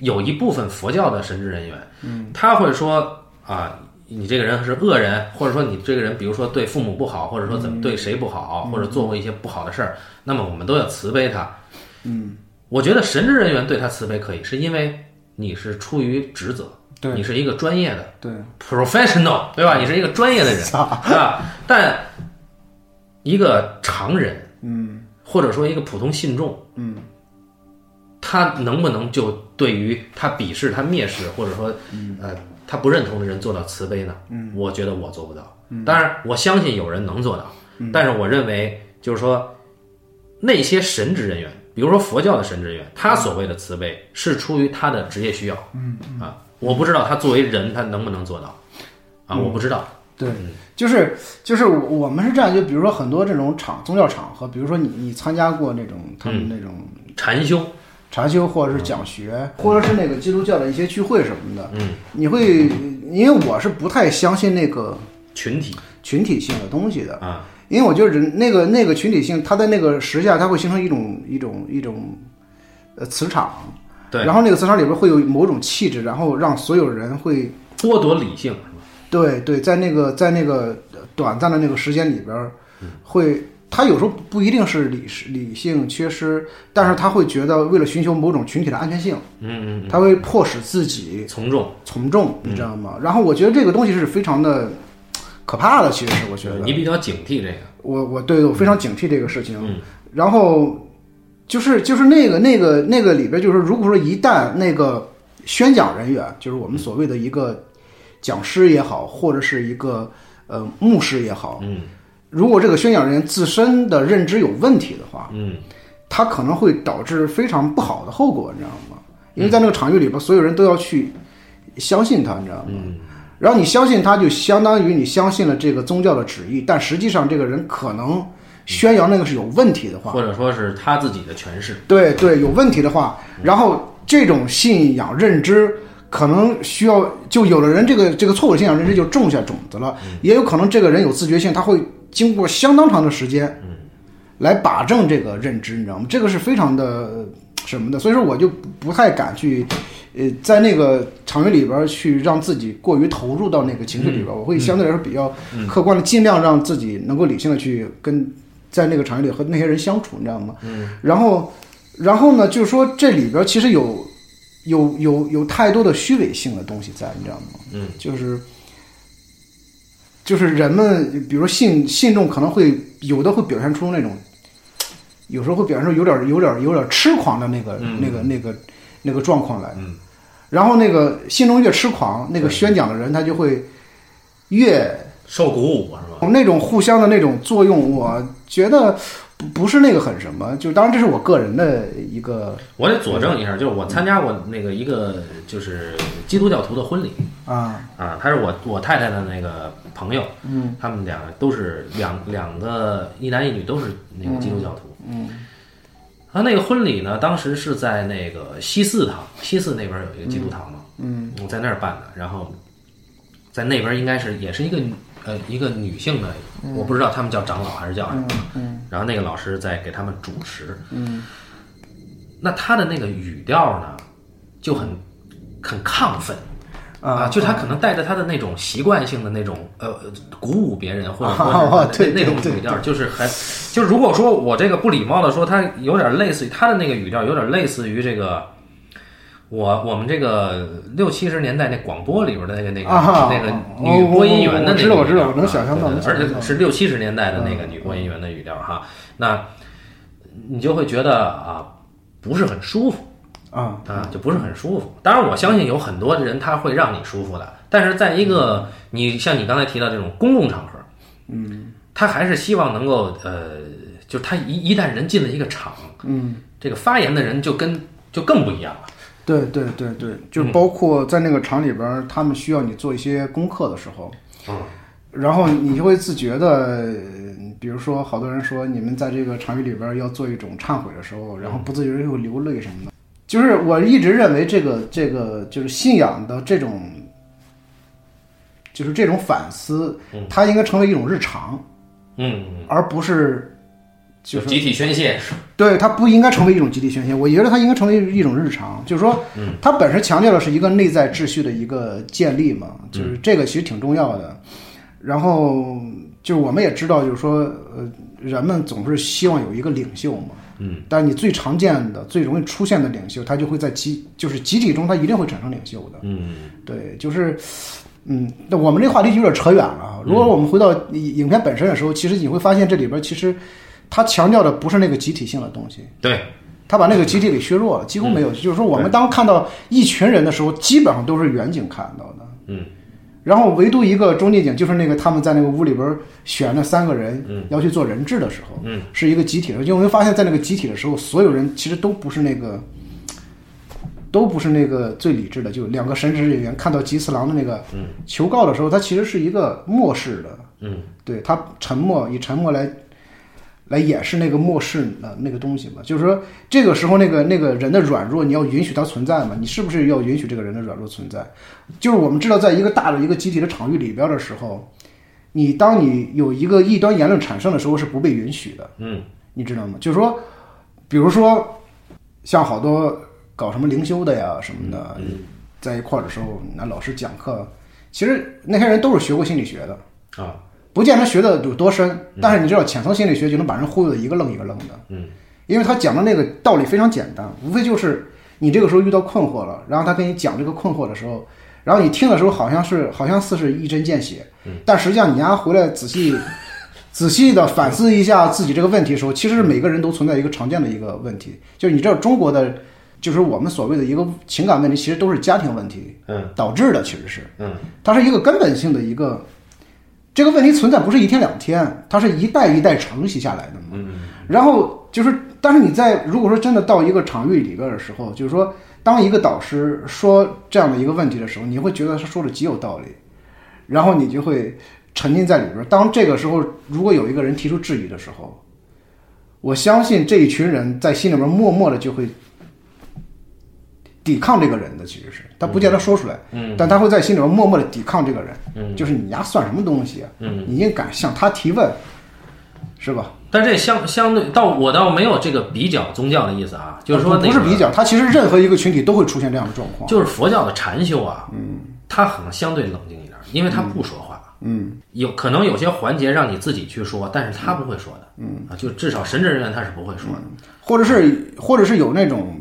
Speaker 1: 有一部分佛教的神职人员，嗯，他会说啊，你这个人是恶人，或者说你这个人，比如说对父母不好，或者说怎么对谁不好，或者做过一些不好的事儿，那么我们都要慈悲他。
Speaker 2: 嗯，
Speaker 1: 我觉得神职人员对他慈悲可以，是因为你是出于职责，
Speaker 2: 对
Speaker 1: 你是一个专业的，
Speaker 2: 对
Speaker 1: professional，对吧？你是一个专业的人啊，但一个常人，嗯，或者说一个普通信众，嗯，他能不能就对于他鄙视、他蔑视，或者说，呃，他不认同的人做到慈悲呢？嗯，我觉得我做不到。当然，我相信有人能做到，但是我认为就是说，那些神职人员。比如说佛教的神职人员，他所谓的慈悲是出于他的职业需要，嗯啊，我不知道他作为人他能不能做到，啊，我不知道，
Speaker 2: 对，就是就是我们是这样，就比如说很多这种场宗教场合，比如说你你参加过那种他
Speaker 1: 嗯
Speaker 2: 们那种
Speaker 1: 禅修，
Speaker 2: 禅修或者是讲学，或者是那个基督教的一些聚会什么的，
Speaker 1: 嗯，
Speaker 2: 你会因为我是不太相信那个
Speaker 1: 群体
Speaker 2: 群体性的东西的，
Speaker 1: 啊，
Speaker 2: 因为我觉得人那个那个群体性，它在那个时下，它会形成一种一种一种呃磁场，
Speaker 1: 对，
Speaker 2: 然后那个磁场里边会有某种气质，然后让所有人会
Speaker 1: 剥夺理性是吧？
Speaker 2: 对对，在那个在那个短暂的那个时间里边儿，
Speaker 1: 嗯
Speaker 2: 会他有时候不一定是理是理性缺失，但是他会觉得为了寻求某种群体的安全性，
Speaker 1: 嗯
Speaker 2: 他会迫使自己
Speaker 1: 嗯，从众，
Speaker 2: 从众，你知道吗？
Speaker 1: 嗯
Speaker 2: 然后我觉得这个东西是非常的可怕的，其实是我觉得
Speaker 1: 你比较警惕这个，
Speaker 2: 我我对我非常警惕这个事情。然后就是就是那个那个那个里边，就是如果说一旦那个宣讲人员，就是我们所谓的一个讲师也好，或者是一个呃牧师也好，
Speaker 1: 嗯
Speaker 2: 如果这个宣讲人员自身的认知有问题的话，
Speaker 1: 嗯，
Speaker 2: 他可能会导致非常不好的后果，你知道吗？因为在那个场域里边，所有人都要去相信他，你知道吗？然后你相信他，就相当于你相信了这个宗教的旨意，但实际上这个人可能宣扬那个是有问题的话，
Speaker 1: 或者说是他自己的诠释，
Speaker 2: 对对，有问题的话，然后这种信仰认知可能需要，就有的人这个这个错误的信仰认知就种下种子了，也有可能这个人有自觉性，他会经过相当长的时间，来把正这个认知，你知道吗？这个是非常的呃什么的，所以说我就不不太敢去。呃，在那个场域里边儿去让自己过于投入到那个情绪里边儿，我会相对来说比较客观的，尽量让自己能够理性的去跟在那个场域里和那些人相处，你知道吗？嗯。然后然后呢，就是说这里边其实有有有有太多的虚伪性的东西在，你知道吗？
Speaker 1: 嗯，
Speaker 2: 就是就是人们，比如说信信众可能会有的会表现出那种，有时候会表现出有点有点有点痴狂的那个、那个那个那个状况来。嗯，然后那个信众越痴狂，那个宣讲的人他就会越
Speaker 1: 受鼓舞啊是吧？
Speaker 2: 那种互相的那种作用，我觉得不不是那个很什么，就当然这是我个人的一个
Speaker 1: 我得佐证一下，就是我参加过那个一个就是基督教徒的婚礼
Speaker 2: 啊，
Speaker 1: 啊，他是我我太太的那个朋友，嗯，他们两个都是两两个一男一女都是那个基督教徒，
Speaker 2: 嗯
Speaker 1: 他那个婚礼呢，当时是在那个西四堂，西四那边有一个基督堂嘛，
Speaker 2: 嗯，
Speaker 1: 我在那儿办的，然后在那边应该是也是一个女呃一个女性的，我不知道他们叫长老还是叫什么，
Speaker 2: 嗯
Speaker 1: 然后那个老师在给他们主持，
Speaker 2: 嗯
Speaker 1: 那他的那个语调呢就很很亢奋。啊，就他可能带着他的那种习惯性的那种呃鼓舞别人，或者说是
Speaker 2: 啊啊对
Speaker 1: 那那种
Speaker 2: 对对
Speaker 1: 语调，就是很就如果说我这个不礼貌的说，他有点类似于他的那个语调，有点类似于这个我我们这个六七十年代那广播里边的那个那个、
Speaker 2: 啊
Speaker 1: 那个
Speaker 2: 我
Speaker 1: 女播音员的那个语料
Speaker 2: 我知道我知道我能
Speaker 1: 啊
Speaker 2: 想象到
Speaker 1: 对
Speaker 2: 能
Speaker 1: 对
Speaker 2: 想象
Speaker 1: 而
Speaker 2: 到嗯
Speaker 1: 且是六七十年代的那个女播音员的语料哈，那你就会觉得啊不是很舒服
Speaker 2: 啊，
Speaker 1: 啊，就不是很舒服。当然，我相信有很多的人他会让你舒服的，但是在一个
Speaker 2: 嗯
Speaker 1: 你像你刚才提到这种公共场合，嗯，他还是希望能够呃，就是他一一旦人进了一个场，
Speaker 2: 嗯，
Speaker 1: 这个发言的人就跟就更不一样了。
Speaker 2: 对对对对，就是包括在那个厂里边儿，他们需要你做一些功课的时候，然后你就会自觉的，比如说好多人说你们在这个场域里边儿要做一种忏悔的时候，然后不自觉地又流泪什么的。就是我一直认为这个这个就是信仰的这种，就是这种反思，它应该成为一种日常，
Speaker 1: 嗯，
Speaker 2: 而不是就
Speaker 1: 就是集体宣泄，
Speaker 2: 对，它不应该成为一种集体宣泄，我觉得它应该成为一种日常。就是说，它本身强调的是一个内在秩序的一个建立嘛，就是这个其实挺重要的。然后就是我们也知道，就是说，呃，人们总是希望有一个领袖嘛，嗯，但你最常见的、最容易出现的领袖，他就会在集，就是集体中，他一定会产生领袖的。
Speaker 1: 嗯
Speaker 2: 对，就是，嗯，那我们这话题就有点扯远了啊。如果我们回到影影片本身的时候，其实你会发现这里边其实它强调的不是那个集体性的东西，，
Speaker 1: 对，
Speaker 2: 它把那个集体给削弱了，几乎没有。就是说，我们当看到一群人的时候，基本上都是远景看到的，
Speaker 1: 嗯，
Speaker 2: 然后唯独一个中近景，就是那个他们在那个屋里边选那三个人，要去做人质的时候，嗯，是一个集体的时候，因为发现在那个集体的时候，所有人其实都不是那个，都不是那个最理智的。就两个神职人员看到吉次郎的那个求告的时候，他其实是一个漠视的，嗯，对他沉默以沉默来。来掩饰那个漠视的那个东西嘛，就是说这个时候那个那个人的软弱，你要允许他存在嘛？你是不是要允许这个人的软弱存在？就是我们知道，在一个大的一个集体的场域里边的时候，你当你有一个异端言论产生的时候是不被允许的，
Speaker 1: 嗯
Speaker 2: 你知道吗？就是说，比如说像好多搞什么灵修的呀什么的，在一块儿的时候，那老师讲课，其实那些人都是学过心理学的，
Speaker 1: 啊，
Speaker 2: 不见得学的有多深，但是你知道浅层心理学就能把人忽悠的一个愣一个愣的。
Speaker 1: 嗯，
Speaker 2: 因为他讲的那个道理非常简单，无非就是你这个时候遇到困惑了，然后他跟你讲这个困惑的时候，然后你听的时候好像是好像似是一针见血，
Speaker 1: 嗯
Speaker 2: 但实际上你丫回来仔细 仔细的反思一下自己这个问题的时候，其实是每个人都存在一个常见的一个问题，就是你知道中国的，就是我们所谓的一个情感问题，其实都是家庭问题
Speaker 1: 嗯
Speaker 2: 导致的，其实是。
Speaker 1: 嗯
Speaker 2: 它是一个根本性的一个这个问题存在，不是一天两天，它是一代一代承袭下来的嘛。然后就是，但是你在如果说真的到一个场域里边的时候，就是说，当一个导师说这样的一个问题的时候，你会觉得他说的极有道理，然后你就会沉浸在里边。当这个时候，如果有一个人提出质疑的时候，我相信这一群人在心里边默默的就会抵抗这个人的，其实是他不见得说出来，
Speaker 1: 嗯
Speaker 2: 但他会在心里边默默的抵抗这个人，
Speaker 1: 嗯
Speaker 2: 就是你丫算什么东西啊？
Speaker 1: 嗯。
Speaker 2: 你应敢向他提问，是吧？
Speaker 1: 但这相相对到我倒没有这个比较宗教的意思啊，就是说、那个、嗯
Speaker 2: 不是比，较，他其实任何一个群体都会出现这样的状况。
Speaker 1: 就是佛教的禅修啊，嗯，它可能相对冷静一点，因为他不说话。
Speaker 2: 嗯，
Speaker 1: 有可能有些环节让你自己去说，但是他不会说的，嗯啊，就至少神职人员他是不会说的，
Speaker 2: 或者是或者是有那种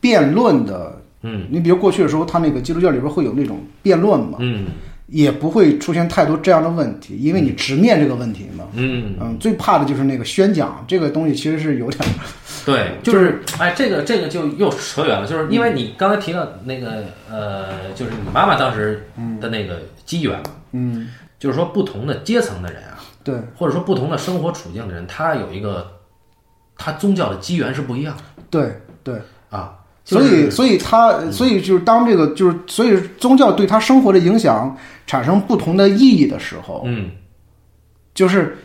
Speaker 2: 辩论的，
Speaker 1: 嗯，
Speaker 2: 你比如过去的时候，他那个基督教里边会有那种辩论嘛，
Speaker 1: 嗯
Speaker 2: 也不会出现太多这样的问题，因为你直面这个问题嘛。
Speaker 1: 嗯，
Speaker 2: 嗯，最怕的就是那个宣讲这个东西，其实是有点
Speaker 1: 对，就是哎，这个这个就又扯远了，就是因
Speaker 2: 嗯
Speaker 1: 为你刚才提到那个呃，就是你妈妈当时的那个机缘嘛，
Speaker 2: 嗯，
Speaker 1: 就是说不同的阶层的人啊，
Speaker 2: 对
Speaker 1: 或者说不同的生活处境的人，他有一个他宗教的机缘是不一样的
Speaker 2: 对对，
Speaker 1: 啊，就
Speaker 2: 所以
Speaker 1: 是
Speaker 2: 所以他所以就是当这个就是所以宗教对他生活的影响产生不同的意义的时候，
Speaker 1: 嗯
Speaker 2: 就是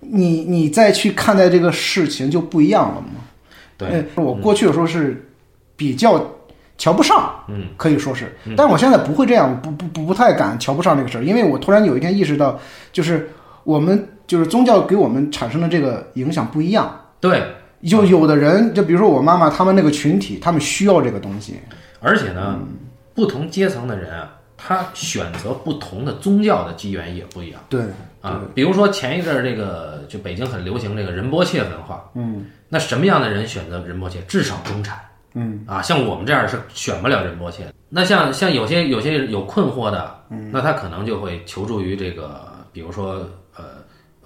Speaker 2: 你你再去看待这个事情就不一样了嘛。
Speaker 1: 对
Speaker 2: 哎，我过去的时候是比较瞧不上，
Speaker 1: 嗯，
Speaker 2: 可以说是，但是我现在不会这样，不不不不太敢瞧不上这个事儿，因为我突然有一天意识到，就是我们就是宗教给我们产生的这个影响不一样。
Speaker 1: 对，
Speaker 2: 就
Speaker 1: 嗯
Speaker 2: 有的人，就比如说我妈妈他们那个群体，他们需要这个东西，
Speaker 1: 而且呢，
Speaker 2: 嗯
Speaker 1: 不同阶层的人啊，他选择不同的宗教的机缘也不一样
Speaker 2: 对，
Speaker 1: 啊。比如说前一阵儿这个，就北京很流行这个仁波切文化，嗯，那什么样的人选择仁波切？至少中产，嗯啊，像我们这样是选不了仁波切的。那像像有些有些有困惑的，那他可能就会求助于这个，比如说呃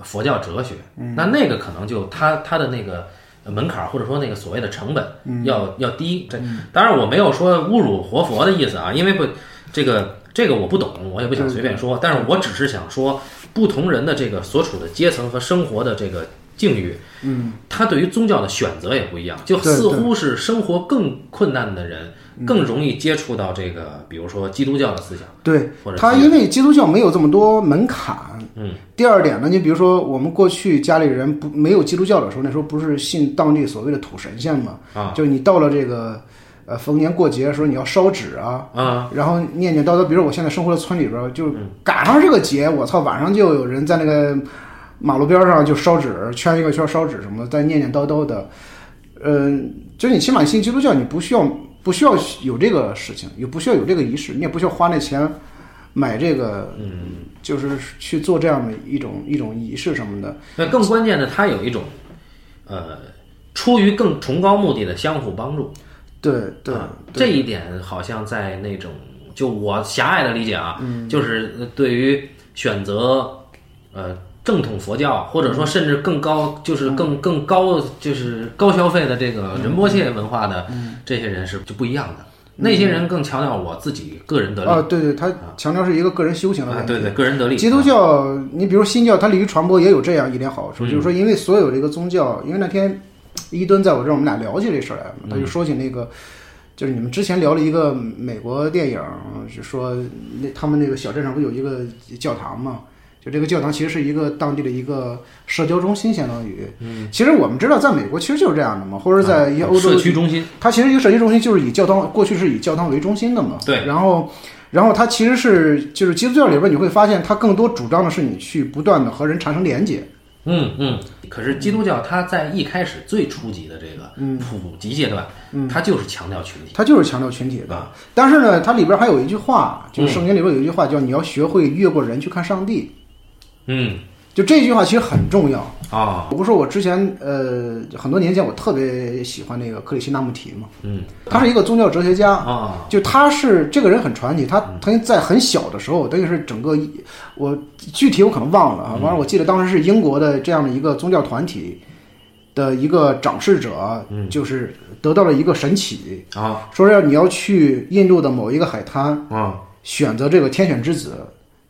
Speaker 1: 佛教哲学，
Speaker 2: 嗯
Speaker 1: 那那个可能就他他的那个呃门槛儿或者说那个所谓的成本
Speaker 2: 嗯
Speaker 1: 要、要低。这当然我没有说侮辱活佛的意思啊，因为不这个这个我不懂，我也不想随便
Speaker 2: 嗯
Speaker 1: 说，但是我只是想说不同人的这个所处的阶层和生活的这个境遇，嗯，他对于宗教的选择也不一样，就
Speaker 2: 对嗯
Speaker 1: 似
Speaker 2: 对
Speaker 1: 乎是生活更困难的人更容易接触到这个，比如说基督教的思想，
Speaker 2: 对
Speaker 1: 或者
Speaker 2: 他，因为基督教没有这么多门槛。嗯。第二点呢，你比如说我们过去家里人不没有基督教的时候，那时候不是信当地所谓的土神仙嘛？
Speaker 1: 啊，
Speaker 2: 就你到了这个呃逢年过节的时候，你要烧纸啊。
Speaker 1: 啊，
Speaker 2: 然后念念叨叨，比如我现在生活的村里边儿，就
Speaker 1: 嗯
Speaker 2: 赶上这个节，我操，晚上就有人在那个马路边儿上就烧纸，圈一个圈儿烧纸什么的，在念念叨叨的。嗯，就你起码信基督教，你不需要不需要有这个事情，也不需要有这个仪式，你也不需要花那钱买这个，嗯，就是去做这样的一种一种仪式什么的。
Speaker 1: 那更关键的，它有一种，呃，出于更崇高目的的相互帮助。
Speaker 2: 对对
Speaker 1: 啊，这一点好像在那种就我狭隘的理解啊，
Speaker 2: 嗯
Speaker 1: 就是呃对于选择呃正统佛教，或
Speaker 2: 嗯
Speaker 1: 者说甚至更高，就是更更高，就是高消费的这个仁波切文化的
Speaker 2: 嗯
Speaker 1: 这些人是就不一样的。那些人更强调我自己个人得利，
Speaker 2: 啊，对对，他强调是一个个人修行的
Speaker 1: 啊
Speaker 2: 问题。
Speaker 1: 对对，个人得利。
Speaker 2: 基督教，你比如新教，它利于传播也有这样一点好
Speaker 1: 嗯
Speaker 2: 处，就是说，因为所有这个宗教，因为那天伊敦在我这儿，我们俩聊起这事儿
Speaker 1: 嗯
Speaker 2: 来了嘛，他就说起那个，就是你们之前聊了一个美国电影，就说那他们那个小镇上不有一个教堂嘛。就这个教堂其实是一个当地的一个社交中心，相当于。嗯，其实我们知道，在美国其实就是这样的嘛，或者在一些
Speaker 1: 啊
Speaker 2: 欧洲
Speaker 1: 社区中心，
Speaker 2: 它其实一个社区中心就是以教堂，过去是以教堂为中心的嘛。
Speaker 1: 对。
Speaker 2: 然后，然后它其实是就是基督教里边你会发现，它更多主张的是你去不断的和人产生连接。
Speaker 1: 嗯嗯，可是基督教它在一开始最初级的这个普及阶段，它就是强调群体。
Speaker 2: 它就是强调群体
Speaker 1: 嗯
Speaker 2: 的。但是呢，它里边还有一句话，就是圣经里边有一句话叫“你要学会越过人去看上帝
Speaker 1: 嗯”，
Speaker 2: 就这句话其实很重要。
Speaker 1: 啊，
Speaker 2: 我不是说我之前呃很多年前我特别喜欢那个克里希那穆提嘛，
Speaker 1: 嗯
Speaker 2: 他是一个宗教哲学家，
Speaker 1: 啊，
Speaker 2: 就他是这个人很传奇，他曾经在很小的时候，等于是整个我具体我可能忘了啊，反正我记得当时是英国的这样的一个宗教团体的一个掌事者，啊就是得到了一个神启，
Speaker 1: 啊
Speaker 2: 说是要你要去印度的某一个海滩
Speaker 1: 啊
Speaker 2: 选择这个天选之子，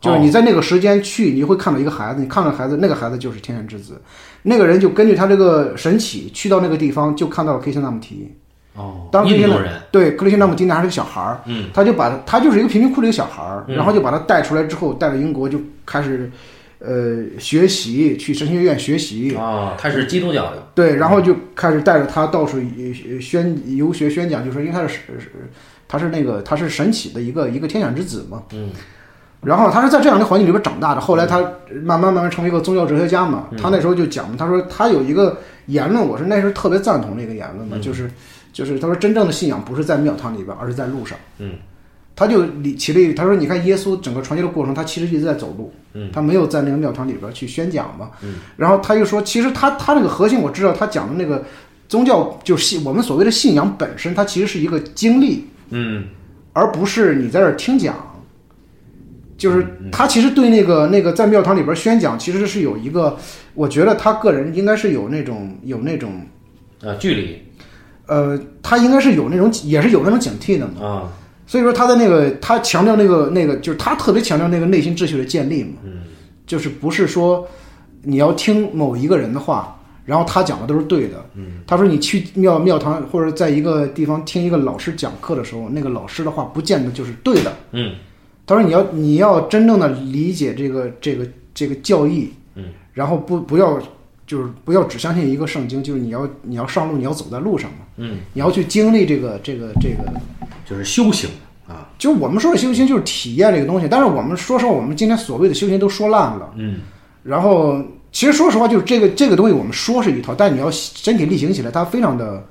Speaker 2: 就是
Speaker 1: 哦
Speaker 2: 你在那个时间去，你会看到一个孩子，你看到孩子，那个孩子就是天选之子，那个人就根据他这个神启去到那个地方，就看到了 K 线纳姆提。
Speaker 1: 哦，
Speaker 2: 当时
Speaker 1: 印
Speaker 2: 现
Speaker 1: 度
Speaker 2: 在
Speaker 1: 人
Speaker 2: 对克里希那穆提那还是个小孩儿，嗯，他就把他他就是一个贫民窟里的小孩儿，
Speaker 1: 嗯
Speaker 2: 然后就把他带出来之后，带到英国就开始，呃，学习去神学院学习，
Speaker 1: 啊，他是基督教的，
Speaker 2: 对，然后就开始带着他到处呃宣游学宣讲，就是因为他是是他是那个他是神启的一个一个天选之子嘛，
Speaker 1: 嗯，
Speaker 2: 然后他是在这样的环境里边长大的，后来他慢慢慢慢成为一个宗教哲学家
Speaker 1: 嗯
Speaker 2: 嘛，他那时候就讲嘛，他说他有一个言论，我是那时候特别赞同这个言论
Speaker 1: 嗯
Speaker 2: 嘛，就是就是他说真正的信仰不是在庙堂里边，而是在路上，
Speaker 1: 嗯，
Speaker 2: 他就理其了一，他说你看耶稣整个传教的过程，他其实一直在走路，
Speaker 1: 嗯，
Speaker 2: 他没有在那个庙堂里边去宣讲嘛，然后他又说，其实他他那个核心我知道，他讲的那个宗教就是信我们所谓的信仰本身，它其实是一个经历，
Speaker 1: 嗯
Speaker 2: 而不是你在这儿听讲。就是他其实对那个那个在庙堂里边宣讲，其实是有一个，我觉得他个人应该是有那种有那种，
Speaker 1: 呃，距离
Speaker 2: 呃，他应该是有那种也是有那种警惕的嘛。
Speaker 1: 啊，
Speaker 2: 所以说他的那个他强调那个那个就是他特别强调那个内心秩序的建立嘛，就是不是说你要听某一个人的话，然后他讲的都是对的，他说你去庙庙堂或者在一个地方听一个老师讲课的时候，那个老师的话不见得就是对的，
Speaker 1: 嗯
Speaker 2: 他说你要你要真正的理解这个这个这个教义，
Speaker 1: 嗯，
Speaker 2: 然后不不要就是不要只相信一个圣经，就是你要你要上路，你要走在路上嘛，
Speaker 1: 嗯，
Speaker 2: 你要去经历这个这个这个
Speaker 1: 就是修行啊，
Speaker 2: 就我们说的修行就是体验这个东西，但是我们说实话，我们今天所谓的修行都说烂了。
Speaker 1: 嗯，
Speaker 2: 然后其实说实话，就是这个这个东西我们说是一套，但你要身体力行起来，它非常的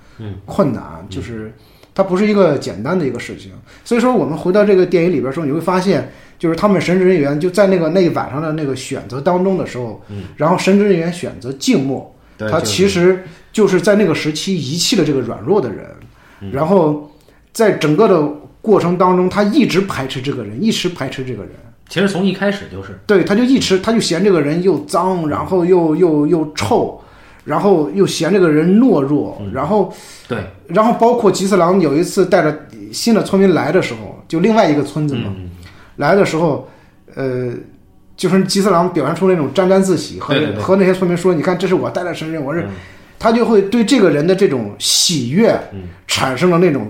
Speaker 2: 困难，就是它不是一个简单的一个事情。所以说，我们回到这个电影里边的时候，你会发现，就是他们神职人员就在那个那一晚上的那个选择当中的时候，然后神职人员选择静默，
Speaker 1: 对
Speaker 2: 他
Speaker 1: 就是
Speaker 2: 其实就是在那个时期遗弃了这个软弱的人，
Speaker 1: 嗯
Speaker 2: 然后在整个的过程当中，他一直排斥这个人，一直排斥这个人。
Speaker 1: 其实从一开始就是，
Speaker 2: 对，他就一直他就嫌这个人又脏，然后又又又臭，然后又嫌这个人懦弱，
Speaker 1: 嗯
Speaker 2: 然后
Speaker 1: 对，
Speaker 2: 然后包括吉次郎有一次带着新的村民来的时候，就另外一个村子嘛，
Speaker 1: 嗯
Speaker 2: 来的时候，呃。就是吉次郎表现出那种沾沾自喜和
Speaker 1: 对对嗯对
Speaker 2: 和那些村民说：“你看，这是我带来神人，我是。他就会对这个人的这种喜悦
Speaker 1: 嗯
Speaker 2: 产生了那种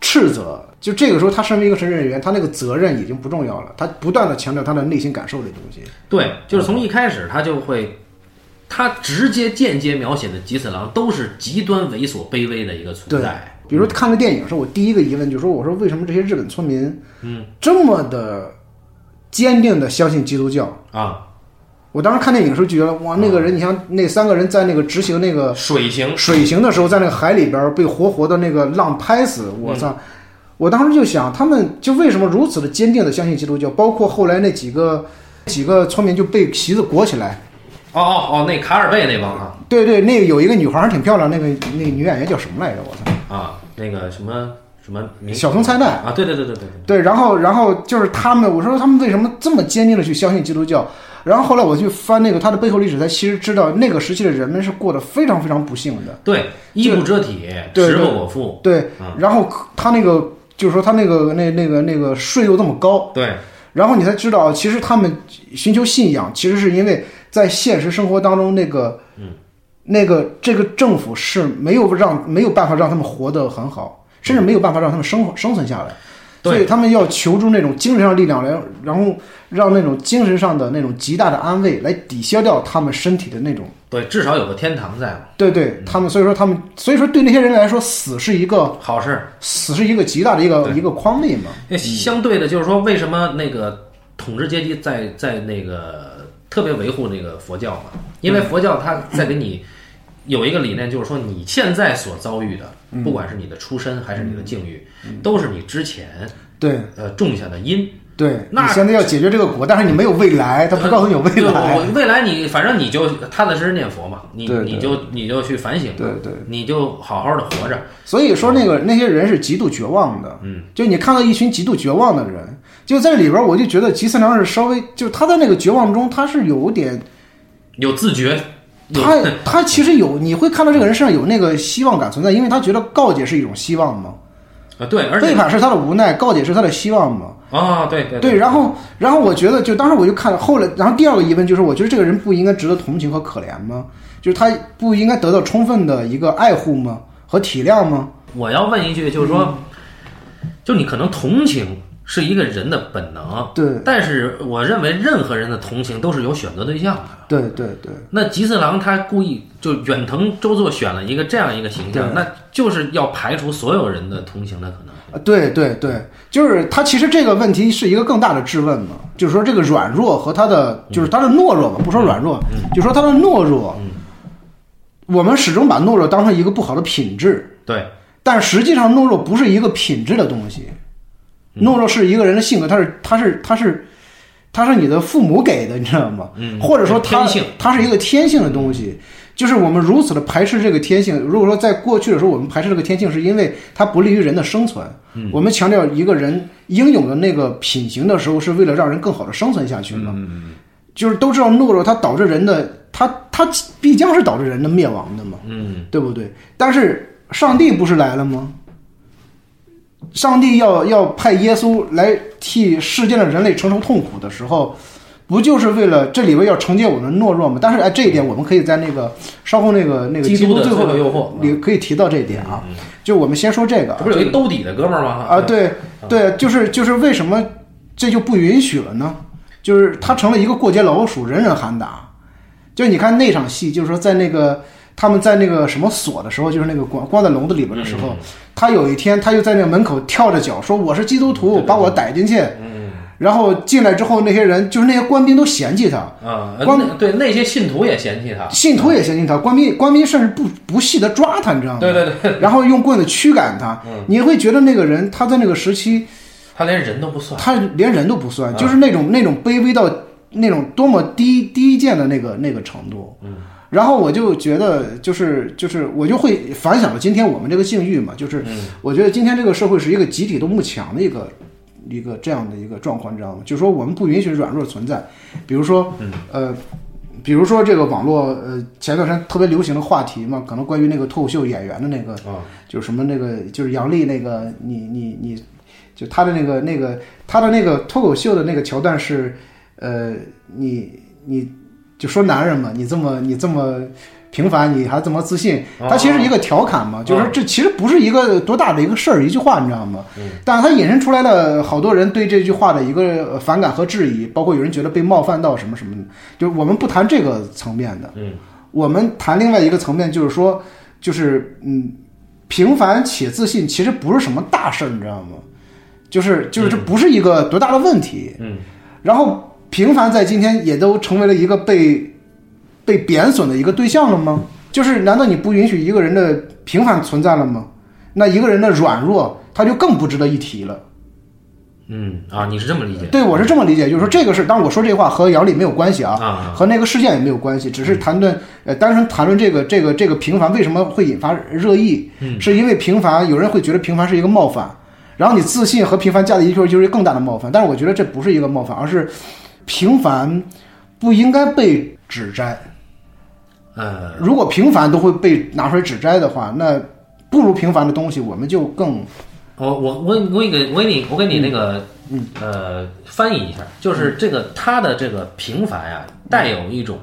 Speaker 2: 斥责。就这个时候，他身为一个神职人员，他那个责任已经不重要了，他不断的强调他的内心感受这东西。
Speaker 1: 对，就是从一开始他就会，他直接间接描写的吉次郎都是极端猥琐卑微的一个存在。嗯
Speaker 2: 比如看了电影的时候，我第一个疑问就是说，我说为什么这些日本村民，嗯，这么的坚定的相信基督教？
Speaker 1: 啊，
Speaker 2: 我当时看电影的时候就觉得，哇，那个
Speaker 1: 嗯
Speaker 2: 人，你像那三个人在那个执行那个
Speaker 1: 水行
Speaker 2: 水行的时候，在那个海里边儿被活活的那个浪拍死，
Speaker 1: 嗯
Speaker 2: 我操！我当时就想，他们就为什么如此的坚定的相信基督教？包括后来那几个几个村民就被旗子裹起来。
Speaker 1: 哦哦哦，那卡尔贝那帮啊
Speaker 2: 对对，那个有一个女孩儿还挺漂亮，那个那个女演员叫什么来着？我操！
Speaker 1: 啊，那个什么什么明
Speaker 2: 小松菜奈。
Speaker 1: 啊，对对对对对，
Speaker 2: 对，然后然后就是他们，我说他们为什么这么坚定的去相信基督教？然后后来我去翻那个他的背后历史，才其实知道那个时期的人们是过得非常非常不幸的。
Speaker 1: 对，衣不遮体，
Speaker 2: 对
Speaker 1: 食不果腹，
Speaker 2: 对，然后他那个就是说他那个那那个那个税又这么高，
Speaker 1: 对
Speaker 2: 然后你才知道，其实他们寻求信仰，其实是因为在现实生活当中那个，
Speaker 1: 嗯
Speaker 2: 那个这个政府是没有让没有办法让他们活得很好，甚至没有办法让他们生活生存下来，
Speaker 1: 嗯对
Speaker 2: 所以他们要求助那种精神上的力量来，然后让那种精神上的那种极大的安慰来抵消掉他们身体的那种，
Speaker 1: 对，至少有个天堂在嘛，
Speaker 2: 对对，
Speaker 1: 嗯
Speaker 2: 他们所以说他们所以说对那些人来说，死是一个
Speaker 1: 好事。
Speaker 2: 死是一个极大的一个
Speaker 1: 对
Speaker 2: 一个框内嘛，
Speaker 1: 那相对的，就是说，为什么那个统治阶级在在那个特别维护那个佛教嘛？因为
Speaker 2: 嗯
Speaker 1: 佛教它在给你有一个理念，就是说你现在所遭遇的，
Speaker 2: 嗯
Speaker 1: 不管是你的出身还是你的境遇，都是你之前
Speaker 2: 对。
Speaker 1: 呃种下的因。
Speaker 2: 对，
Speaker 1: 那
Speaker 2: 你现在要解决这个果，但是你没有未来，他不告诉你有未来。
Speaker 1: 我未来你反正你就踏踏实实念佛嘛，你
Speaker 2: 对对
Speaker 1: 你就你就去反省，
Speaker 2: 对对，
Speaker 1: 你就好好的活着。
Speaker 2: 所以说那个那些人是极度绝望的，嗯，就你看到一群极度绝望的人，就在里边儿，我就觉得吉次良是稍微，就他在那个绝望中，他是有点，
Speaker 1: 有自觉，有
Speaker 2: 他他其实有，你会看到这个人身上有那个希望感存在，因为他觉得告解是一种希望嘛，
Speaker 1: 啊对，而
Speaker 2: 背
Speaker 1: 且
Speaker 2: 叛是他的无奈，告解是他的希望嘛，
Speaker 1: 啊对对
Speaker 2: 对，然后然后我觉得就当时我就看后来，然后第二个疑问就是，我觉得这个人不应该值得同情和可怜吗？就是他不应该得到充分的一个爱护吗？和体谅吗？
Speaker 1: 我要问一句，就是说，
Speaker 2: 嗯
Speaker 1: 就你可能同情是一个人的本能，
Speaker 2: 对
Speaker 1: 但是我认为任何人的同情都是有选择对象的。
Speaker 2: 对对对。
Speaker 1: 那吉次郎他故意就远藤周作选了一个这样一个形象，那就是要排除所有人的同情的可能。
Speaker 2: 啊，对对对，就是他其实这个问题是一个更大的质问嘛，就是说这个软弱和他的就是他的懦弱吧，不说软弱，
Speaker 1: 嗯
Speaker 2: 就说他的懦弱，我们始终把懦弱当成一个不好的品质，
Speaker 1: 对
Speaker 2: 但实际上懦弱不是一个品质的东西，
Speaker 1: 嗯
Speaker 2: 懦弱是一个人的性格，他是他是他是他是你的父母给的，你知道吗？或者说他
Speaker 1: 嗯天性
Speaker 2: 它是一个天性的东西。就是我们如此的排斥这个天性。如果说在过去的时候，我们排斥这个天性，是因为它不利于人的生存。
Speaker 1: 嗯
Speaker 2: 我们强调一个人英勇的那个品行的时候，是为了让人更好的生存下去
Speaker 1: 嗯
Speaker 2: 嘛。就是都知道懦弱，它导致人的，它它必将是导致人的灭亡的嘛。嗯，对不对？但是上帝不是来了吗？上帝要要派耶稣来替世界的人类承受痛苦的时候，不就是为了这里边要惩戒我们的懦弱吗？但是哎，这一点我们可以在那个稍后那个那个
Speaker 1: 基督的
Speaker 2: 最
Speaker 1: 最后
Speaker 2: 后
Speaker 1: 诱惑嗯
Speaker 2: 里可以提到这一点啊。就我们先说这个啊
Speaker 1: 这不是有一兜底的哥们儿吗？
Speaker 2: 啊，对对，就是就是为什么这就不允许了呢？就是他成了一个过街老鼠，人人喊打。就你看那场戏，就是说在那个他们在那个什么锁的时候，就是那个关关在笼子里边的时候，他有一天他就在那个门口跳着脚说我是基督徒，把我逮进去。然后进来之后，那些人就是那些官兵都嫌弃他，
Speaker 1: 啊，呃
Speaker 2: 光
Speaker 1: 那对那些信徒也嫌弃他。
Speaker 2: 信徒也嫌弃他，官兵官兵甚至不不惜的抓他，你知道吗？
Speaker 1: 对对对，
Speaker 2: 然后用棍子驱赶他，你会觉得那个人他在那个时期，
Speaker 1: 他连人都不算。
Speaker 2: 他连人都不算，就是那种那种卑微到那种多么低低贱的那个那个程度。嗯，然后我就觉得，就是就是，我就会反想到今天我们这个境遇嘛，就是我觉得今天这个社会是一个集体都慕强的一个一个这样的一个状况，你知道吗？就是说我们不允许软弱存在，比如说，呃，比如说这个网络，呃，前段时间特别流行的话题嘛，可能关于那个脱口秀演员的那个，
Speaker 1: 啊
Speaker 2: 就是什么那个，就是杨笠那个，你你你，就他的那个那个他的那个脱口秀的那个桥段是，呃，你你就说男人嘛，你这么你这么平凡，你还这么自信，他其实一个调侃嘛，就是说这其实不是一个多大的一个事儿，一句话你知道吗？但是他引申出来了好多人对这句话的一个呃反感和质疑，包括有人觉得被冒犯到什么什么的，就是我们不谈这个层面的，
Speaker 1: 嗯，
Speaker 2: 我们谈另外一个层面，就是说，就是嗯，平凡且自信其实不是什么大事儿，你知道吗？就是就是这不是一个多大的问题，
Speaker 1: 嗯，
Speaker 2: 然后平凡在今天也都成为了一个被被贬损的一个对象了吗？就是难道你不允许一个人的平凡存在了吗？那一个人的软弱，他就更不值得一提了。
Speaker 1: 嗯啊，你是这么理解？
Speaker 2: 对，我是这么理解，就是说这个事，当然我说这话和姚丽没有关系啊，
Speaker 1: 啊，嗯
Speaker 2: 和那个事件也没有关系，只是谈论呃，单纯谈论这个这个这个平凡为什么会引发热议，
Speaker 1: 嗯
Speaker 2: 是因为平凡有人会觉得平凡是一个冒犯，然后你自信和平凡加在一块儿就是更大的冒犯，但是我觉得这不是一个冒犯，而是平凡不应该被指摘。
Speaker 1: 呃，
Speaker 2: 如果平凡都会被拿出来指摘的话，那不如平凡的东西我们就更
Speaker 1: 我我我我给你我给你我给你那个
Speaker 2: 嗯
Speaker 1: 呃翻译一下，就是这个他的这个平凡呀，带有一种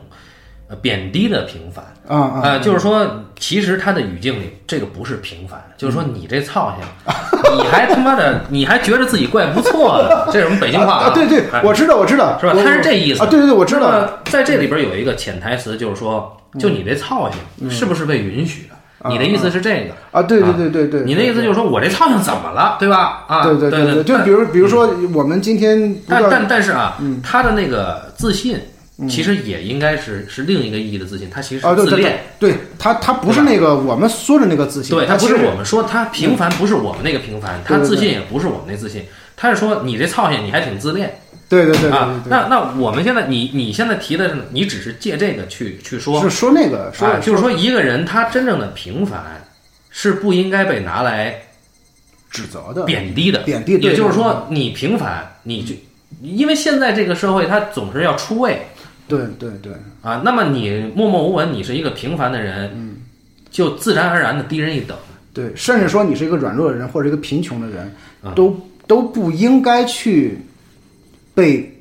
Speaker 1: 呃贬低的平凡。
Speaker 2: 啊啊、
Speaker 1: 呃，就是说，其实他的语境里，这个不是平凡，就是
Speaker 2: 嗯
Speaker 1: 说你这操性，你还他妈的，你还觉得自己怪不错的，这是我们北京话哎
Speaker 2: 啊对对，我知道我知道，
Speaker 1: 是吧
Speaker 2: 我
Speaker 1: 他是这意思
Speaker 2: 啊，对对对，我知
Speaker 1: 那
Speaker 2: 道，嗯
Speaker 1: 么在这里边有一个潜台词，就是说，就你这操性是不是被允许的？你的意思是这个？
Speaker 2: 啊，对对对对对，
Speaker 1: 你的意思就是说我这操性怎么了，对吧？啊，
Speaker 2: 对
Speaker 1: 对
Speaker 2: 对对，就比如比如说我们今天不
Speaker 1: 但
Speaker 2: 断嗯
Speaker 1: 但但是啊，他的那个自信其实也应该是是另一个意义的自信，他其实
Speaker 2: 啊，
Speaker 1: 是
Speaker 2: 对
Speaker 1: 自
Speaker 2: 对
Speaker 1: 恋
Speaker 2: 对。，对他他不是那个我们说的那个自信，
Speaker 1: 对
Speaker 2: 他
Speaker 1: 他不
Speaker 2: 其
Speaker 1: 是
Speaker 2: 实嗯
Speaker 1: 我们说他平凡，不是我们那个平凡，
Speaker 2: 对
Speaker 1: 他
Speaker 2: 对
Speaker 1: 自信也不是我们那自信，他是说你这操性你还挺自恋
Speaker 2: 对对对对
Speaker 1: 啊
Speaker 2: 对。对
Speaker 1: 那那我们现在你你现在提的是，你只是借这个去去说，
Speaker 2: 是说那个说
Speaker 1: 啊，就是说一个人他真正的平凡是不应该被拿来
Speaker 2: 指责的
Speaker 1: 贬低的，
Speaker 2: 贬低的，
Speaker 1: 也就是
Speaker 2: 对
Speaker 1: 说你平凡你就。因为现在这个社会，它总是要出位
Speaker 2: 对对对
Speaker 1: 啊，那么你默默无闻，你是一个平凡的人，
Speaker 2: 嗯
Speaker 1: 就自然而然的低人一等。
Speaker 2: 对，甚至说你是一个软弱的人或者一个贫穷的人
Speaker 1: 啊，
Speaker 2: 都都不应该去被。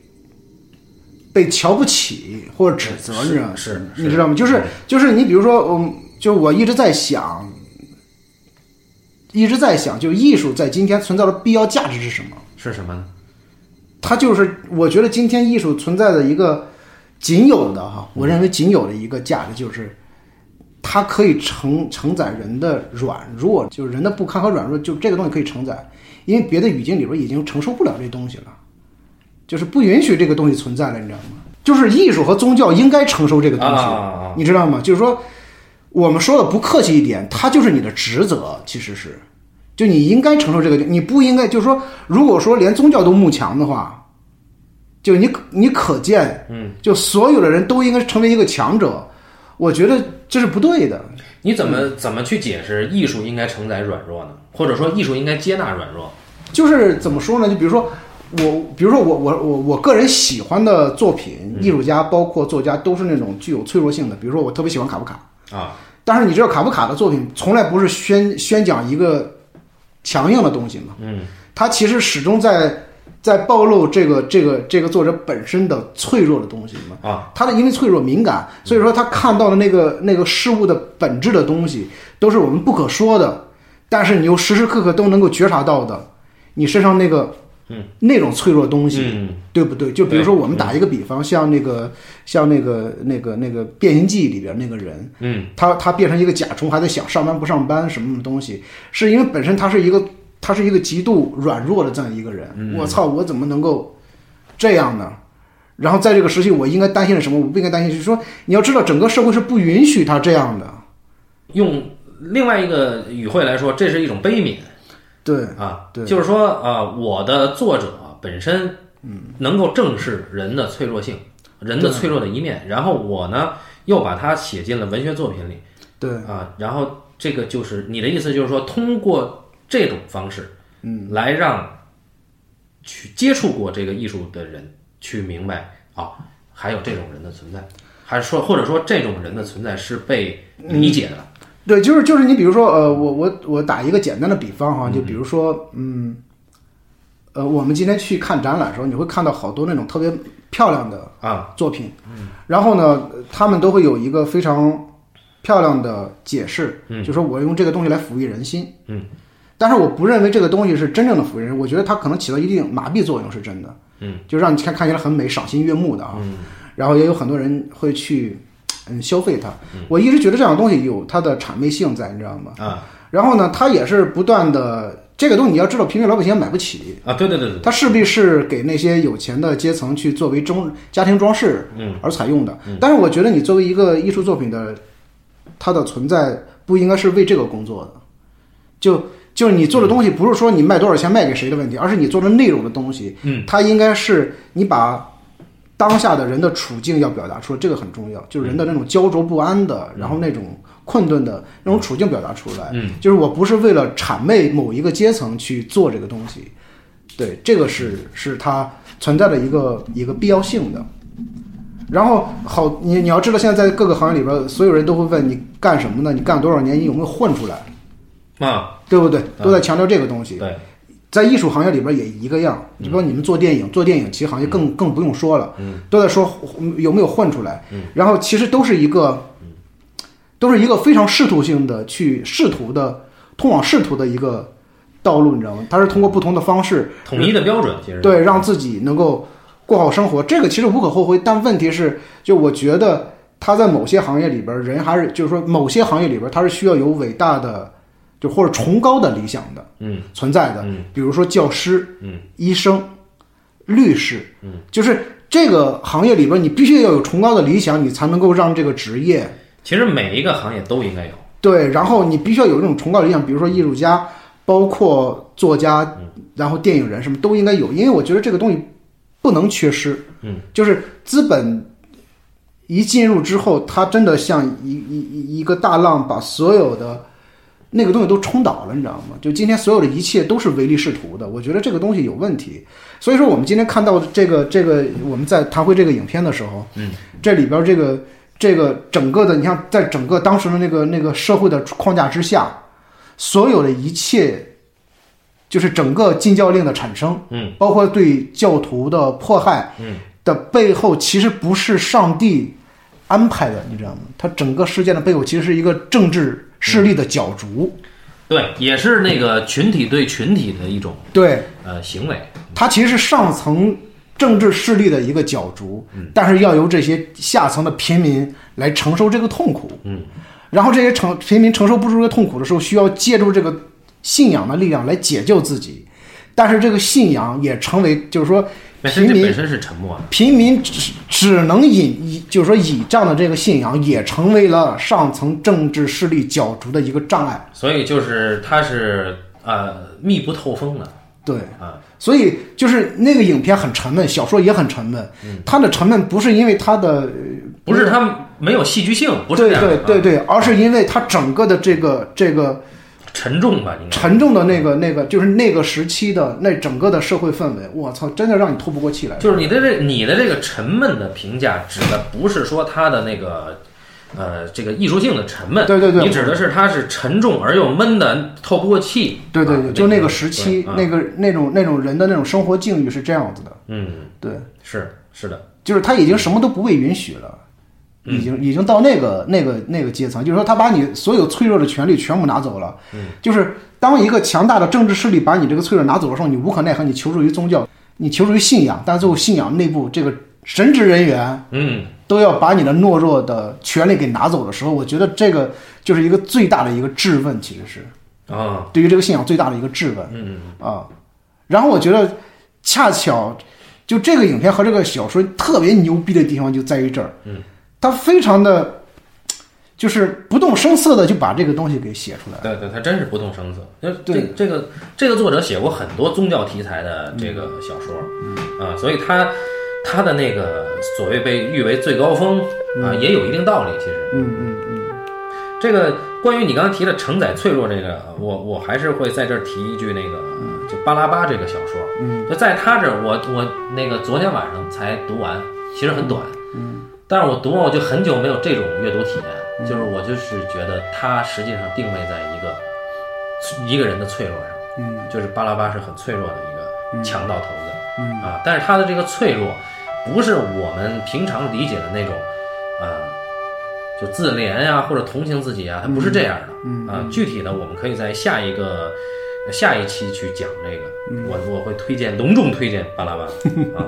Speaker 2: 被瞧不起或者指责，
Speaker 1: 是
Speaker 2: 你知道吗？
Speaker 1: 是是
Speaker 2: 你知道吗？就是就是你比如说，嗯，就我一直在想，一直在想，就艺术在今天存在的必要价值是什么？
Speaker 1: 是什么呢？
Speaker 2: 它就是我觉得今天艺术存在的一个仅有的哈，我认为仅有的一个价值就是，它可以承承载人的软弱，就是人的不堪和软弱，就这个东西可以承载，因为别的语境里边已经承受不了这东西了，就是不允许这个东西存在了，你知道吗？就是艺术和宗教应该承受这个东西，
Speaker 1: 啊啊啊
Speaker 2: 你知道吗？就是说，我们说的不客气一点，它就是你的职责，其实是。就你应该承受这个，你不应该就是说，如果说连宗教都慕强的话，就你可你可见，嗯，就所有的人都应该成为一个强者，我觉得这是不对的。
Speaker 1: 你怎么
Speaker 2: 嗯
Speaker 1: 怎么去解释艺术应该承载软弱呢？或者说艺术应该接纳软弱？
Speaker 2: 就是怎么说呢？就比如说我，比如说我我我我个人喜欢的作品，艺术家包括作家都是那种具有脆弱性的。比如说我特别喜欢卡夫卡，
Speaker 1: 啊，
Speaker 2: 但是你知道卡夫卡的作品从来不是宣宣讲一个强硬的东西嘛，
Speaker 1: 嗯，
Speaker 2: 他其实始终在在暴露这个这个这个作者本身的脆弱的东西嘛。
Speaker 1: 啊，
Speaker 2: 他的因为脆弱敏感，所以说他看到的那个那个事物的本质的东西，都是我们不可说的，但是你又时时刻刻都能够觉察到的，你身上那个嗯那种脆弱的东西，
Speaker 1: 嗯，
Speaker 2: 对不对？就比如说我们打一个比方，像那个像那个那个那个《变形记》里边那个人，
Speaker 1: 嗯，
Speaker 2: 他他变成一个甲虫，还在想上班不上班什么什么东西，是因为本身他是一个他是一个极度软弱的这样一个人。我操，我怎么能够这样呢？然后在这个时期，我应该担心的是什么？我不应该担心，就是说你要知道，整个社会是不允许他这样的。
Speaker 1: 用另外一个语汇来说，这是一种悲悯
Speaker 2: 对
Speaker 1: 啊，
Speaker 2: 对
Speaker 1: 就是说啊，我的作者本身能够正视人的脆弱性，人的脆弱的一面，然后我呢又把它写进了文学作品里
Speaker 2: 对，
Speaker 1: 啊。然后这个就是你的意思，就是说通过这种方式，嗯，来让去接触过这个艺术的人去明白啊，还有这种人的存在，还是说或者说这种人的存在是被理解的，
Speaker 2: 对，就是就是你比如说，呃，我我我打一个简单的比方哈，就比如说，嗯，呃，我们今天去看展览的时候，你会看到好多那种特别漂亮的
Speaker 1: 啊
Speaker 2: 作品，然后呢，他们都会有一个非常漂亮的解释，就说我用这个东西来抚慰人心，嗯，但是我不认为这个东西是真正的抚慰人心，我觉得它可能起到一定麻痹作用是真的，嗯，就让你看看起来很美、赏心悦目的啊，然后也有很多人会去嗯消费它，我一直觉得这样东西有它的谄媚性在，你知道吗？
Speaker 1: 啊
Speaker 2: 然后呢，它也是不断的。这个东西你要知道，平民老百姓也买不起，
Speaker 1: 啊！对对对对，
Speaker 2: 它势必是给那些有钱的阶层去作为中家庭装饰，嗯，而采用的。但是我觉得你作为一个艺术作品的，它的存在不应该是为这个工作的，就就是你做的东西不是说你卖多少钱卖给谁的问题，而是你做的内容的东西，嗯，它应该是你把当下的人的处境要表达出来，这个很重要，就是人的那种焦灼不安的，然后那种。困顿的那种处境表达出来，嗯，就是我不是为了谄媚某一个阶层去做这个东西，对，这个是是它存在的一个一个必要性的。然后好，你你要知道，现在在各个行业里边，所有人都会问你干什么呢？你干多少年？你有没有混出来？
Speaker 1: 啊
Speaker 2: 对不对？都在强调这个东西。
Speaker 1: 对，
Speaker 2: 在艺术行业里边也一个样，就包括你们做电影，做电影其实行业更更不用说了，都在说有没有混出来。然后其实都是一个，都是一个非常试图性的去试图的通往仕途的一个道路，你知道吗？它是通过不同的方式
Speaker 1: 统一的标准其实
Speaker 2: 对，让自己能够过好生活，这个其实无可厚非。但问题是，就我觉得他在某些行业里边儿，人还是就是说某些行业里边儿，他是需要有伟大的，就或者崇高的理想的，
Speaker 1: 嗯，
Speaker 2: 存在的，
Speaker 1: 嗯，
Speaker 2: 比如说教师，
Speaker 1: 嗯，
Speaker 2: 医生，律师，嗯，就是这个行业里边儿，你必须要有崇高的理想，你才能够让这个职业
Speaker 1: 其实每一个行业都应该有。
Speaker 2: 对，然后你必须要有这种崇高理想，比如说艺术家，包括作家，然后电影人什么都应该有，因为我觉得这个东西不能缺失。
Speaker 1: 嗯，
Speaker 2: 就是资本一进入之后，它真的像一一一一个大浪，把所有的那个东西都冲倒了，你知道吗？就今天所有的一切都是唯利是图的，我觉得这个东西有问题。所以说，我们今天看到的这个这个我们在谈回这个影片的时候，嗯，这里边这个这个整个的，你像在整个当时的那个那个社会的框架之下，所有的一切，就是整个禁教令的产生，
Speaker 1: 嗯，
Speaker 2: 包括对教徒的迫害，嗯，的背后其实不是上帝安排的，你知道吗？它整个事件的背后其实是一个政治势力的角逐，
Speaker 1: 对，也是那个群体对群体的一种
Speaker 2: 对，
Speaker 1: 呃行为。
Speaker 2: 它其实是上层政治势力的一个角逐，
Speaker 1: 嗯
Speaker 2: 但是要由这些下层的平民来承受这个痛苦。嗯，然后这些承平民承受不住这个痛苦的时候，需要借助这个信仰的力量来解救自己，但是这个信仰也成为就是说
Speaker 1: 本身
Speaker 2: 平
Speaker 1: 这
Speaker 2: 民
Speaker 1: 本身是沉默的，
Speaker 2: 平民只只能倚倚，就是说倚仗的这个信仰，也成为了上层政治势力角逐的一个障碍。
Speaker 1: 所以就是它是呃密不透风的。
Speaker 2: 对
Speaker 1: 啊，
Speaker 2: 所以就是那个影片很沉闷，小说也很沉闷。它的沉闷不是因为它的呃
Speaker 1: 嗯不是它没有戏剧性，不是
Speaker 2: 对
Speaker 1: 这样的啊
Speaker 2: 对对对，而是因为它整个的这个这个
Speaker 1: 沉重吧？应该
Speaker 2: 沉重的那个那个，就是那个时期的那整个的社会氛围，我操，真的让你透不过气来。
Speaker 1: 就是你的这你的这个沉闷的评价，指的不是说它的那个呃这个艺术性的沉闷，
Speaker 2: 对对对
Speaker 1: 你指的是它是沉重而又闷的，透不过气。
Speaker 2: 对对
Speaker 1: 啊
Speaker 2: 对，就那个时
Speaker 1: 对
Speaker 2: 期
Speaker 1: 啊，
Speaker 2: 那个那种那种人的那种生活境遇是这样子的。
Speaker 1: 嗯，
Speaker 2: 对，
Speaker 1: 是是的，
Speaker 2: 就是他已经什么都不被允许了，已经已经到那个那个那个阶层，就是说他把你所有脆弱的权利全部拿走了。就是当一个强大的政治势力把你这个脆弱拿走的时候，你无可奈何，你求助于宗教，你求助于信仰，但最后信仰内部这个神职人员
Speaker 1: 嗯，
Speaker 2: 都要把你的懦弱的权利给拿走的时候，我觉得这个就是一个最大的一个质问，其实是。
Speaker 1: 啊，
Speaker 2: 对于这个信仰最大的一个质问。嗯啊，然后我觉得恰巧就这个影片和这个小说特别牛逼的地方就在于这儿，嗯，它非常的就是不动声色的就把这个东西给写出来。
Speaker 1: 对对，他真是不动声色。那这
Speaker 2: 对
Speaker 1: 这个
Speaker 2: 嗯
Speaker 1: 这个作者写过很多宗教题材的这个小说，啊，所以他它的那个所谓被誉为最高峰啊，也有一定道理。其实
Speaker 2: 嗯嗯嗯，
Speaker 1: 这个关于你刚刚提的承载脆弱这个，我我还是会在这儿提一句那个，
Speaker 2: 嗯
Speaker 1: 就巴拉巴这个小说，嗯，就在他这儿，我我那个昨天晚上才读完，其实很短，嗯，但是我读完我就很久没有这种阅读体验，就是我就是觉得它实际上定位在一个一个人的脆弱上，嗯，就是巴拉巴是很脆弱的一个强盗头子，嗯啊，但是他的这个脆弱，不是我们平常理解的那种，啊、就自怜呀、或者同情自己啊，它不是这样的。嗯啊，具体的我们可以在下一个下一期去讲这个。我我会推荐，隆重推荐巴拉巴 啊。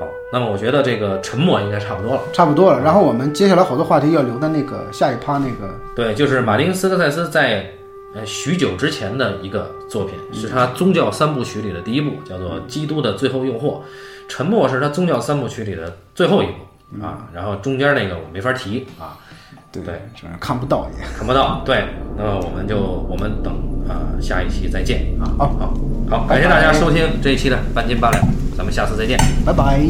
Speaker 1: 好，那么我觉得这个沉默应该差不多了。
Speaker 2: 差不多了。然后我们接下来好多话题要留在那个下一趴那个，
Speaker 1: 对，就是马丁斯科塞斯在呃许久之前的一个作品，是他宗教三部曲里的第一部，叫做《基督的最后诱惑》。沉默是他宗教三部曲里的最后一部啊，然后中间那个我没法提啊。
Speaker 2: 对
Speaker 1: 对，
Speaker 2: 这样看不到也。
Speaker 1: 看不到，对，那么我们就我们等啊、呃下一期再见啊，
Speaker 2: 好
Speaker 1: 好好，感谢大家收听这一期的半斤八两，咱们下次再见。
Speaker 2: 拜拜。